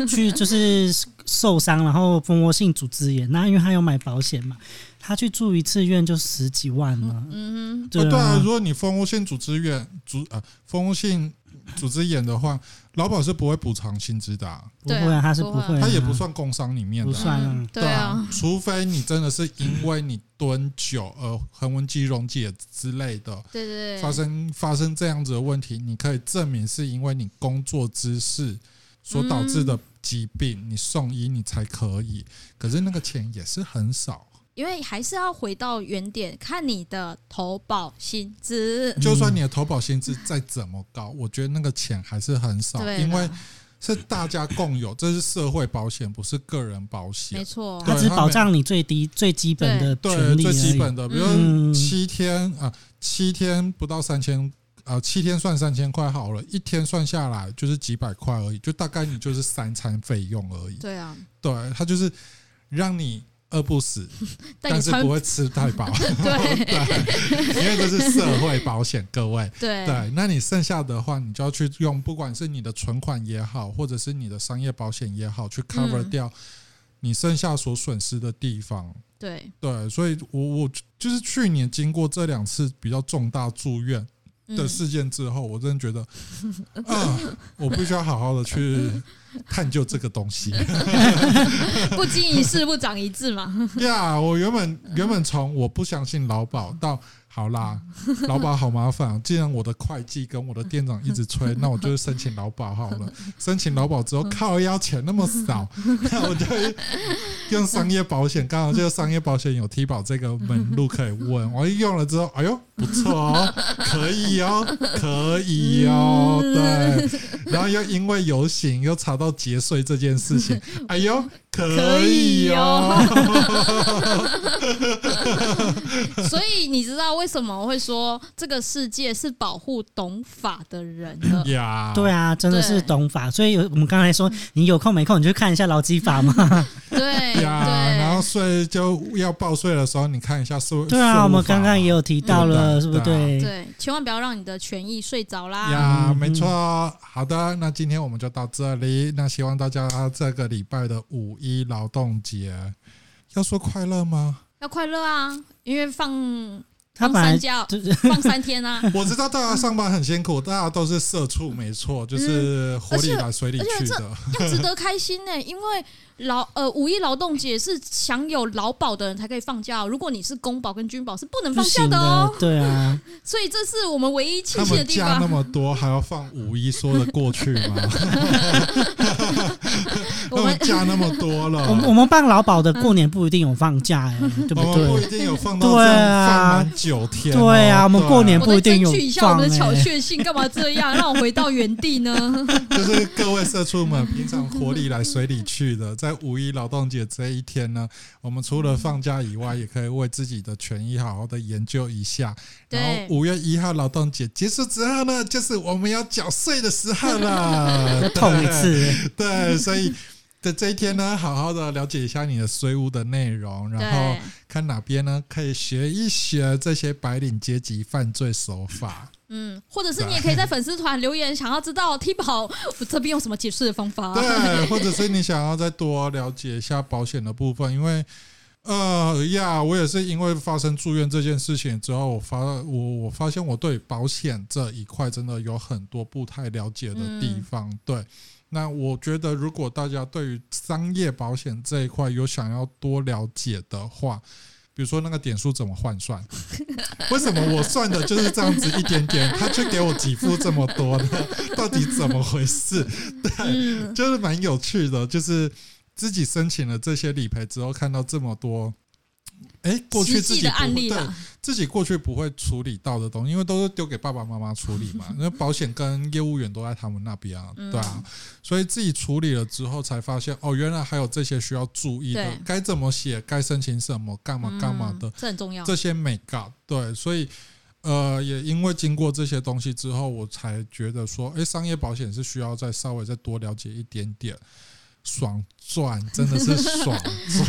去就是受伤，然后蜂窝性组织炎。那因为他有买保险嘛，他去住一次院就十几万了。嗯哦对对啊，啊如，果你蜂窝性组织炎组啊蜂窝性组织炎的话，劳保是不会补偿薪资的啊、不会啊，他是不会啊，它也不算工伤里面的不啊、 (laughs) 算哼啊，对啊，，除非你真的是因为你蹲久而横纹肌溶解之类的，对对发对，生发生这样子的问题，你可以证明是因为你工作姿势所导致的疾病，你送医你才可以。可是那个钱也是很少，因为还是要回到原点，看你的投保薪资。就算你的投保薪资再怎么高，我觉得那个钱还是很少，对啦，啊因为是大家共有，这是社会保险，不是个人保没险。错，啊对啊他只保障你最低最基本的对权，利而最基已。本的，比如说嗯七天啊、七天不到三千。啊、七天算三千块好了，一天算下来就是几百块而已，就大概你就是三餐费用而已。对啊，对，它就是让你饿不死，但但你是穿不会吃太饱， (laughs) 对因为这是社会保险，各位。 (laughs) 对对，那你剩下的话，你就要去用，不管是你的存款也好，或者是你的商业保险也好，去 cover 嗯掉你剩下所损失的地方。对，对，所以我我就是去年经过这两次比较重大住院嗯的事件之后，我真的觉得，啊，我必须要好好的去探究这个东西。不经一事不长一智嘛。 (laughs) (laughs) 呀我原本原本从我不相信劳保到好 (laughs) 啦，劳保好麻烦、啊。既然我的会计跟我的店长一直 (laughs) 催，那我就申请劳保好 (laughs) 了。申请劳保之后，靠腰钱那么 (laughs) 少，那我就用商业保险。刚好这个商业保险有提保这个门路可以问，我一用了之后，哎呦，不错哦，可以 (laughs) 哦，可以哦，对。然后又因为游行又查到节税这件事 (laughs) 情，哎呦，可以哦。所以你知道为什么我会说这个世界是保护懂法的人 (laughs) (laughs) 的？呀，对啊，真的是对懂法，所以有我们刚才说，嗯你有空没空你就看一下劳基 (laughs) 法嘛。对呀，然后对，税就要报税的时候，你看一下税。对税务啊，法我们刚刚也有提到了，嗯是不对？对，千万不要让你的权益睡着啦。呀，嗯没错。好的，那今天我们就到这里。那希望大家这个礼拜的五一劳动节，要说快乐吗？要快乐啊，因为放他放本三来 (laughs) 假，就是放三天啊。我知道大家上班很辛苦，大家都是嗯社畜，没错，就是火里来水里去的。要值得开心呢、因为劳呃五一劳动节是享有劳保的人才可以放假、哦，如果你是公保跟军保是不能不放假行的哦。对啊， (laughs) 所以这是我们唯一庆他幸的们地假那方。么多，还要放五一，说得过去 (laughs) 吗？ (laughs) 他我们们假那么多了， (laughs) 我们我们办劳保的嗯过年不一定有放假、哎，对我不们不对？一定有放到这对样啊放满九天哦。对啊我们过年我不一再定争有取一下我们的巧放欸确幸，干嘛这 (laughs) 样让我回到原地呢？就是各位社畜们，平常活力来水里去的，在五一劳动节这一天呢，我们除了放假以外，也可以为自己的权益好好的研究一下。然后对五月一号劳动节结束之后呢，就是我们要缴税的时候了，要 (laughs) 痛一次，对，所以在这一天呢，好好的了解一下你的税务的内容，然后对。看哪边呢可以学一学这些白领阶级犯罪手法。嗯，或者是你也可以在粉丝团留言，想要知道 T 宝我这边有什么解释的方法、啊？对，或者是你想要再多了解一下保险的部分，因为呃呀，我也是因为发生住院这件事情之后，我发我我发现我对保险这一块真的有很多不太了解的地方。对，那我觉得如果大家对于商业保险这一块有想要多了解的话，比如说那个点数怎么换算？ (laughs) 为什么我算的就是这样子一点点，他却给我给付这么多呢？ (laughs) 到底怎么回事？ (laughs) 嗯，就是蛮有趣的，就是自己申请了这些理赔之后，看到这么多，哎、过去实自际己的不案会例对啦，自己过去不会处理到的东西，因为都是丢给爸爸妈妈处 (laughs) 理嘛，因为保险跟业务员都在他们那边啊，嗯对啊，所以自己处理了之后才发现，哦，原来还有这些需要注意的对，该怎么写，该申请什么，干嘛干嘛的，嗯，这很重要。这些美感，对，所以呃，也因为经过这些东西之后，我才觉得说，诶，商业保险是需要再稍微再多了解一点点。爽赚真的是爽赚，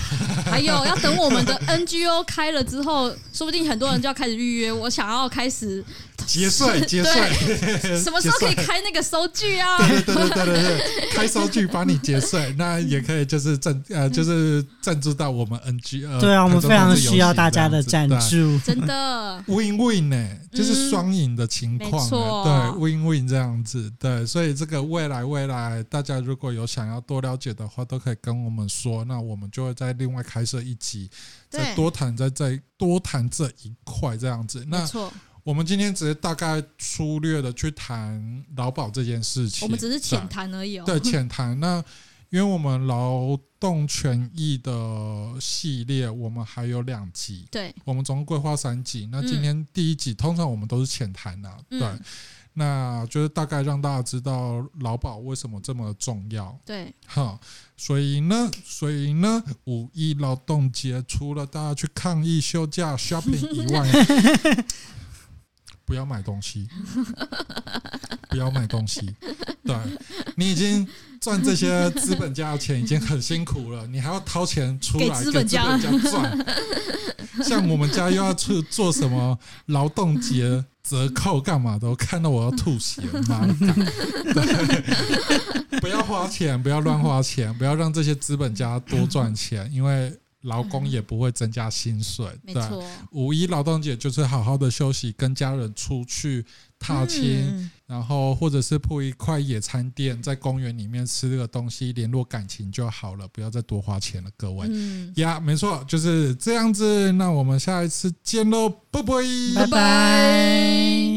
还有要等我们的 (laughs) NGO 开了之后，说不定很多人就要开始预约。我想要 (laughs) 开始节 (laughs) 税节税，什么时候可以开那个收据啊？对对对对对对，开收据帮你节税，那也可以就是赞呃就是赞助到我们 NG (laughs) 呃，对啊，我们台中非常同志游需要行大这家样的子赞对助。真的， win win 呢、欸就是嗯双赢的情况、没错欸，对 win win 这样子，对，所以这个未来未来大家如果有想要多了解的话，都可以跟我们说，那我们就会再另外开设一集，再对，多谈再再多谈这一块这样子。没 (laughs) 那错，我们今天只是大概粗略的去谈劳保这件事情，我们只是对浅谈而已哦。对，浅谈。那因为我们劳动权益的系列，我们还有两集，对，我们总共规划三集。那今天第一集、通常我们都是浅谈呐、嗯对。那就是大概让大家知道劳保为什么这么重要对，哈，所以呢，所以呢，五一劳动节除了大家去抗议、休假、shopping 以外，不要买东西，不要买东西。对你已经赚这些资本家的钱已经很辛苦了，你还要掏钱出来给资本家给资本家赚。像我们家又要去做什么劳动节折扣干嘛的，我看到我要吐血，妈 (laughs) 的！干对不要花钱，不要乱花钱，不要让这些资本家多赚钱，因为劳工也不会增加薪水。嗯没对，错，五一劳动节就是好好的休息，跟家人出去踏青。嗯，然后或者是铺一块野餐垫，在公园里面吃个东西，联络感情就好了，不要再多花钱了，各位。嗯，呀、没错，就是这样子。那我们下一次见喽，拜拜。拜拜。啊